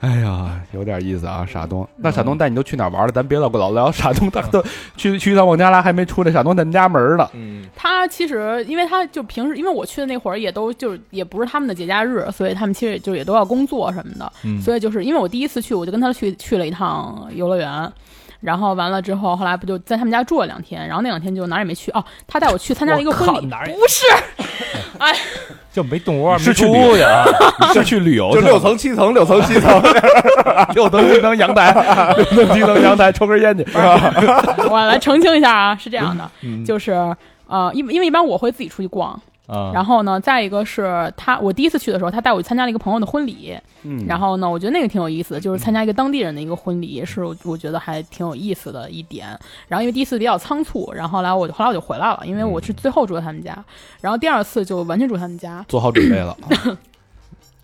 Speaker 1: 哎呀，有点意思啊，傻东。那傻东带你都去哪儿玩了？咱别老老聊傻东，他都 *laughs* 去去一趟孟加拉还没出来，傻东在你们家门儿呢。
Speaker 2: 嗯，
Speaker 4: *laughs* 他其实，因为他就平时，因为我去的那会儿也都就是也不是他们的节假日，所以他们其实也就也都要工作什么的。
Speaker 1: 嗯
Speaker 4: 所以就是因为我第一次去，我就跟他去去了一趟游乐园，然后完了之后，后来不就在他们家住了两天，然后那两天就哪儿也没去哦。他带我去参加了一个
Speaker 3: 我
Speaker 4: 婚
Speaker 3: 靠
Speaker 4: 礼，
Speaker 3: 哪儿也
Speaker 4: 不是，哎，
Speaker 3: 就没动窝，
Speaker 1: 是
Speaker 3: 没
Speaker 1: 去
Speaker 3: 住
Speaker 1: 旅游
Speaker 3: 去
Speaker 1: *laughs*
Speaker 3: 啊，
Speaker 1: 你是去旅游
Speaker 2: 就
Speaker 1: 去
Speaker 2: 六
Speaker 1: *laughs* 了，
Speaker 2: 层七层六层七层，
Speaker 1: 六层机能阳 *laughs* 台，六层机能阳台抽根烟去。
Speaker 4: 我来澄清一下啊，是这样的，
Speaker 3: 嗯
Speaker 4: 就是呃，因为因为一般我会自己出去逛，
Speaker 3: 啊，
Speaker 4: 然后呢，再一个是他，我第一次去的时候，他带我去参加了一个朋友的婚礼，
Speaker 1: 嗯
Speaker 4: 然后呢，我觉得那个挺有意思的，就是参加一个当地人的一个婚礼，是我我觉得还挺有意思的一点。然后因为第一次比较仓促，然后后来我后来我就回来了，因为我是最后住在他们家，然后第二次就完全住他们家，
Speaker 1: 做好准备 *laughs* 了，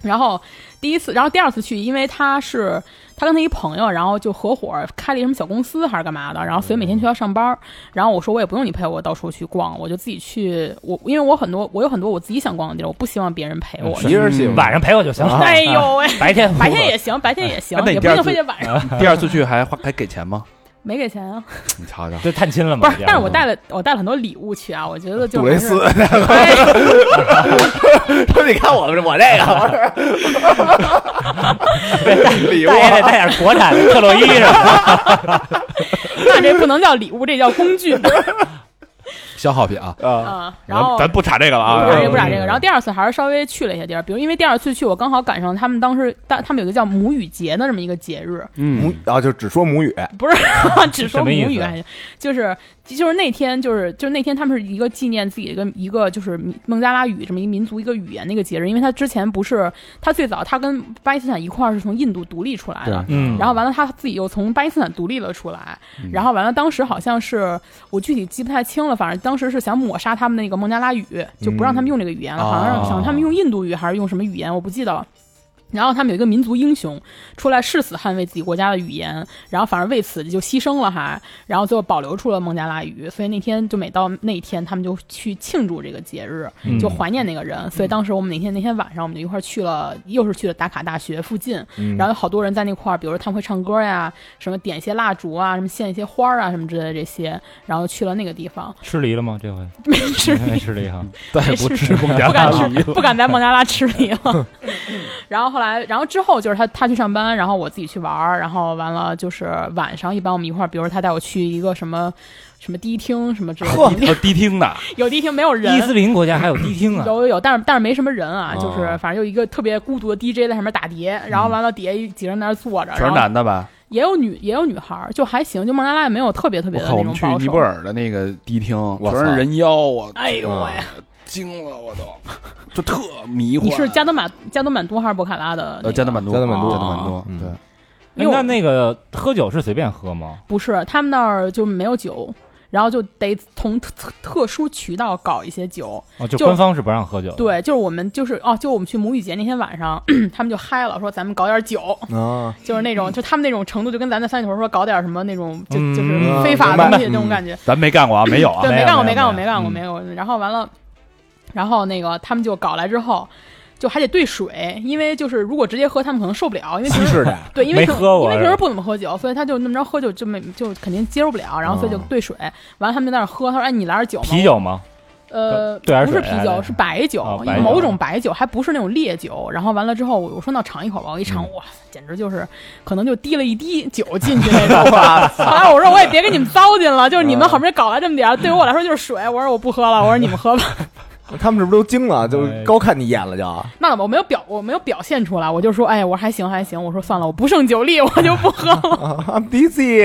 Speaker 4: 然后第一次，然后第二次去，因为他是他跟他一朋友，然后就合伙开了一什么小公司还是干嘛的，然后所以每天去要上班儿。然后我说我也不用你陪我到处去逛，我就自己去。我因为我很多我有很多我自己想逛的地儿，我不希望别人陪我。
Speaker 2: 一人行
Speaker 3: 嗯晚上陪我就行了。
Speaker 4: *laughs*
Speaker 3: 啊
Speaker 4: 哎呦喂，
Speaker 3: 白天
Speaker 4: 白天也行，白天也行，
Speaker 1: 那你
Speaker 4: 也
Speaker 1: 第
Speaker 4: 不一
Speaker 1: 二
Speaker 4: 定
Speaker 1: 次
Speaker 4: 非得晚上。
Speaker 1: 第二次去还花还给钱吗？
Speaker 4: 没给钱啊，
Speaker 1: 你瞧瞧，
Speaker 3: 就探亲了嘛，啊
Speaker 4: 不
Speaker 3: 这，
Speaker 4: 是
Speaker 3: 样
Speaker 4: 但是我带了我带了很多礼物去啊，我觉得就
Speaker 2: 杜蕾
Speaker 4: 还是
Speaker 2: 斯，
Speaker 4: 哎
Speaker 2: *laughs* 说你看我们我这个
Speaker 4: *laughs*
Speaker 2: 礼物啊
Speaker 3: 带也得带点国产的特洛伊是
Speaker 4: 啊
Speaker 3: 吧？
Speaker 4: 那这不能叫礼物，这叫工具
Speaker 1: 消耗品啊，
Speaker 2: 啊，
Speaker 4: 啊。然
Speaker 1: 咱
Speaker 4: 后
Speaker 1: 咱不查这个了
Speaker 4: 不
Speaker 1: 啊
Speaker 4: 打这个，不打这个。然后第二次还是稍微去了一些地儿，比如因为第二次去，我刚好赶上他们当时，当他们有一个叫母语节的这么一个节日，
Speaker 2: 母
Speaker 1: 嗯，
Speaker 2: 啊就只说母语，
Speaker 4: 不是只说
Speaker 3: 什
Speaker 4: 母
Speaker 3: 么意思
Speaker 4: 语还行，就是就是那天就是就是那天他们是一个纪念自己的一个一个就是孟加拉语这么一民族一个语言的一个节日，因为他之前不是他最早他跟巴基斯坦一块儿是从印度独立出来
Speaker 1: 对
Speaker 4: 的
Speaker 1: 啊，
Speaker 3: 嗯
Speaker 4: 然后完了，他自己又从巴基斯坦独立了出来。然后完了，当时好像是我具体记不太清了，反正当时是想抹杀他们那个孟加拉语，就不让他们用这个语言了，
Speaker 1: 嗯
Speaker 4: 好像
Speaker 1: 哦
Speaker 4: 是想他们用印度语还是用什么语言，我不记得了。然后他们有一个民族英雄出来誓死捍卫自己国家的语言，然后反而为此就牺牲了还，然后最后保留出了孟加拉语。所以那天就每到那一天，他们就去庆祝这个节日，
Speaker 3: 嗯
Speaker 4: 就怀念那个人。所以当时我们那天那天晚上，我们就一块儿去了，又是去了达卡大学附近，然后有好多人在那块儿，比如说他们会唱歌呀，什么点一些蜡烛啊，什么献一些花儿啊，什么之类的这些，然后去了那个地方，
Speaker 3: 吃梨了吗？这回
Speaker 4: 没吃
Speaker 3: 没吃梨哈，
Speaker 1: 再也
Speaker 4: 没
Speaker 1: 不
Speaker 4: 吃
Speaker 1: 吃孟加
Speaker 4: 不
Speaker 1: 拉
Speaker 4: 敢
Speaker 1: 了。
Speaker 4: 吃，不敢在孟加拉吃梨了。然后后后来，然后之后就是他他去上班，然后我自己去玩儿，然后完了就是晚上一般我们一块儿，比如他带我去一个什么什么迪厅什么之类的地方，
Speaker 1: 哦迪厅的，
Speaker 4: 有迪厅没有人
Speaker 3: 伊。斯林国家还有迪厅啊，
Speaker 4: 有有有，但是但是没什么人啊，
Speaker 1: 哦嗯
Speaker 4: 就是反正有一个特别孤独的 DJ 在上面打碟，然后完了底下几个人在那儿坐着，
Speaker 1: 全是
Speaker 4: 然后
Speaker 1: 男的吧？
Speaker 4: 也有女也有女孩儿，就还行，就孟加拉也没有特别特别
Speaker 1: 我
Speaker 4: 的
Speaker 1: 靠，
Speaker 4: 那
Speaker 1: 我
Speaker 4: 种
Speaker 1: 们去
Speaker 4: 保
Speaker 1: 尼
Speaker 4: 守
Speaker 1: 泊。尔的那个迪厅，
Speaker 2: 操
Speaker 1: 全是人妖，我
Speaker 4: 哎呦喂，
Speaker 1: 啊惊了，我都就特迷惑。
Speaker 4: 你是加德满加德满都还是博卡拉的那个？
Speaker 1: 呃加德满都，啊
Speaker 2: 加德满都
Speaker 1: 加德满都，
Speaker 2: 嗯
Speaker 1: 对，
Speaker 4: 因为
Speaker 3: 哎那
Speaker 4: 我
Speaker 3: 那个喝酒是随便喝吗？
Speaker 4: 不是，他们那儿就没有酒，然后就得从特特特殊渠道搞一些酒。
Speaker 3: 哦，就
Speaker 4: 就
Speaker 3: 官方是不让喝酒的。
Speaker 4: 对，就是我们就是哦，就我们去母语节那天晚上， *clears throat* 他们就嗨了，说咱们搞点酒，
Speaker 2: *laughs* 啊，
Speaker 4: 就是那种就他们那种程度，就跟咱在三里屯说搞点什么那种就
Speaker 3: 嗯
Speaker 4: 就是非法东
Speaker 1: 明
Speaker 4: 西
Speaker 1: 白
Speaker 4: 那种感觉。
Speaker 1: 咱没干过啊，没有啊
Speaker 4: 对，，
Speaker 3: 没有
Speaker 4: 没干过，
Speaker 3: 没有
Speaker 4: 干过，
Speaker 3: 没有
Speaker 4: 没干过，
Speaker 3: 嗯
Speaker 4: 没有。然后完了，然后那个他们就搞来之后，就还得兑水，因为就是如果直接喝，他们可能受不了，因为平
Speaker 2: 西
Speaker 4: 时
Speaker 2: 式的，
Speaker 4: 对，因为
Speaker 3: 没
Speaker 4: 可能
Speaker 3: 喝过
Speaker 4: 因为
Speaker 3: 是
Speaker 4: 平
Speaker 3: 吧
Speaker 4: 时不怎么喝酒，所以他就那么着喝酒就没就肯定接受不了，然后所以就
Speaker 2: 哦
Speaker 4: 兑水。完了他们就在那儿喝，他说：“哎，你来点酒吗？”
Speaker 3: 啤，酒
Speaker 4: *laughs*
Speaker 3: 吗？
Speaker 4: 呃，
Speaker 3: 兑点
Speaker 4: 不是
Speaker 3: 水
Speaker 4: 啤
Speaker 3: 还
Speaker 4: 酒，
Speaker 3: 是
Speaker 4: 是白酒
Speaker 3: 哦，白
Speaker 1: 酒
Speaker 4: 某种白酒，还不是那种烈酒。然后完了之后，我我说那我尝一口吧，我一尝，
Speaker 3: 嗯
Speaker 4: 哇，简直就是可能就滴了一滴酒进去
Speaker 3: *laughs*
Speaker 4: 那种。后来我说我也别给你们糟践了，就是你
Speaker 3: 嗯
Speaker 4: 们好不容易搞来这么点儿，对于我来说就是水。我说我不喝了，我说你们喝吧。 *laughs*
Speaker 2: 他们是不是都惊了？就
Speaker 3: 哎
Speaker 2: 高看你一眼了，就啊
Speaker 4: 那我没有表，我没有表现出来，我就说，哎，我说还行还行，我说算了，我不胜酒力，我就不喝了。
Speaker 2: I'm busy，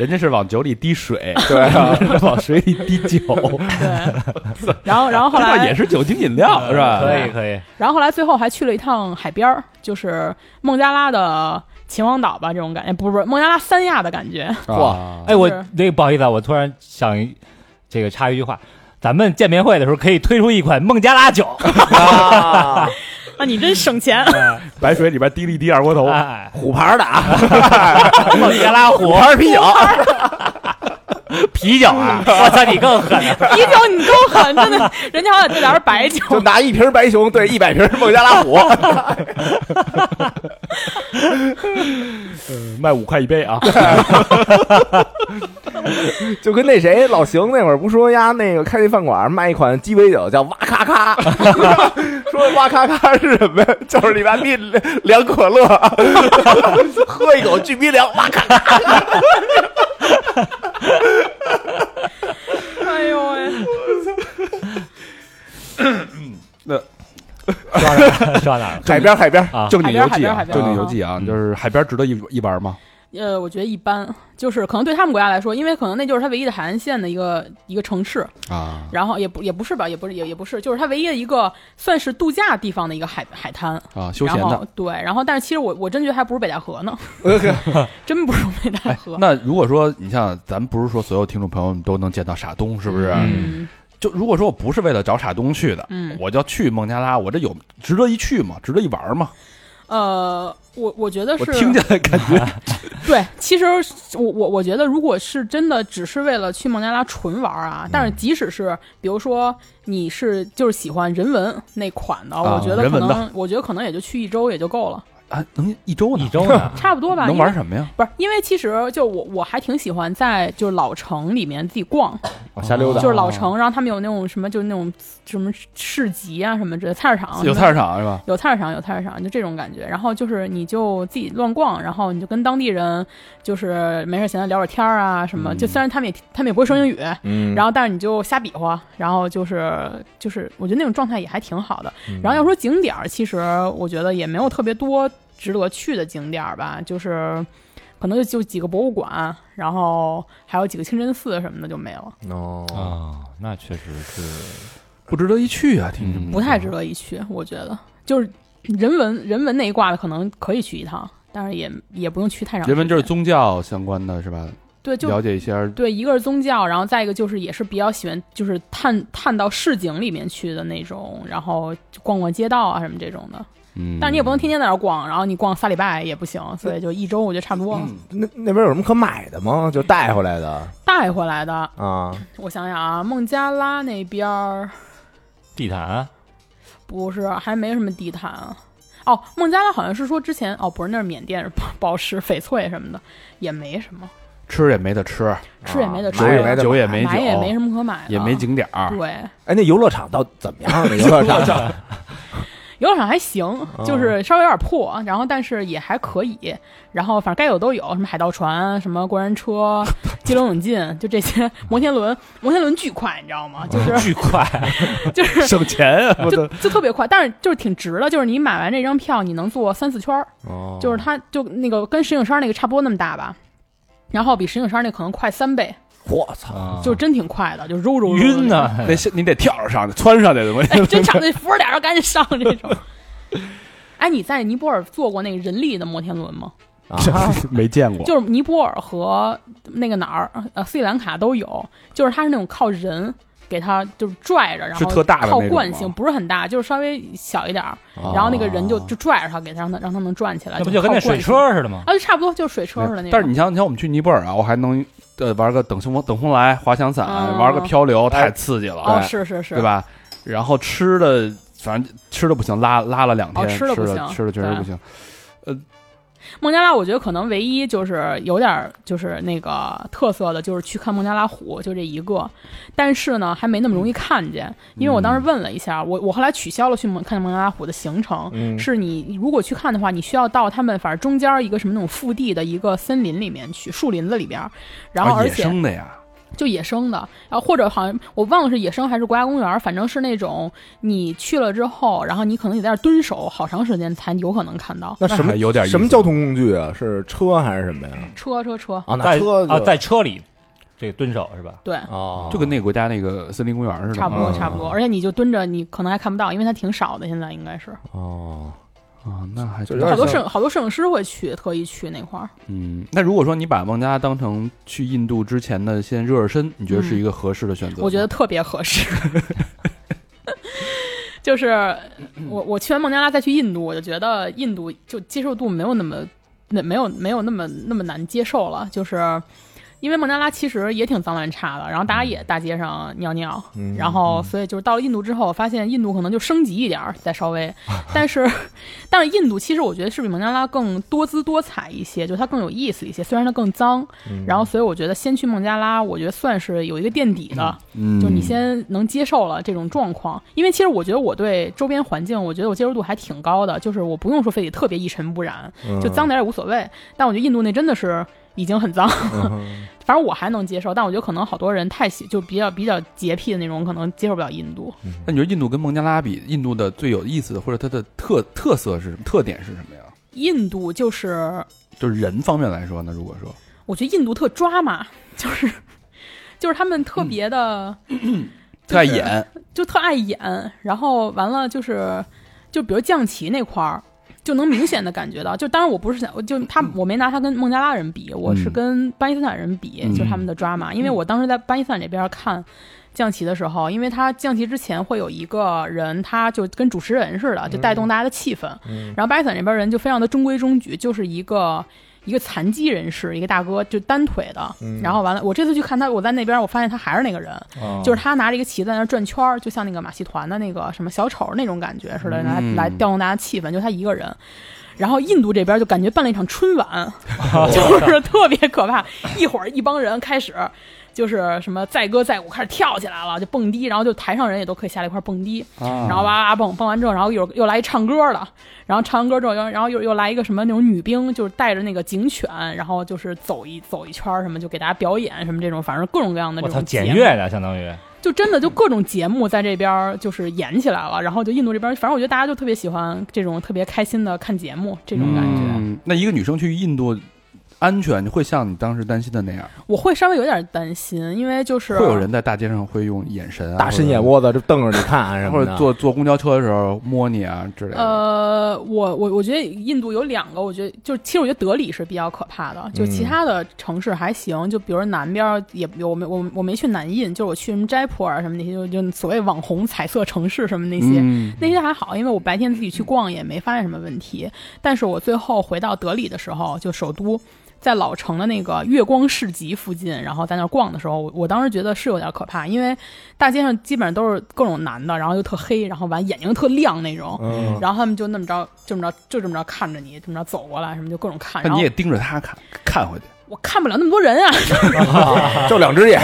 Speaker 1: 人家是往酒里滴水，
Speaker 2: 对 *laughs* 啊，
Speaker 1: 人家往水里滴酒，
Speaker 4: 对， *laughs* 然后然 *laughs* 后后来呃
Speaker 1: 那也是酒精饮料 *laughs* 是吧？
Speaker 3: 可以可以，
Speaker 4: 然后后来最后还去了一趟海边儿，就是孟加拉的秦皇岛吧，这种感觉，不是不是孟加拉三亚的感觉。
Speaker 1: 哇，
Speaker 3: 哎，我
Speaker 4: 是
Speaker 3: 那个不好意思啊，我突然想一这个插一句话，咱们见面会的时候可以推出一款孟加拉酒，
Speaker 4: *laughs* 啊，你真省钱！
Speaker 1: 哎白水里边滴了一滴二锅头，
Speaker 3: 哎，
Speaker 2: *laughs* 虎牌的啊，
Speaker 3: *laughs* 孟加拉
Speaker 1: *laughs*
Speaker 3: 虎
Speaker 2: 虎牌啤 *laughs* 酒，
Speaker 3: 啤酒啊，我操，你更狠，
Speaker 4: 啤酒你够狠，真的，人家好歹兑点儿
Speaker 2: *laughs*
Speaker 4: 白酒。
Speaker 2: 就拿一瓶白熊对一百瓶孟加拉 *laughs* 虎，
Speaker 4: 嗯
Speaker 1: 卖五 *laughs* 块一杯啊，
Speaker 2: 就跟那谁老邢那会儿不说呀，那个开那饭馆卖一款鸡尾酒叫哇咔咔， *laughs* 说哇咔咔是什么呀？就是里边冰凉可 *laughs* 乐，喝一口巨冰凉，哇咔咔。
Speaker 4: 哎呦喂，
Speaker 3: 说到哪儿了？
Speaker 2: 海边海边，
Speaker 3: 啊
Speaker 1: 正经游
Speaker 4: 海
Speaker 1: 记
Speaker 4: 边海
Speaker 1: 啊，
Speaker 4: 边嗯
Speaker 1: 正经游记啊，就是海边值得一一玩吗？
Speaker 4: 呃，我觉得一般，就是可能对他们国家来说，因为可能那就是它唯一的海岸线的一个一个城市，
Speaker 1: 啊，
Speaker 4: 然后也不也不是吧，也不是也也不是，就是它唯一的一个算是度假地方的一个海海滩。
Speaker 1: 啊，休闲
Speaker 4: 嗯然
Speaker 1: 的。
Speaker 4: 后对，然后但是其实我我真觉得还不如北戴河呢，
Speaker 2: 嗯
Speaker 4: 真不如北戴河。
Speaker 1: 那如果说你像咱不是说所有听众朋友们都能见到傻东，是不是？
Speaker 4: 嗯
Speaker 1: 就如果说我不是为了找傻东去的，
Speaker 4: 嗯
Speaker 1: 我就去孟加拉，我这有值得一去吗？值得一玩吗？
Speaker 4: 呃，我我觉得
Speaker 1: 我
Speaker 4: 是
Speaker 1: 听见了感觉
Speaker 4: 对，其实我我我觉得，如果是真的只是为了去孟加拉纯玩儿啊，但
Speaker 1: 嗯
Speaker 4: 是即使是比如说你是就是喜欢人文那款的，
Speaker 1: 啊
Speaker 4: 我觉得
Speaker 1: 人
Speaker 4: 可
Speaker 1: 文的
Speaker 4: 能我觉得可能也就去一周也就够了，
Speaker 1: 啊，能一周呢？
Speaker 3: 一周呢
Speaker 4: 差不多吧。
Speaker 1: 啊能
Speaker 4: 因为
Speaker 1: 玩什么呀？
Speaker 4: 不是，因为其实就我我还挺喜欢在就是老城里面自己逛，
Speaker 2: 往瞎
Speaker 1: 哦
Speaker 2: 溜达
Speaker 4: 就是老城，然后他们有那种什么就是那种什么市集啊什么之类的，菜市场
Speaker 1: 有菜市场是吧？
Speaker 4: 有菜市场，有菜市场，就这种感觉。然后就是你就自己乱逛，然后你就跟当地人就是没事闲的聊会儿天儿啊什么。就虽然他们也他们也不会说英语，
Speaker 2: 嗯 *laughs*
Speaker 4: 然后但是你就瞎比划，然后就是就是我觉得那种状态也还挺好的。然后要说景点儿，其实我觉得也没有特别多值得去的景点儿吧，就是。可能就就几个博物馆，然后还有几个清真寺什么的就没了，
Speaker 2: 哦，
Speaker 3: 啊，那确实是
Speaker 1: 不值得一去啊，听着
Speaker 3: 嗯
Speaker 4: 不太值得一去。我觉得就是人文人文那一挂的，可能可以去一趟，但是也也不用去太长时间。
Speaker 1: 人文就是宗教相关的是吧？
Speaker 4: 对，就
Speaker 1: 了解一些
Speaker 4: 对，一个是宗教，然后再一个就是也是比较喜欢就是探探到市井里面去的那种，然后逛逛街道啊什么这种的。
Speaker 1: 嗯，
Speaker 4: 但是你也不能天天在那儿逛，然后你逛仨礼拜也不行，所以就一周我觉得差不多了。
Speaker 1: 嗯
Speaker 2: 那那边有什么可买的吗？就带回来的
Speaker 4: 带回来的，
Speaker 2: 啊，
Speaker 4: 我想想啊，孟加拉那边儿
Speaker 3: 地毯，
Speaker 4: 不是还没什么地毯啊。哦，孟加拉好像是说之前哦，不是那是缅甸，是宝宝石、翡翠什么的，也没什么。
Speaker 1: 吃也没得吃，
Speaker 4: 吃也没得吃
Speaker 2: 买啊没得
Speaker 1: 酒也
Speaker 2: 买
Speaker 1: 没酒
Speaker 4: 买也没什么可买的，
Speaker 1: 也没景点儿，
Speaker 4: 对，
Speaker 2: 哎，那游乐场到底怎么样？那游乐场
Speaker 4: 游乐场还行，就是稍微有点破，然后但是也还可以。然后反正该有都有，什么海盗船、啊什么过山车、激流勇进，就这些摩天轮，摩天轮巨快，你知道吗？就
Speaker 3: *laughs*
Speaker 4: 是
Speaker 3: 巨快， *laughs*
Speaker 4: 就是
Speaker 1: 省钱啊！我
Speaker 4: 就
Speaker 1: 的
Speaker 4: 就特别快，但是就是挺值的，就是你买完这张票，你能坐三四圈儿，
Speaker 2: 哦
Speaker 4: 就是它就那个跟石景山那个差不多那么大吧，然后比石景山那可能快三倍，
Speaker 2: 我操，
Speaker 1: 啊哦
Speaker 4: 就真挺快的，就揉揉揉
Speaker 3: 晕
Speaker 4: 呢。
Speaker 3: 呢。
Speaker 1: 那是你得跳着上去，窜上去的，我
Speaker 4: 哎，真差不 *laughs* 多扶着俩人赶紧上这种。 *laughs* 哎，你在尼泊尔坐过那个人力的摩天轮吗？
Speaker 2: 啊
Speaker 1: *laughs* 没见过。
Speaker 4: 就是尼泊尔和那个哪儿，呃，斯里兰卡都有，就是它是那种靠人给它就是拽着，然后
Speaker 1: 是特大的那
Speaker 4: 靠
Speaker 1: 种吗哦
Speaker 4: 惯性，不是很大，就是稍微小一点儿，然后那个人就
Speaker 1: 啊
Speaker 4: 就拽着它，给它让它让它能转起来，
Speaker 3: 那不就跟
Speaker 4: 靠
Speaker 3: 那水
Speaker 4: 惯性
Speaker 3: 车似的吗？
Speaker 4: 啊，就差不多就是水车似的那种。
Speaker 1: 但是你像你像我们去尼泊尔啊，我还能呃玩个等风等风来滑翔伞，
Speaker 4: 嗯
Speaker 1: 玩个漂流，
Speaker 2: 哎
Speaker 1: 太刺激了，
Speaker 4: 哦，是是是，
Speaker 1: 对？吧？然后吃的反正吃的不行，拉拉了两天，
Speaker 4: 哦
Speaker 1: 吃
Speaker 4: 吃的不行
Speaker 1: 吃的确实
Speaker 4: 对
Speaker 1: 不行。
Speaker 4: 孟加拉我觉得可能唯一就是有点儿就是那个特色的，就是去看孟加拉虎，就这一个。但是呢，还没那么容易看见，
Speaker 1: 嗯
Speaker 4: 因为我当时问了一下，我我后来取消了去蒙看孟加拉虎的行程。
Speaker 2: *laughs* 嗯
Speaker 4: 是你如果去看的话，你需要到他们反正中间一个什么那种腹地的一个森林里面去，树林子里边儿，然后
Speaker 1: 啊
Speaker 4: 而
Speaker 1: 野
Speaker 4: 且、
Speaker 1: 生的呀，
Speaker 4: 就野生的，然后或者好像我忘了是野生还是国家公园儿，反正是那种你去了之后，然后你可能得在那儿蹲守好长时间才有可能看到
Speaker 2: 那什么
Speaker 1: 还有点意思
Speaker 2: 什么交通工具啊？是车还是什么呀？
Speaker 4: 车车车，
Speaker 2: 啊，那
Speaker 3: 在
Speaker 2: 车
Speaker 3: 啊，
Speaker 2: 就
Speaker 3: 在车里这个蹲守是吧？
Speaker 4: 对，
Speaker 2: 哦，
Speaker 1: 就跟那个国家那个森林公园似的，
Speaker 4: 差不多
Speaker 2: 嗯
Speaker 4: 差不多，而且你就蹲着，你可能还看不到，因为它挺少的，现在应该是
Speaker 2: 哦，
Speaker 1: 啊，那还
Speaker 2: 就
Speaker 1: 真
Speaker 2: 有点
Speaker 4: 好多
Speaker 2: 像
Speaker 4: 摄好多摄影师会去特意去那块儿，
Speaker 1: 嗯。那如果说你把孟加拉当成去印度之前的先热热身，你觉得是
Speaker 4: 嗯
Speaker 1: 一个合适的选择吗？
Speaker 4: 我觉得特别合适。 *laughs* 就是我我去完孟加拉再去印度，我就觉得印度就接受度没有那么那没有没有那么那么难接受了，就是。因为孟加拉其实也挺脏乱差的，然后大家也大街上尿尿，
Speaker 2: 嗯
Speaker 4: 然后所以就是到了印度之后，发现印度可能就升级一点儿，再
Speaker 2: *laughs*
Speaker 4: 稍微，但是 *laughs* 但是印度其实我觉得是比孟加拉更多姿多彩一些，就它更有意思一些，虽然它更脏，
Speaker 2: 嗯
Speaker 4: 然后所以我觉得先去孟加拉，我觉得算是有一个垫底的，
Speaker 1: 嗯，
Speaker 4: 就你先能接受了这种状况，因为其实我觉得我对周边环境，我觉得我接受度还挺高的，就是我不用说非得特别一尘不染，
Speaker 2: 嗯
Speaker 4: 就脏点儿也无所谓。但我觉得印度那真的是已经很脏， *laughs*
Speaker 2: 嗯
Speaker 4: 反正我还能接受，但我觉得可能好多人太喜就比较比较洁癖的那种，可能接受不了印度。
Speaker 1: 那你觉得印度跟孟加拉比，印度的最有意思的或者它的特特色是什么？特点是什么呀？
Speaker 4: 印度就是
Speaker 1: 就是人方面来说呢，如果说
Speaker 4: 我觉得印度特抓马， *laughs* 就是就是他们特别的。
Speaker 1: 特爱演，
Speaker 4: 就特爱演，然后完了就是，就比如降旗那块儿，就能明显的感觉到。就当然我不是想，我就他我没拿他跟孟加拉人比，我是跟巴基斯坦人比，
Speaker 1: 嗯
Speaker 4: 就是他们的抓马。因为我当时在巴基斯坦这边看降旗的时候，因为他降旗之前会有一个人，他就跟主持人似的，就带
Speaker 1: 嗯
Speaker 4: 动大家的气氛。然后巴基斯坦这边人就非常的中规中矩，就是一个。一个残疾人士，一个大哥，就单腿的。
Speaker 1: 嗯
Speaker 4: 然后完了，我这次去看他，我在那边，我发现他还是那个人，
Speaker 1: 哦
Speaker 4: 就是他拿着一个旗在那儿转圈儿，就像那个马戏团的那个什么小丑那种感觉似的，来
Speaker 1: 嗯
Speaker 4: 来调动大家气氛，就他一个人。然后印度这边就感觉办了一场春晚，
Speaker 3: 啊
Speaker 4: *laughs* 就是特别可怕。一会儿一帮人开始就是什么载歌载舞，开始跳起来了，就蹦迪，然后就台上人也都可以下来一块儿蹦迪，
Speaker 1: 然
Speaker 4: *laughs*
Speaker 3: 嗯
Speaker 4: 然后哇哇哇蹦蹦完之后，然后又又来一唱歌的，然后唱完歌之后，又然后又又来一个什么那种女兵，就是带着那个警犬，然后就是走一走一圈儿什么，就给大家表演什么这种，反正各种各样的
Speaker 3: 我
Speaker 4: 这
Speaker 3: 操，
Speaker 4: 种节
Speaker 3: 检
Speaker 4: 目
Speaker 3: 阅的相当于
Speaker 4: 就真的就各种节目在这边儿就是演起来了，然后就印度这边儿，反正我觉得大家就特别喜欢这种特别开心的看节目这种感觉。
Speaker 1: 嗯，那一个女生去印度安全会像你当时担心的那样，
Speaker 4: 我会稍微有点担心，因为就是
Speaker 1: 会有人在大街上会用眼神啊，
Speaker 2: 大伸眼
Speaker 1: 窝，
Speaker 2: 窝子就瞪着你看啊什
Speaker 1: 或
Speaker 2: 么
Speaker 1: 者
Speaker 2: 的，
Speaker 1: 坐坐公交车的时候摸你啊之类的。
Speaker 4: 呃，我我我觉得印度有两个，我觉得就是其实我觉得德里是比较可怕的，就其他的城市还行，就比如南边儿也我没我我没去南印，就是我去什么斋普尔什么那些，就就所谓网红彩色城市什么那些，
Speaker 1: 嗯，
Speaker 4: 那些还好，因为我白天自己去逛也没发现什么问题。但是我最后回到德里的时候，就首都在老城的那个月光市集附近，然后在那儿逛的时候，我我当时觉得是有点可怕，因为大街上基本上都是各种男的，然后又特黑，然后完眼睛特亮那种。
Speaker 2: 嗯，
Speaker 4: 然后他们就那么着，就这么着，就这么着看着你，这么着走过来，什么就各种看。
Speaker 1: 那
Speaker 4: 然后
Speaker 1: 你也盯着她看看回去，
Speaker 4: 我看不了那么多人啊。
Speaker 2: 就两
Speaker 4: *laughs*
Speaker 2: 只眼，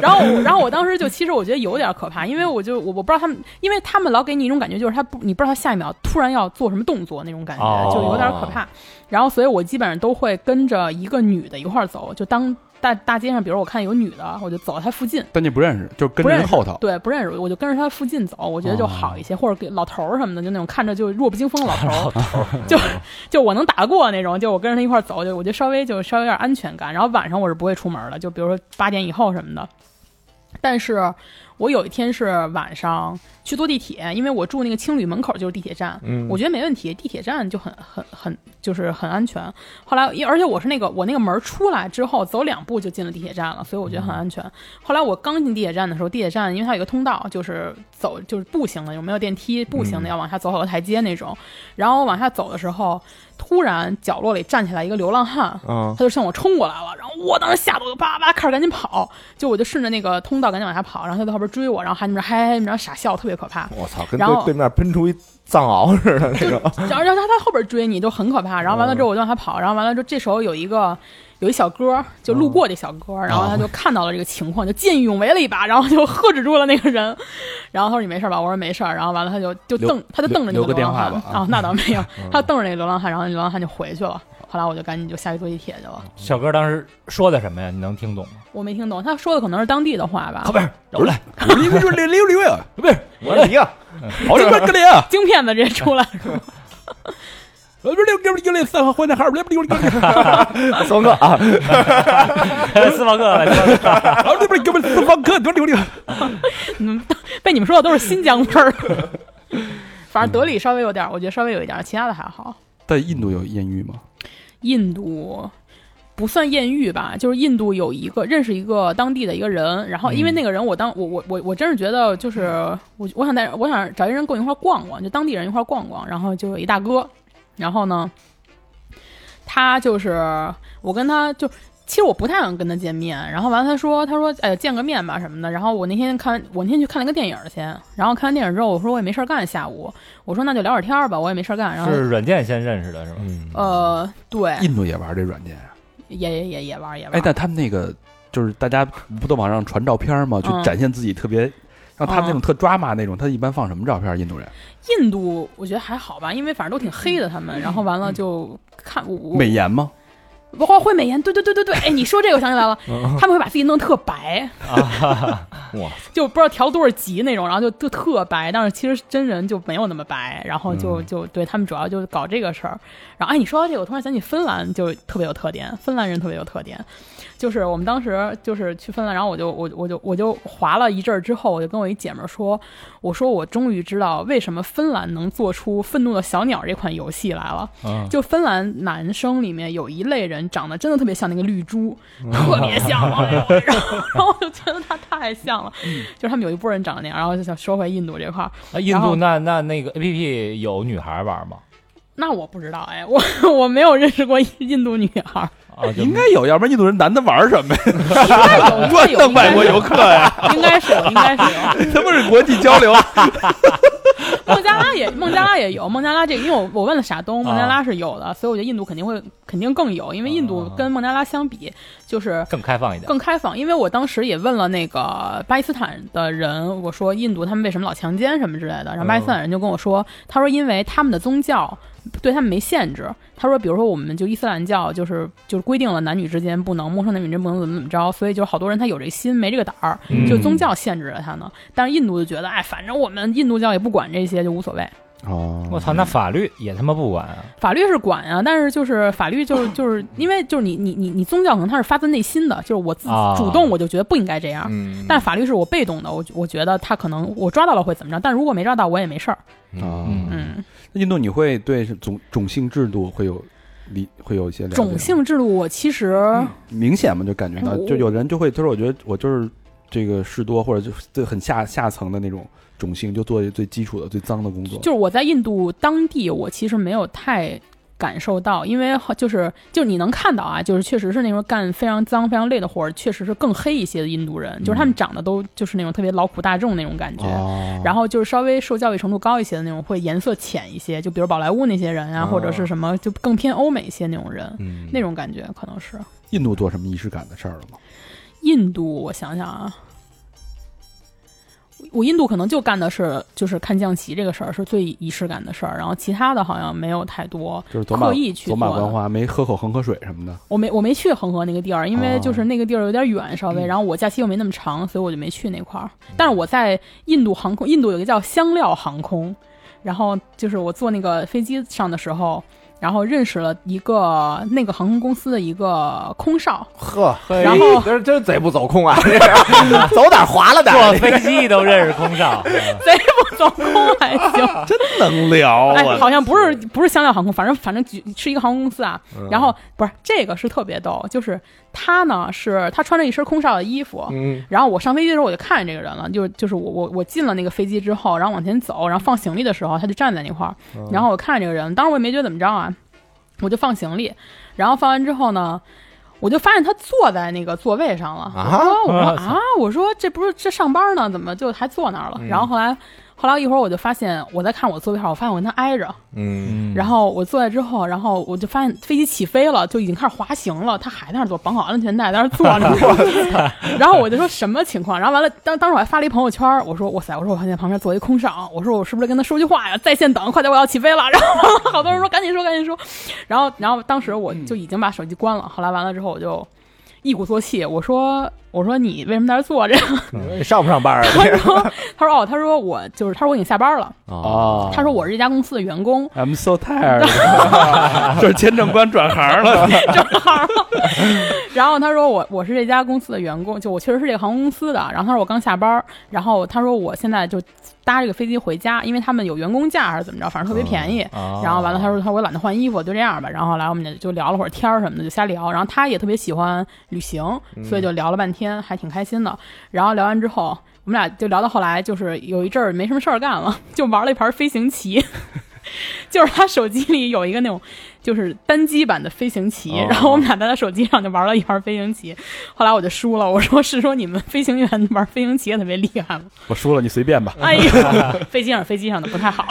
Speaker 4: 然后我，然后我当时就其实我觉得有点可怕，因为我就我我不知道他们，因为他们老给你一种感觉，就是他不你不知道他下一秒突然要做什么动作那种感觉，
Speaker 3: 哦
Speaker 4: 就有点可怕。然后，所以我基本上都会跟着一个女的一块儿走，就当大大街上，比如我看有女的，我就走到她附近。
Speaker 1: 但你不认识，就是跟
Speaker 4: 不认
Speaker 1: 人
Speaker 4: 识
Speaker 1: 后头。
Speaker 4: 对，不认识，我就跟着她附近走，我觉得就好一些。或者给老头儿什么的，就那种看着就弱不禁 *laughs* 风的老头儿，就就我能打得过那种，就我跟着他一块儿走，就我就稍微就稍微有点安全感。然后晚上我是不会出门的，就比如说八点以后什么的。但是我有一天是晚上去坐地铁，因为我住那个青旅门口就是地铁站，
Speaker 2: 嗯
Speaker 4: 我觉得没问题，地铁站就很很很就是很安全。后来，因而且我是那个我那个门出来之后走两步就进了地铁站了，所以我觉得很安全。后来我刚进地铁站的时候，地铁站因为它有一个通道，就是走就是步行的，有没有电梯？步行的要往下走好多台阶那种。然后往下走的时候，突然角落里站起来一个流浪汉，
Speaker 2: 嗯
Speaker 4: 他就向我冲过来了，然后我当时吓得我就叭叭叭开始赶紧跑，就我就顺着那个通道赶紧往下跑，然后他在后边追我，然后还在那边嗨嗨，那边傻笑，特别可怕。
Speaker 2: 我操，跟
Speaker 4: 然后
Speaker 2: 对对面喷出一藏獒似的那种，
Speaker 4: 然后让他在后边追你，就很可怕。然后完了之后，我就让他跑。然后完了之后，这时候有一个有一小哥就
Speaker 1: 嗯
Speaker 4: 路过这小哥，然
Speaker 1: 哦
Speaker 4: 后他就看到了这个情况，就见义勇为了一把，然后就喝止住了那个人。然后他说：“你没事吧？”我说：“没事儿。”然后完了，他就就
Speaker 1: 留
Speaker 4: 瞪，他就瞪着那
Speaker 1: 留留个
Speaker 4: 流浪汉
Speaker 1: 电话吧嗯
Speaker 4: 啊，那倒没有， *laughs* 他瞪着那个流浪汉，然后那流浪汉就回去了。后来我就赶紧就下去坐地铁去
Speaker 1: 嗯
Speaker 4: 了，
Speaker 3: 小哥当时说的什么呀？你能听懂吗？啊
Speaker 4: 我没听懂，他说的可能啊是当地的话吧
Speaker 3: 靠。边儿，我来，
Speaker 1: 溜溜溜溜溜呀，
Speaker 3: 靠边儿，
Speaker 2: 我说你
Speaker 4: *laughs*
Speaker 2: 呀，
Speaker 1: 好溜溜溜呀，
Speaker 4: *laughs* 京片子直接出来，
Speaker 1: 溜溜溜溜溜，三号坏男孩，溜溜溜溜，
Speaker 2: 松哥啊，
Speaker 3: 斯巴克来，斯巴克
Speaker 1: 好溜溜溜，四方哥多溜溜。
Speaker 4: 嗯被你们说的都是新疆味儿。 *laughs* 反正德里稍微有点儿，我觉得稍微有一点儿，其他的还好。
Speaker 1: 在印度有艳遇吗？
Speaker 4: 印度不算艳遇吧，就是印度有一个认识一个当地的一个人，然后因为那个人我当我我我我真是觉得就是我我想带我想找一人跟我一块儿逛逛，就当地人一块儿逛逛，然后就有一大哥，然后呢，他就是我跟他就。其实我不太想跟他见面，然后完了他说他说哎见个面吧什么的，然后我那天看我那天去看了个电影先，然后看完电影之后我说我也没事儿干下午，我说那就聊会儿天儿吧，我也没事儿干，然后
Speaker 3: 是软件先认识的是吗？
Speaker 2: 嗯，
Speaker 4: 呃对
Speaker 1: 印度也玩这软件啊？
Speaker 4: 也也也也玩儿也玩儿，
Speaker 1: 哎，但他们那个就是大家不都往上传照片吗？去
Speaker 4: 嗯
Speaker 1: 展现自己特别，像他们那种特抓马那种，他一般放什么照片？印度人
Speaker 4: 印度我觉得还好吧，因为反正都挺黑的他们，然后完了就看我我
Speaker 1: 美颜吗？
Speaker 4: 包括会美颜，对对对对对，哎，你说这个我想起来了，他们会把自己弄得特白，
Speaker 2: 哇，
Speaker 4: *laughs* 就不知道调多少级那种，然后就就特白，但是其实真人就没有那么白，然后就就对他们主要就搞这个事儿。然后哎，你说到这个，我突然想起芬兰就特别有特点，芬兰人特别有特点，就是我们当时就是去芬兰，然后我就我我就我就滑了一阵儿之后，我就跟我一姐们儿说，我说我终于知道为什么芬兰能做出《愤怒的小鸟》这款游戏来了。
Speaker 3: 嗯
Speaker 1: 啊
Speaker 4: 就芬兰男生里面有一类人长得真的特别像那个绿猪，
Speaker 1: 嗯
Speaker 4: 特别像王
Speaker 1: *laughs*
Speaker 4: 力宏，然后然后我就觉得他太像了，
Speaker 1: 嗯
Speaker 4: 就是他们有一波人长得那样，然后就想说回印度这块儿，
Speaker 3: 啊印
Speaker 4: *laughs* 然后
Speaker 3: 度那那那个 A P P 有女孩玩吗？
Speaker 4: 那我不知道哎，我 *laughs* 我没有认识过印度女
Speaker 1: *laughs*
Speaker 4: 孩儿，
Speaker 3: 啊，就
Speaker 1: 应该有，要不然印度人男的玩什么呀？ *laughs*
Speaker 4: 应该有，
Speaker 1: 弄外国
Speaker 4: 应该
Speaker 1: 游客呀，
Speaker 4: 有， *laughs* 应该是有，应该是有。
Speaker 1: 他们是国际交流。
Speaker 4: 孟加拉也，孟加拉也
Speaker 1: 啊
Speaker 4: 有，孟加拉这个，因为我我问了傻东，孟加拉是有的，所以我觉得印度肯定会肯定更有，因为印
Speaker 1: 啊
Speaker 4: 度跟孟加拉相比就是
Speaker 3: 更开放一点。
Speaker 4: 更开放。因为我当时也问了那个巴基斯坦的人，我说印度他们为什么老强奸什么之类的，然后巴基斯坦人就跟我说，他说因为他们的宗教对他们没限制，他说比如说我们就伊斯兰教就是就是规定了男女之间不能陌生男女之间不能怎么怎么着，所以就是好多人他有这个心没这个胆儿，就
Speaker 2: 嗯
Speaker 4: 宗教限制了他呢。但是印度就觉得哎，反正我们印度教也不管这些，就无所谓。
Speaker 1: *laughs* 哦
Speaker 3: 我操，那法律也他妈不管啊！
Speaker 4: 法律是管啊，但是就是法律就是就是因为就是你你你你宗教可能它是发自内心的，就是我自己
Speaker 3: 啊
Speaker 4: 主动我就觉得不应该这样，
Speaker 2: 嗯
Speaker 4: 但法律是我被动的，我我觉得他可能我抓到了会怎么着，但如果没抓到我也没事儿。
Speaker 1: 啊，
Speaker 4: 嗯，
Speaker 1: 印度你会对种种姓制度会有理会有一些了解吗嗯
Speaker 4: 种姓制度我其实
Speaker 1: 明显嘛，就感觉到，
Speaker 4: 我
Speaker 1: 就有人就会，他说我觉得我就是这个士多，或者就是最很下下层的那种种姓，就做最基础的最脏的工作。
Speaker 4: 就是我在印度当地，我其实没有太感受到，因为好就是就是你能看到啊，就是确实是那种干非常脏、非常累的活儿，确实是更黑一些的印度人，就是他们长得都就是那种特别劳苦大众那种感觉。
Speaker 1: 嗯哦，
Speaker 4: 然后就是稍微受教育程度高一些的那种，会颜色浅一些，就比如宝莱坞那些人啊，
Speaker 2: 哦
Speaker 4: 或者是什么，就更偏欧美一些那种人，
Speaker 1: 嗯
Speaker 4: 那种感觉可能是。
Speaker 1: 印度做什么仪式感的事儿了吗？
Speaker 4: 印度，我想想啊，我印度可能就干的是就是看象棋这个事儿是最仪式感的事儿，然后其他的好像没有太多
Speaker 1: 就是走马
Speaker 4: 刻意去
Speaker 1: 走
Speaker 4: 做。
Speaker 1: 马观花，没喝口恒河水什么的。
Speaker 4: 我没我没去恒河那个地儿，因为
Speaker 1: 哦
Speaker 4: 就是那个地儿有点远，稍微，然后我假期又没那么长，所以我就没去那块儿。但是我在印度航空，印度有一个叫香料航空，然后就是我坐那个飞机上的时候。然后认识了一个那个航空公司的一个空少，
Speaker 2: *laughs*
Speaker 4: *laughs*
Speaker 2: 呵，
Speaker 4: 然后
Speaker 2: 真真贼不走空啊， *laughs* 这个走哪儿划了点
Speaker 3: 坐
Speaker 2: 儿。
Speaker 3: 飞机都认识空
Speaker 4: *laughs*
Speaker 3: 少，
Speaker 4: 贼不走空还行，
Speaker 1: *laughs* 能聊
Speaker 2: 哦
Speaker 1: 啊
Speaker 4: 哎，好像不是不是香料航空，反正反正举是一个航空公司啊。
Speaker 2: 嗯
Speaker 4: 然后不是这个是特别逗，就是他呢是他穿着一身空少的衣服。
Speaker 2: 嗯，
Speaker 4: 然后我上飞机的时候我就看见这个人了，就是就是我我我进了那个飞机之后，然后往前走，然后放行李的时候，他就站在那块儿，
Speaker 2: 嗯
Speaker 4: 然后我看见这个人，当时我也没觉得怎么着啊，我就放行李，然后放完之后呢，我就发现他坐在那个座位上了，
Speaker 2: 啊，
Speaker 4: 哦，我说
Speaker 3: 啊
Speaker 4: 啊，我说这不是这上班呢，怎么就还坐那儿了？然后后来，后来一会儿我就发现我在看我座位号，我发现我跟他挨着，
Speaker 2: 嗯，
Speaker 3: 嗯
Speaker 4: 然后我坐在之后，然后我就发现飞机起飞了，就已经开始滑行了，他还在那儿坐，绑好安全带在那儿坐着。然后我就说什么情况？然后完了，当当时我还发了一朋友圈，我说哇塞，我说我发现旁边坐一空少，我说我是不是跟他说句话呀？在线等，快点，我要起飞了。 *laughs* 然后好多人说赶紧说赶紧说，然后然后当时我就已经把手机关了。后来完了之后，我就一鼓作气，我说我说你为什么在这儿坐着？
Speaker 2: 上不上班啊？
Speaker 4: 他说 *laughs* 他说哦，他说我就是他说我已经下班了，
Speaker 1: 啊。
Speaker 4: 他说我是这家公司的员工。
Speaker 1: 哎 I'm so tired，这
Speaker 4: *laughs*
Speaker 1: 是签证官转行了。
Speaker 4: *laughs* 然后他说我我是这家公司的员工，就我确实是这个航空公司的。然后他说我刚下班儿，然后他说我现在就搭这个飞机回家，因为他们有员工价还是怎么着，反正特别便
Speaker 3: 哦
Speaker 4: 宜。然后完了，他说他说我懒得换衣服，就这样吧。然后后来我们就就聊了会儿天儿什么的，就瞎聊。然后他也特别喜欢旅行，所以就聊了半天，还挺开心的。然后聊完之后，我们俩就聊到后来，就是有一阵儿没什么事儿干了， *laughs* 就玩了一盘飞行棋。 *laughs* 就是他手机里有一个那种，就是单机版的飞行棋，然后我们俩在他手机上就玩了一盘飞行棋，后来我就输了，我说是说你们飞行员玩飞行棋也特别厉害吗？
Speaker 1: 我输了，你随便吧。
Speaker 4: 哎呀，飞机上飞机上的不太好，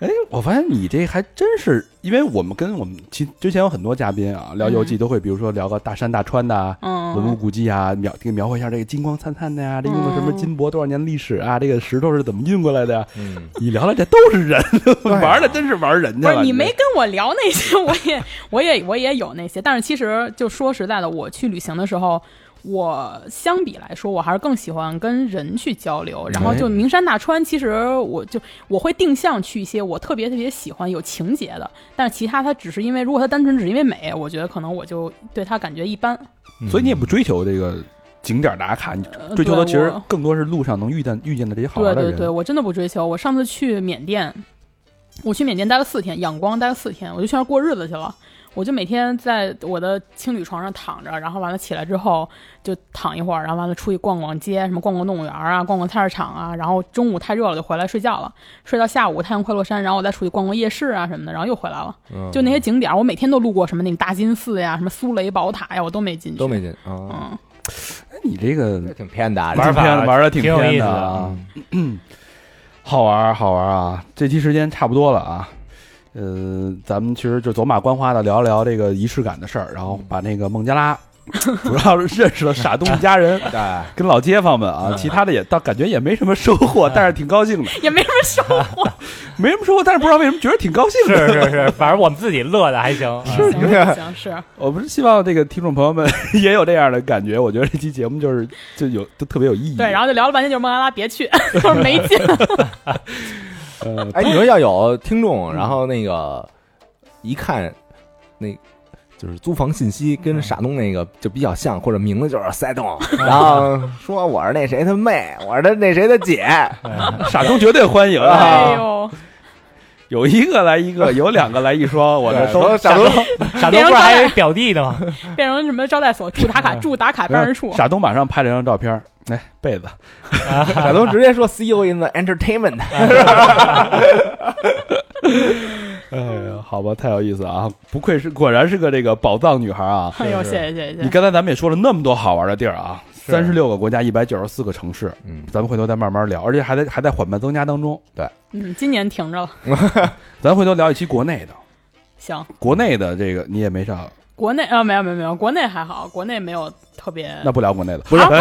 Speaker 1: 哎，我发现你这还真是，因为我们跟我们其之前有很多嘉宾啊，聊游记都会，比如说聊个大山大川的啊，文物
Speaker 4: 嗯，
Speaker 1: 古迹啊，描这个描绘一下这个金光灿灿的呀、这用的什么
Speaker 4: 嗯
Speaker 1: 金箔多少年历史啊，这个石头是怎么运过来的呀、
Speaker 2: 嗯，
Speaker 1: 你聊聊，这都是人，玩的真是玩人去
Speaker 4: 啊不
Speaker 1: 了。
Speaker 4: 是你没跟我聊那些，我也我也我也有那些，但是其实就说实在的，我去旅行的时候。我相比来说，我还是更喜欢跟人去交流。然后
Speaker 1: 哎
Speaker 4: 就名山大川，其实我就我会定向去一些我特别特别喜欢有情节的，但是其他它只是因为，如果它单纯只是因为美，我觉得可能我就对它感觉一般。
Speaker 3: 嗯
Speaker 1: 这所以你也不追求这个景点打卡，你
Speaker 4: 呃
Speaker 1: 追求的
Speaker 4: 对
Speaker 1: 其实
Speaker 4: 我
Speaker 1: 更多是路上能遇见遇见的这些好
Speaker 4: 对
Speaker 1: 玩的
Speaker 4: 对
Speaker 1: 人。
Speaker 4: 对，我真的不追求。我上次去缅甸，我去缅甸待了四天，仰光待了四天，我就去那儿过日子去了。我就每天在我的青旅床上躺着，然后完了起来之后就躺一会儿，然后完了出去逛逛街，什么逛逛动物园啊，逛逛菜市场啊，然后中午太热了就回来睡觉了，睡到下午太阳快落山，然后我再出去逛逛夜市啊什么的，然后又回来了。
Speaker 2: 嗯
Speaker 4: 就那些景点儿，我每天都路过什么那个大金寺呀、什么苏雷宝塔呀，我都没进去。
Speaker 2: 都没进啊，
Speaker 4: 嗯，
Speaker 1: 哎你这个
Speaker 2: 这挺偏的啊。
Speaker 3: 玩
Speaker 1: 挺
Speaker 3: 法
Speaker 1: 偏的玩的挺
Speaker 3: 挺有意
Speaker 1: 偏
Speaker 3: 思
Speaker 1: 的
Speaker 3: 的嗯
Speaker 1: 啊，
Speaker 2: 嗯
Speaker 1: 好玩儿好玩儿啊！这期时间差不多了啊。呃，咱们其实就走马观花的聊一聊这个仪式感的事儿，然后把那个孟加拉主要是认识了傻东一家人，
Speaker 2: 对，
Speaker 1: 跟老街坊们啊，其他的也倒感觉也没什么收获，但是挺高兴的，
Speaker 4: 也没什么收获。
Speaker 1: 没什么收获，但是不知道为什么觉得挺高兴
Speaker 3: *laughs* 是
Speaker 1: 的。
Speaker 3: 是是，反正我们自己乐的还行，啊是
Speaker 4: 行行行是。
Speaker 1: 我不是希望这个听众朋友们也有这样的感觉，我觉得这期节目就是就有就特别有意义。
Speaker 4: 对，然后就聊了半天，就是孟加拉别去，就是没劲。
Speaker 1: 呃，
Speaker 2: 哎，你说要有听众，然后那个一看那。就是租房信息跟傻东那个就比较像，或者名字就是塞 *laughs* 东，然后说我是那谁他妹，我是他那谁的 *laughs* 姐，
Speaker 1: 傻东绝对欢迎啊！
Speaker 4: 哎 *laughs* 呦，
Speaker 1: 有一个来一个，有两个来一双，我这
Speaker 2: 对
Speaker 1: 都
Speaker 2: 说傻东
Speaker 3: 傻东不是还有表弟呢吗？
Speaker 4: 变成什么招待所驻打卡驻打卡办事处，
Speaker 1: 嗯傻东马上拍了张照片儿，来被子，
Speaker 2: 傻 E 东直接说 “see you in the entertainment”，
Speaker 1: 哎呀，好吧，太有意思啊！不愧是，果然是个这个宝藏女孩啊！
Speaker 4: 哎呦，谢谢谢谢
Speaker 1: 你
Speaker 4: 谢谢。
Speaker 1: 刚才咱们也说了那么多好玩的地儿啊，三十六个国家，一百九十四个城市，
Speaker 2: 嗯，
Speaker 1: 咱们回头再慢慢聊，而且还在还在缓慢增加当中。
Speaker 4: 嗯，今年停着了。
Speaker 1: 咱回头聊一期国内的，
Speaker 4: 行，
Speaker 1: 国内的这个你也没上，
Speaker 4: 国内啊，没有没有没有，国内还好，国内没有特别。
Speaker 1: 那不聊国内的，不是
Speaker 2: 不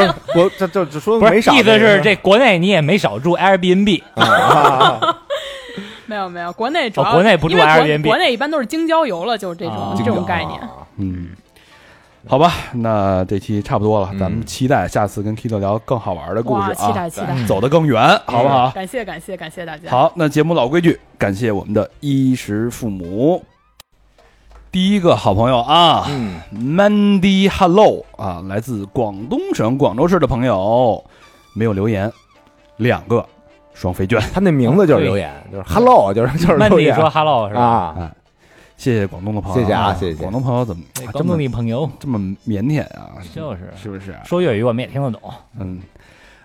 Speaker 2: 是 *laughs* 我这这这说
Speaker 3: 不是
Speaker 2: 没少，
Speaker 3: 意思是这国内你也没少住 Airbnb，
Speaker 2: 嗯
Speaker 4: 没有没有，国内主要、
Speaker 3: 哦国内不住
Speaker 4: 因为国
Speaker 3: Airbnb
Speaker 4: 国内一般都是京郊游了，就是这种、
Speaker 3: 啊
Speaker 2: *laughs*
Speaker 4: 这
Speaker 3: 京
Speaker 4: 种概念。
Speaker 1: 嗯，好吧，那这期差不多了，咱们期待下次跟 Kito 聊更好玩的故事
Speaker 4: 哇，
Speaker 1: 啊，
Speaker 4: 期待期嗯待，
Speaker 1: 走得更远，好不好？
Speaker 4: 感谢感谢感谢大家。
Speaker 1: 好，那节目老规矩，感谢我们的衣食父母。第一个好朋友啊、
Speaker 2: 嗯
Speaker 1: m a n d y Hello 啊，来自广东省广州市的朋友，没有留言，两个双飞券，
Speaker 2: 他那名字就是留言，就是 hello，就是就是
Speaker 3: 曼
Speaker 2: 留
Speaker 3: 迪
Speaker 2: 言
Speaker 3: 说 hello 是吧？
Speaker 2: 啊，
Speaker 1: 谢谢广东的朋友，
Speaker 2: 谢谢啊谢谢
Speaker 1: 广东朋友怎么
Speaker 3: 对
Speaker 1: 哎这
Speaker 3: 广东
Speaker 1: 么
Speaker 3: 的朋友
Speaker 1: 这么腼腆啊？
Speaker 3: 就是
Speaker 1: 是不是啊？
Speaker 3: 说粤语我们也听得懂，
Speaker 1: 嗯，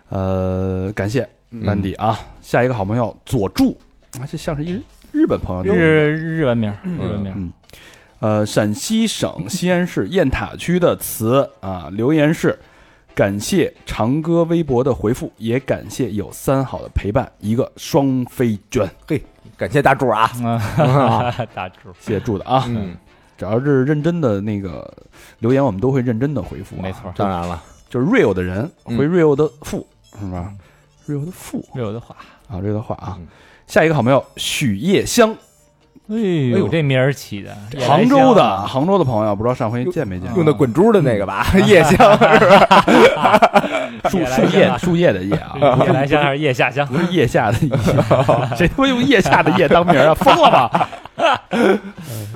Speaker 1: 呃，感谢
Speaker 2: 嗯
Speaker 1: 曼迪啊，下一个好朋友佐助啊，这像是一日本朋友的名字
Speaker 3: 日日文名，日文名。
Speaker 1: 呃，陕西省西安市雁塔区的词啊，留言是：感谢长哥微博的回复，也感谢有三好的陪伴，一个双飞卷，
Speaker 2: 嘿，感谢大柱啊，
Speaker 3: 啊， *laughs* 大柱，
Speaker 1: 谢谢住的啊。
Speaker 2: 嗯，
Speaker 1: 只要是认真的那个留言，我们都会认真的回复、啊
Speaker 3: 没，错，
Speaker 2: 当然了，
Speaker 1: 就是 real 的人
Speaker 2: 嗯
Speaker 1: 回 real 的复，是吧？real 的复
Speaker 3: 没有的哎话，
Speaker 1: 啊，real 的话啊
Speaker 2: 嗯。
Speaker 1: 下一个好朋友许叶香，
Speaker 3: 哎
Speaker 1: 哎
Speaker 3: 呦，
Speaker 1: 呦
Speaker 3: 这名儿起的，
Speaker 1: 杭州的杭州的朋友，不知道上回见没见？啊
Speaker 2: 用的滚珠的那个吧， *laughs* 夜香是吧？
Speaker 1: 树
Speaker 3: 夜来
Speaker 1: 树叶
Speaker 3: 香
Speaker 1: 树叶的叶啊，
Speaker 3: 夜来香还是夜下香？
Speaker 1: *laughs* 不是腋下的腋， *laughs* 谁他妈用腋下的腋当名儿啊？疯了吧？ *laughs*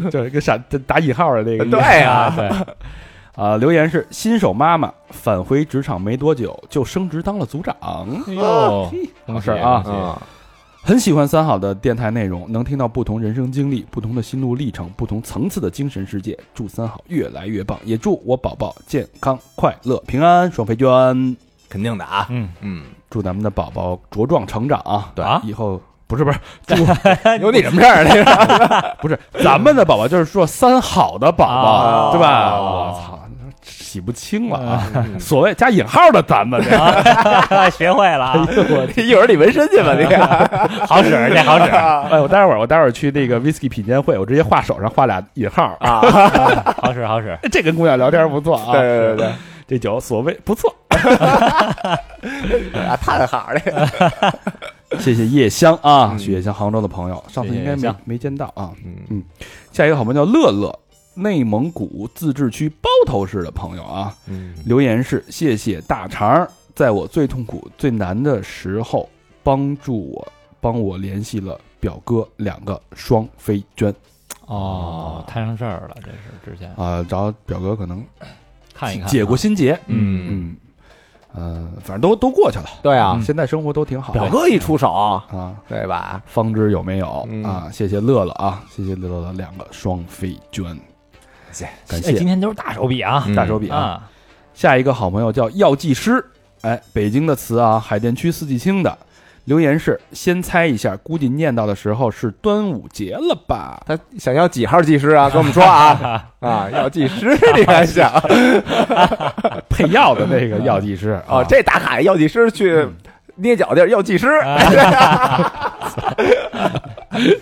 Speaker 1: 就是跟傻打引号的那个。
Speaker 2: 对
Speaker 3: 啊，
Speaker 2: 啊，
Speaker 3: 对，
Speaker 1: 啊，留言是新手妈妈返回职场没多久就升职当了组长，
Speaker 3: 哎呦，
Speaker 1: 好事儿啊
Speaker 3: 恭喜
Speaker 2: 嗯，
Speaker 1: 很喜欢三好的电台内容，能听到不同人生经历、不同的心路历程、不同层次的精神世界。祝三好越来越棒，也祝我宝宝健康、快乐、平安。双飞娟，
Speaker 2: 肯定的啊，
Speaker 3: 嗯，
Speaker 2: 嗯，
Speaker 1: 祝咱们的宝宝茁壮成长啊！*laughs*
Speaker 2: 对
Speaker 3: 啊
Speaker 1: 以后不是不是，
Speaker 2: 有你什么事儿？啊这个
Speaker 1: *laughs* 不是咱们的宝宝，就是说三好的宝宝，
Speaker 2: 啊
Speaker 3: 哦
Speaker 1: 对吧？我操，洗不清了啊！*laughs*
Speaker 2: 嗯
Speaker 1: 所谓加引号的咱们，这
Speaker 3: 啊，学会了啊，
Speaker 2: *laughs* 一会儿李纹身
Speaker 1: *laughs*
Speaker 2: 去吧，你看，
Speaker 3: 好使，这好使，
Speaker 1: 哎，我待会儿我待会儿去那个 whisky 品鉴会，我直接画手上画俩引号啊！
Speaker 3: 好使，好使，
Speaker 1: *laughs* 这跟姑娘聊天不错啊，
Speaker 2: 对对对
Speaker 1: 这酒所谓不错。
Speaker 2: 对，啊，探好的，
Speaker 1: 谢谢叶香啊，
Speaker 2: 嗯
Speaker 1: 雪香杭州的朋友，上次应该
Speaker 3: 谢谢叶
Speaker 1: 没
Speaker 3: 香
Speaker 1: 没见到啊。
Speaker 2: 嗯
Speaker 1: 下一个好朋友叫乐乐，内蒙古自治区包头市的朋友啊，
Speaker 2: 嗯，
Speaker 1: 留言是：谢谢大肠儿，在我最痛苦、最难的时候，帮助我，帮我联系了表哥两个双飞娟
Speaker 3: 哦，摊上事儿了，这是之前
Speaker 1: 啊、找表哥可能
Speaker 3: 看一看啊，
Speaker 1: 哎解过心结，
Speaker 2: 嗯，
Speaker 1: 嗯，呃，反正都都过去了，
Speaker 2: 对啊
Speaker 3: 嗯，
Speaker 1: 现在生活都挺好
Speaker 2: 表哥一出手，
Speaker 1: 啊。
Speaker 2: 对吧？
Speaker 1: 方知有没有、
Speaker 2: 嗯
Speaker 1: 啊？谢谢乐乐啊，谢谢乐乐两个双飞娟，
Speaker 2: 谢
Speaker 1: 感
Speaker 3: 哎，今
Speaker 1: 谢
Speaker 3: 天都是大手笔啊，
Speaker 2: 嗯
Speaker 1: 大手笔啊！
Speaker 3: 啊，
Speaker 1: 下一个好朋友叫药剂师，哎，北京的词啊，海淀区四季青的留言是：先猜一下，估计念到的时候是端午节了吧？
Speaker 2: 他想要几号技师啊？跟我们说啊啊，要技师你还想
Speaker 1: 配药的那个药剂师 *laughs*
Speaker 2: 哦，这打卡要技师去捏脚地儿要技师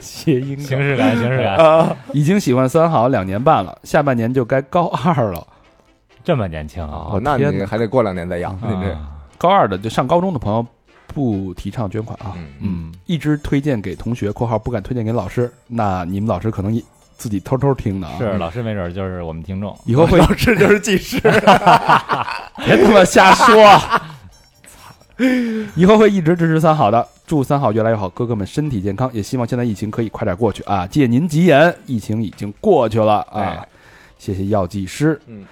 Speaker 1: 谐音
Speaker 3: 形式
Speaker 2: *laughs*
Speaker 3: 感，形式感，
Speaker 2: 啊，
Speaker 1: 已经喜欢三好两年半了，下半年就该高二了。
Speaker 3: 这么年轻啊，
Speaker 1: 我
Speaker 2: 哦那
Speaker 1: 天
Speaker 2: 你
Speaker 1: 哪
Speaker 2: 还得过两年再要，你这
Speaker 3: 啊
Speaker 1: 高二的就上高中的朋友不提倡捐款啊，
Speaker 2: 嗯
Speaker 3: 嗯，
Speaker 1: 一直推荐给同学（括号不敢推荐给老师）。那你们老师可能也自己偷偷听的啊，
Speaker 2: 嗯
Speaker 3: 是老师没准儿就是我们听众，
Speaker 1: 以后会
Speaker 2: 老师就是
Speaker 1: *laughs*
Speaker 2: 技师，
Speaker 1: 别他妈瞎说！啊以后会一直支持三好的，祝三好越来越好，哥哥们身体健康，也希望现在疫情可以快点过去啊！借您吉言，疫情已经过去了啊！
Speaker 2: 哎
Speaker 1: 谢谢药剂师。
Speaker 2: 嗯，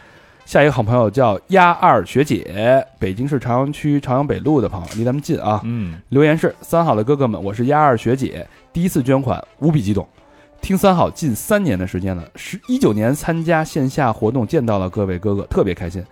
Speaker 1: 下一个好朋友叫丫二学姐，北京市朝阳区朝阳北路的朋友，离咱们近啊。
Speaker 3: 嗯，
Speaker 1: 留言是：三好的哥哥们，我是丫二学姐，第一次捐款，无比激动。听三好近三年的时间了，是一九年参加线下活动见到了各位哥哥，特别开心。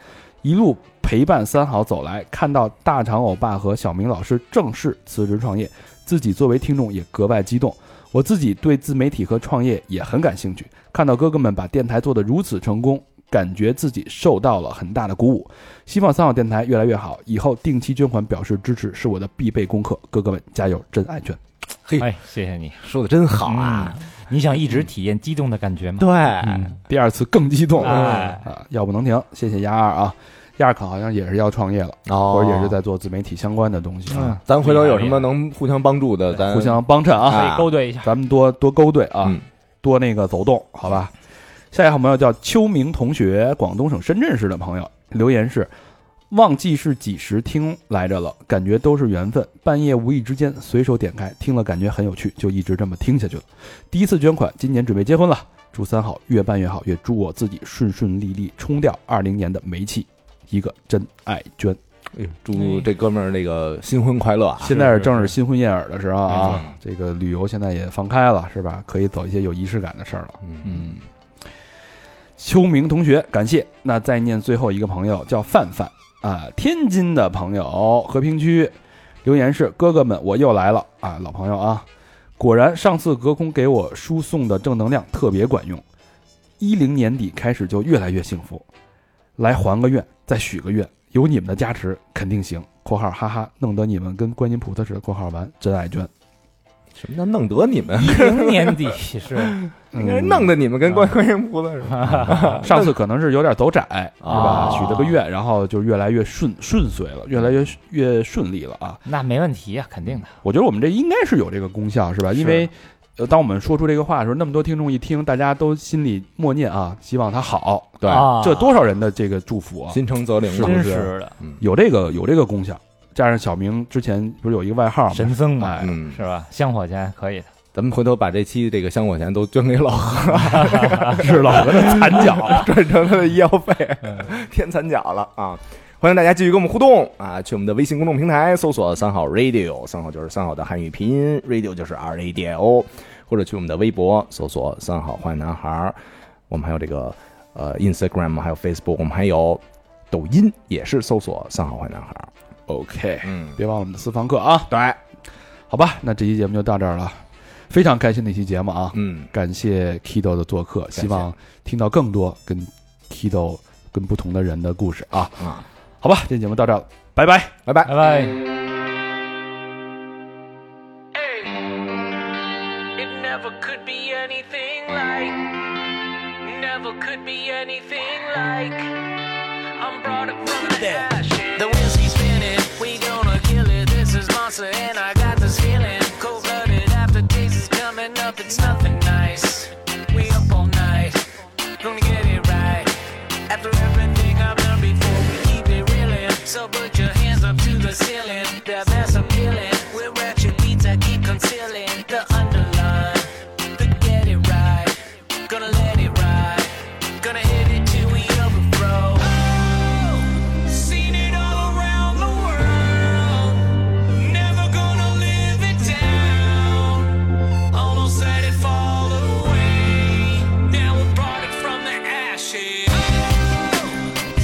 Speaker 1: 一路陪伴三好走来，看到大长欧巴和小明老师正式辞职创业，自己作为听众也格外激动。我自己对自媒体和创业也很感兴趣，看到哥哥们把电台做得如此成功，感觉自己受到了很大的鼓舞。希望三好电台越来越好，以后定期捐款表示支持是我的必备功课。哥哥们加油，真爱圈！
Speaker 3: 哎，谢谢你，嗯
Speaker 2: 说的真好啊！
Speaker 3: 你想一直体验激动的感觉吗？
Speaker 2: 对，
Speaker 3: 嗯，
Speaker 1: 第二次更激动
Speaker 3: 哎
Speaker 1: 啊，要不能停。谢谢丫二啊，丫二可好像也是要创业了，
Speaker 2: 哦
Speaker 1: 或者也是在做自媒体相关的东西啊，
Speaker 2: 嗯咱回头有什么能互相帮助的，咱
Speaker 1: 互相帮衬
Speaker 3: 嗯可
Speaker 1: 啊，
Speaker 3: 以勾兑一下。
Speaker 1: 咱们多多勾兑啊
Speaker 2: 嗯，
Speaker 1: 多那个走动，好吧？下一个好朋友叫秋明同学，广东省深圳市的朋友留言是：忘记是几时听来着了，感觉都是缘分。半夜无意之间随手点开，听了感觉很有趣，就一直这么听下去了。第一次捐款，今年准备结婚了，祝三好越办越好，也祝我自己顺顺利利冲掉二零年的煤气。一个真爱捐，
Speaker 2: 哎呦祝这哥们儿那个新婚快乐啊！
Speaker 1: 现在是正是新婚燕尔的时候
Speaker 3: 没
Speaker 1: 啊
Speaker 3: 错，
Speaker 1: 这个旅游现在也放开了，是吧？可以走一些有仪式感的事儿了。
Speaker 2: 嗯，
Speaker 1: 嗯，秋明同学，感谢。那再念最后一个朋友，叫范范啊，天津的朋友，和平区留言是：哥哥们，我又来了啊，老朋友啊，果然上次隔空给我输送的正能量特别管用，一零年底开始就越来越幸福。来还个愿，再许个愿，有你们的加持肯定行。（括号哈哈）弄得你们跟观音菩萨似的。（括嗯号完）真爱捐，
Speaker 2: 什么叫弄得你们？
Speaker 3: 一零年底是 *laughs*
Speaker 2: 应该是 *laughs* 弄得你们跟观观音菩萨似的。
Speaker 1: 上次可能是有点走窄，是吧？
Speaker 2: 啊
Speaker 1: 许了个愿，然后就越来越顺顺遂了，越来越越顺利了啊！
Speaker 3: 那没问题啊，肯定的。
Speaker 1: 我觉得我们这应该是有这个功效，是吧？因为呃，当我们说出这个话的时候，那么多听众一听，大家都心里默念啊，希望他好，
Speaker 2: 对，
Speaker 3: 啊，
Speaker 1: 这多少人的这个祝福啊！
Speaker 2: 心诚则灵嘛，
Speaker 3: 真
Speaker 2: 不
Speaker 3: 实的
Speaker 1: 有这个有这个功效，加上小明之前不是有一个外号吗？
Speaker 3: 神僧嘛，
Speaker 1: 哎，
Speaker 2: 嗯，
Speaker 3: 是吧？香火钱可以的，
Speaker 2: 咱们回头把这期这个香火钱都捐给老何，
Speaker 1: 是老何的惨脚，
Speaker 2: 转成他的医药费，天残脚了啊！欢迎大家继续跟我们互动啊！去我们的微信公众平台搜索“三好 radio”，三好就是三好的汉语拼音，radio 就是 R A D I O，或者去我们的微博搜索“三好坏男孩儿”，我们还有这个呃 Instagram，还有 Facebook，我们还有抖音也是搜索“三好坏男孩儿
Speaker 1: OK，
Speaker 2: 嗯，
Speaker 1: 别忘了我们的私房课啊！
Speaker 2: 对，
Speaker 1: 好吧，那这期节目就到这儿了，非常开心的一期节目啊！
Speaker 2: 嗯，
Speaker 1: 感谢 Kido 的做客，希望听到更多跟 Kido 跟不同的人的故事啊！
Speaker 2: 啊，
Speaker 1: 好吧，这节目到这儿了，拜拜。
Speaker 2: 拜拜。
Speaker 3: 拜拜。
Speaker 6: It never could be anything like. Never could be anything like. I'm brought up from the ash. The wheels he's spinning. We gonna kill it. This is monster, and I got this feeling. Cold blooded aftertaste is coming up. It's nothing nice. We up all night. Gonna get it right. After everything I've done before, we keep it reeling. So put your hands up to the ceiling. That that's appealing. We're ratchet beats I keep concealing. The underline, the get it right. Gonna let it ride. Gonna hit it till we overthrow. Oh, seen it all around the world. Never gonna live it down. Almost let it fall away. Now we brought it from the ashes. Oh,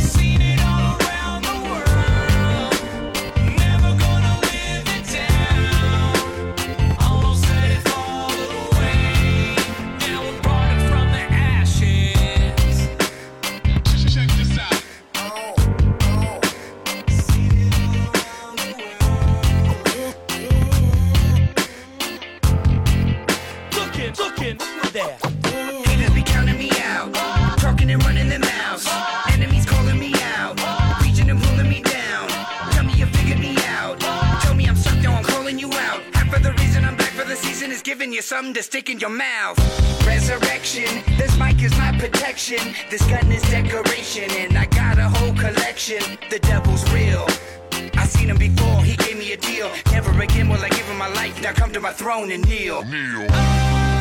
Speaker 6: seen it all around the world. Never gonna live it down. Almost let it fall away. Now we brought it from the ashes. Check this out. Oh, oh, seen it all around the world looking, looking there. Haters be counting me out, talking and running their mouths. Enemies calling me out, reaching and pulling me down. Tell me you figured me out. Tell me I'm stuck, now I'm calling you out. Half of the reason I'm back for the season is giving you something to stick in your mouth. Resurrection, this mic is my protection. This gun is decoration, and I got a whole collection. The devil's real. I seen him before, he gave me a deal. Never again will I give him my life. Now come to my throne and kneel.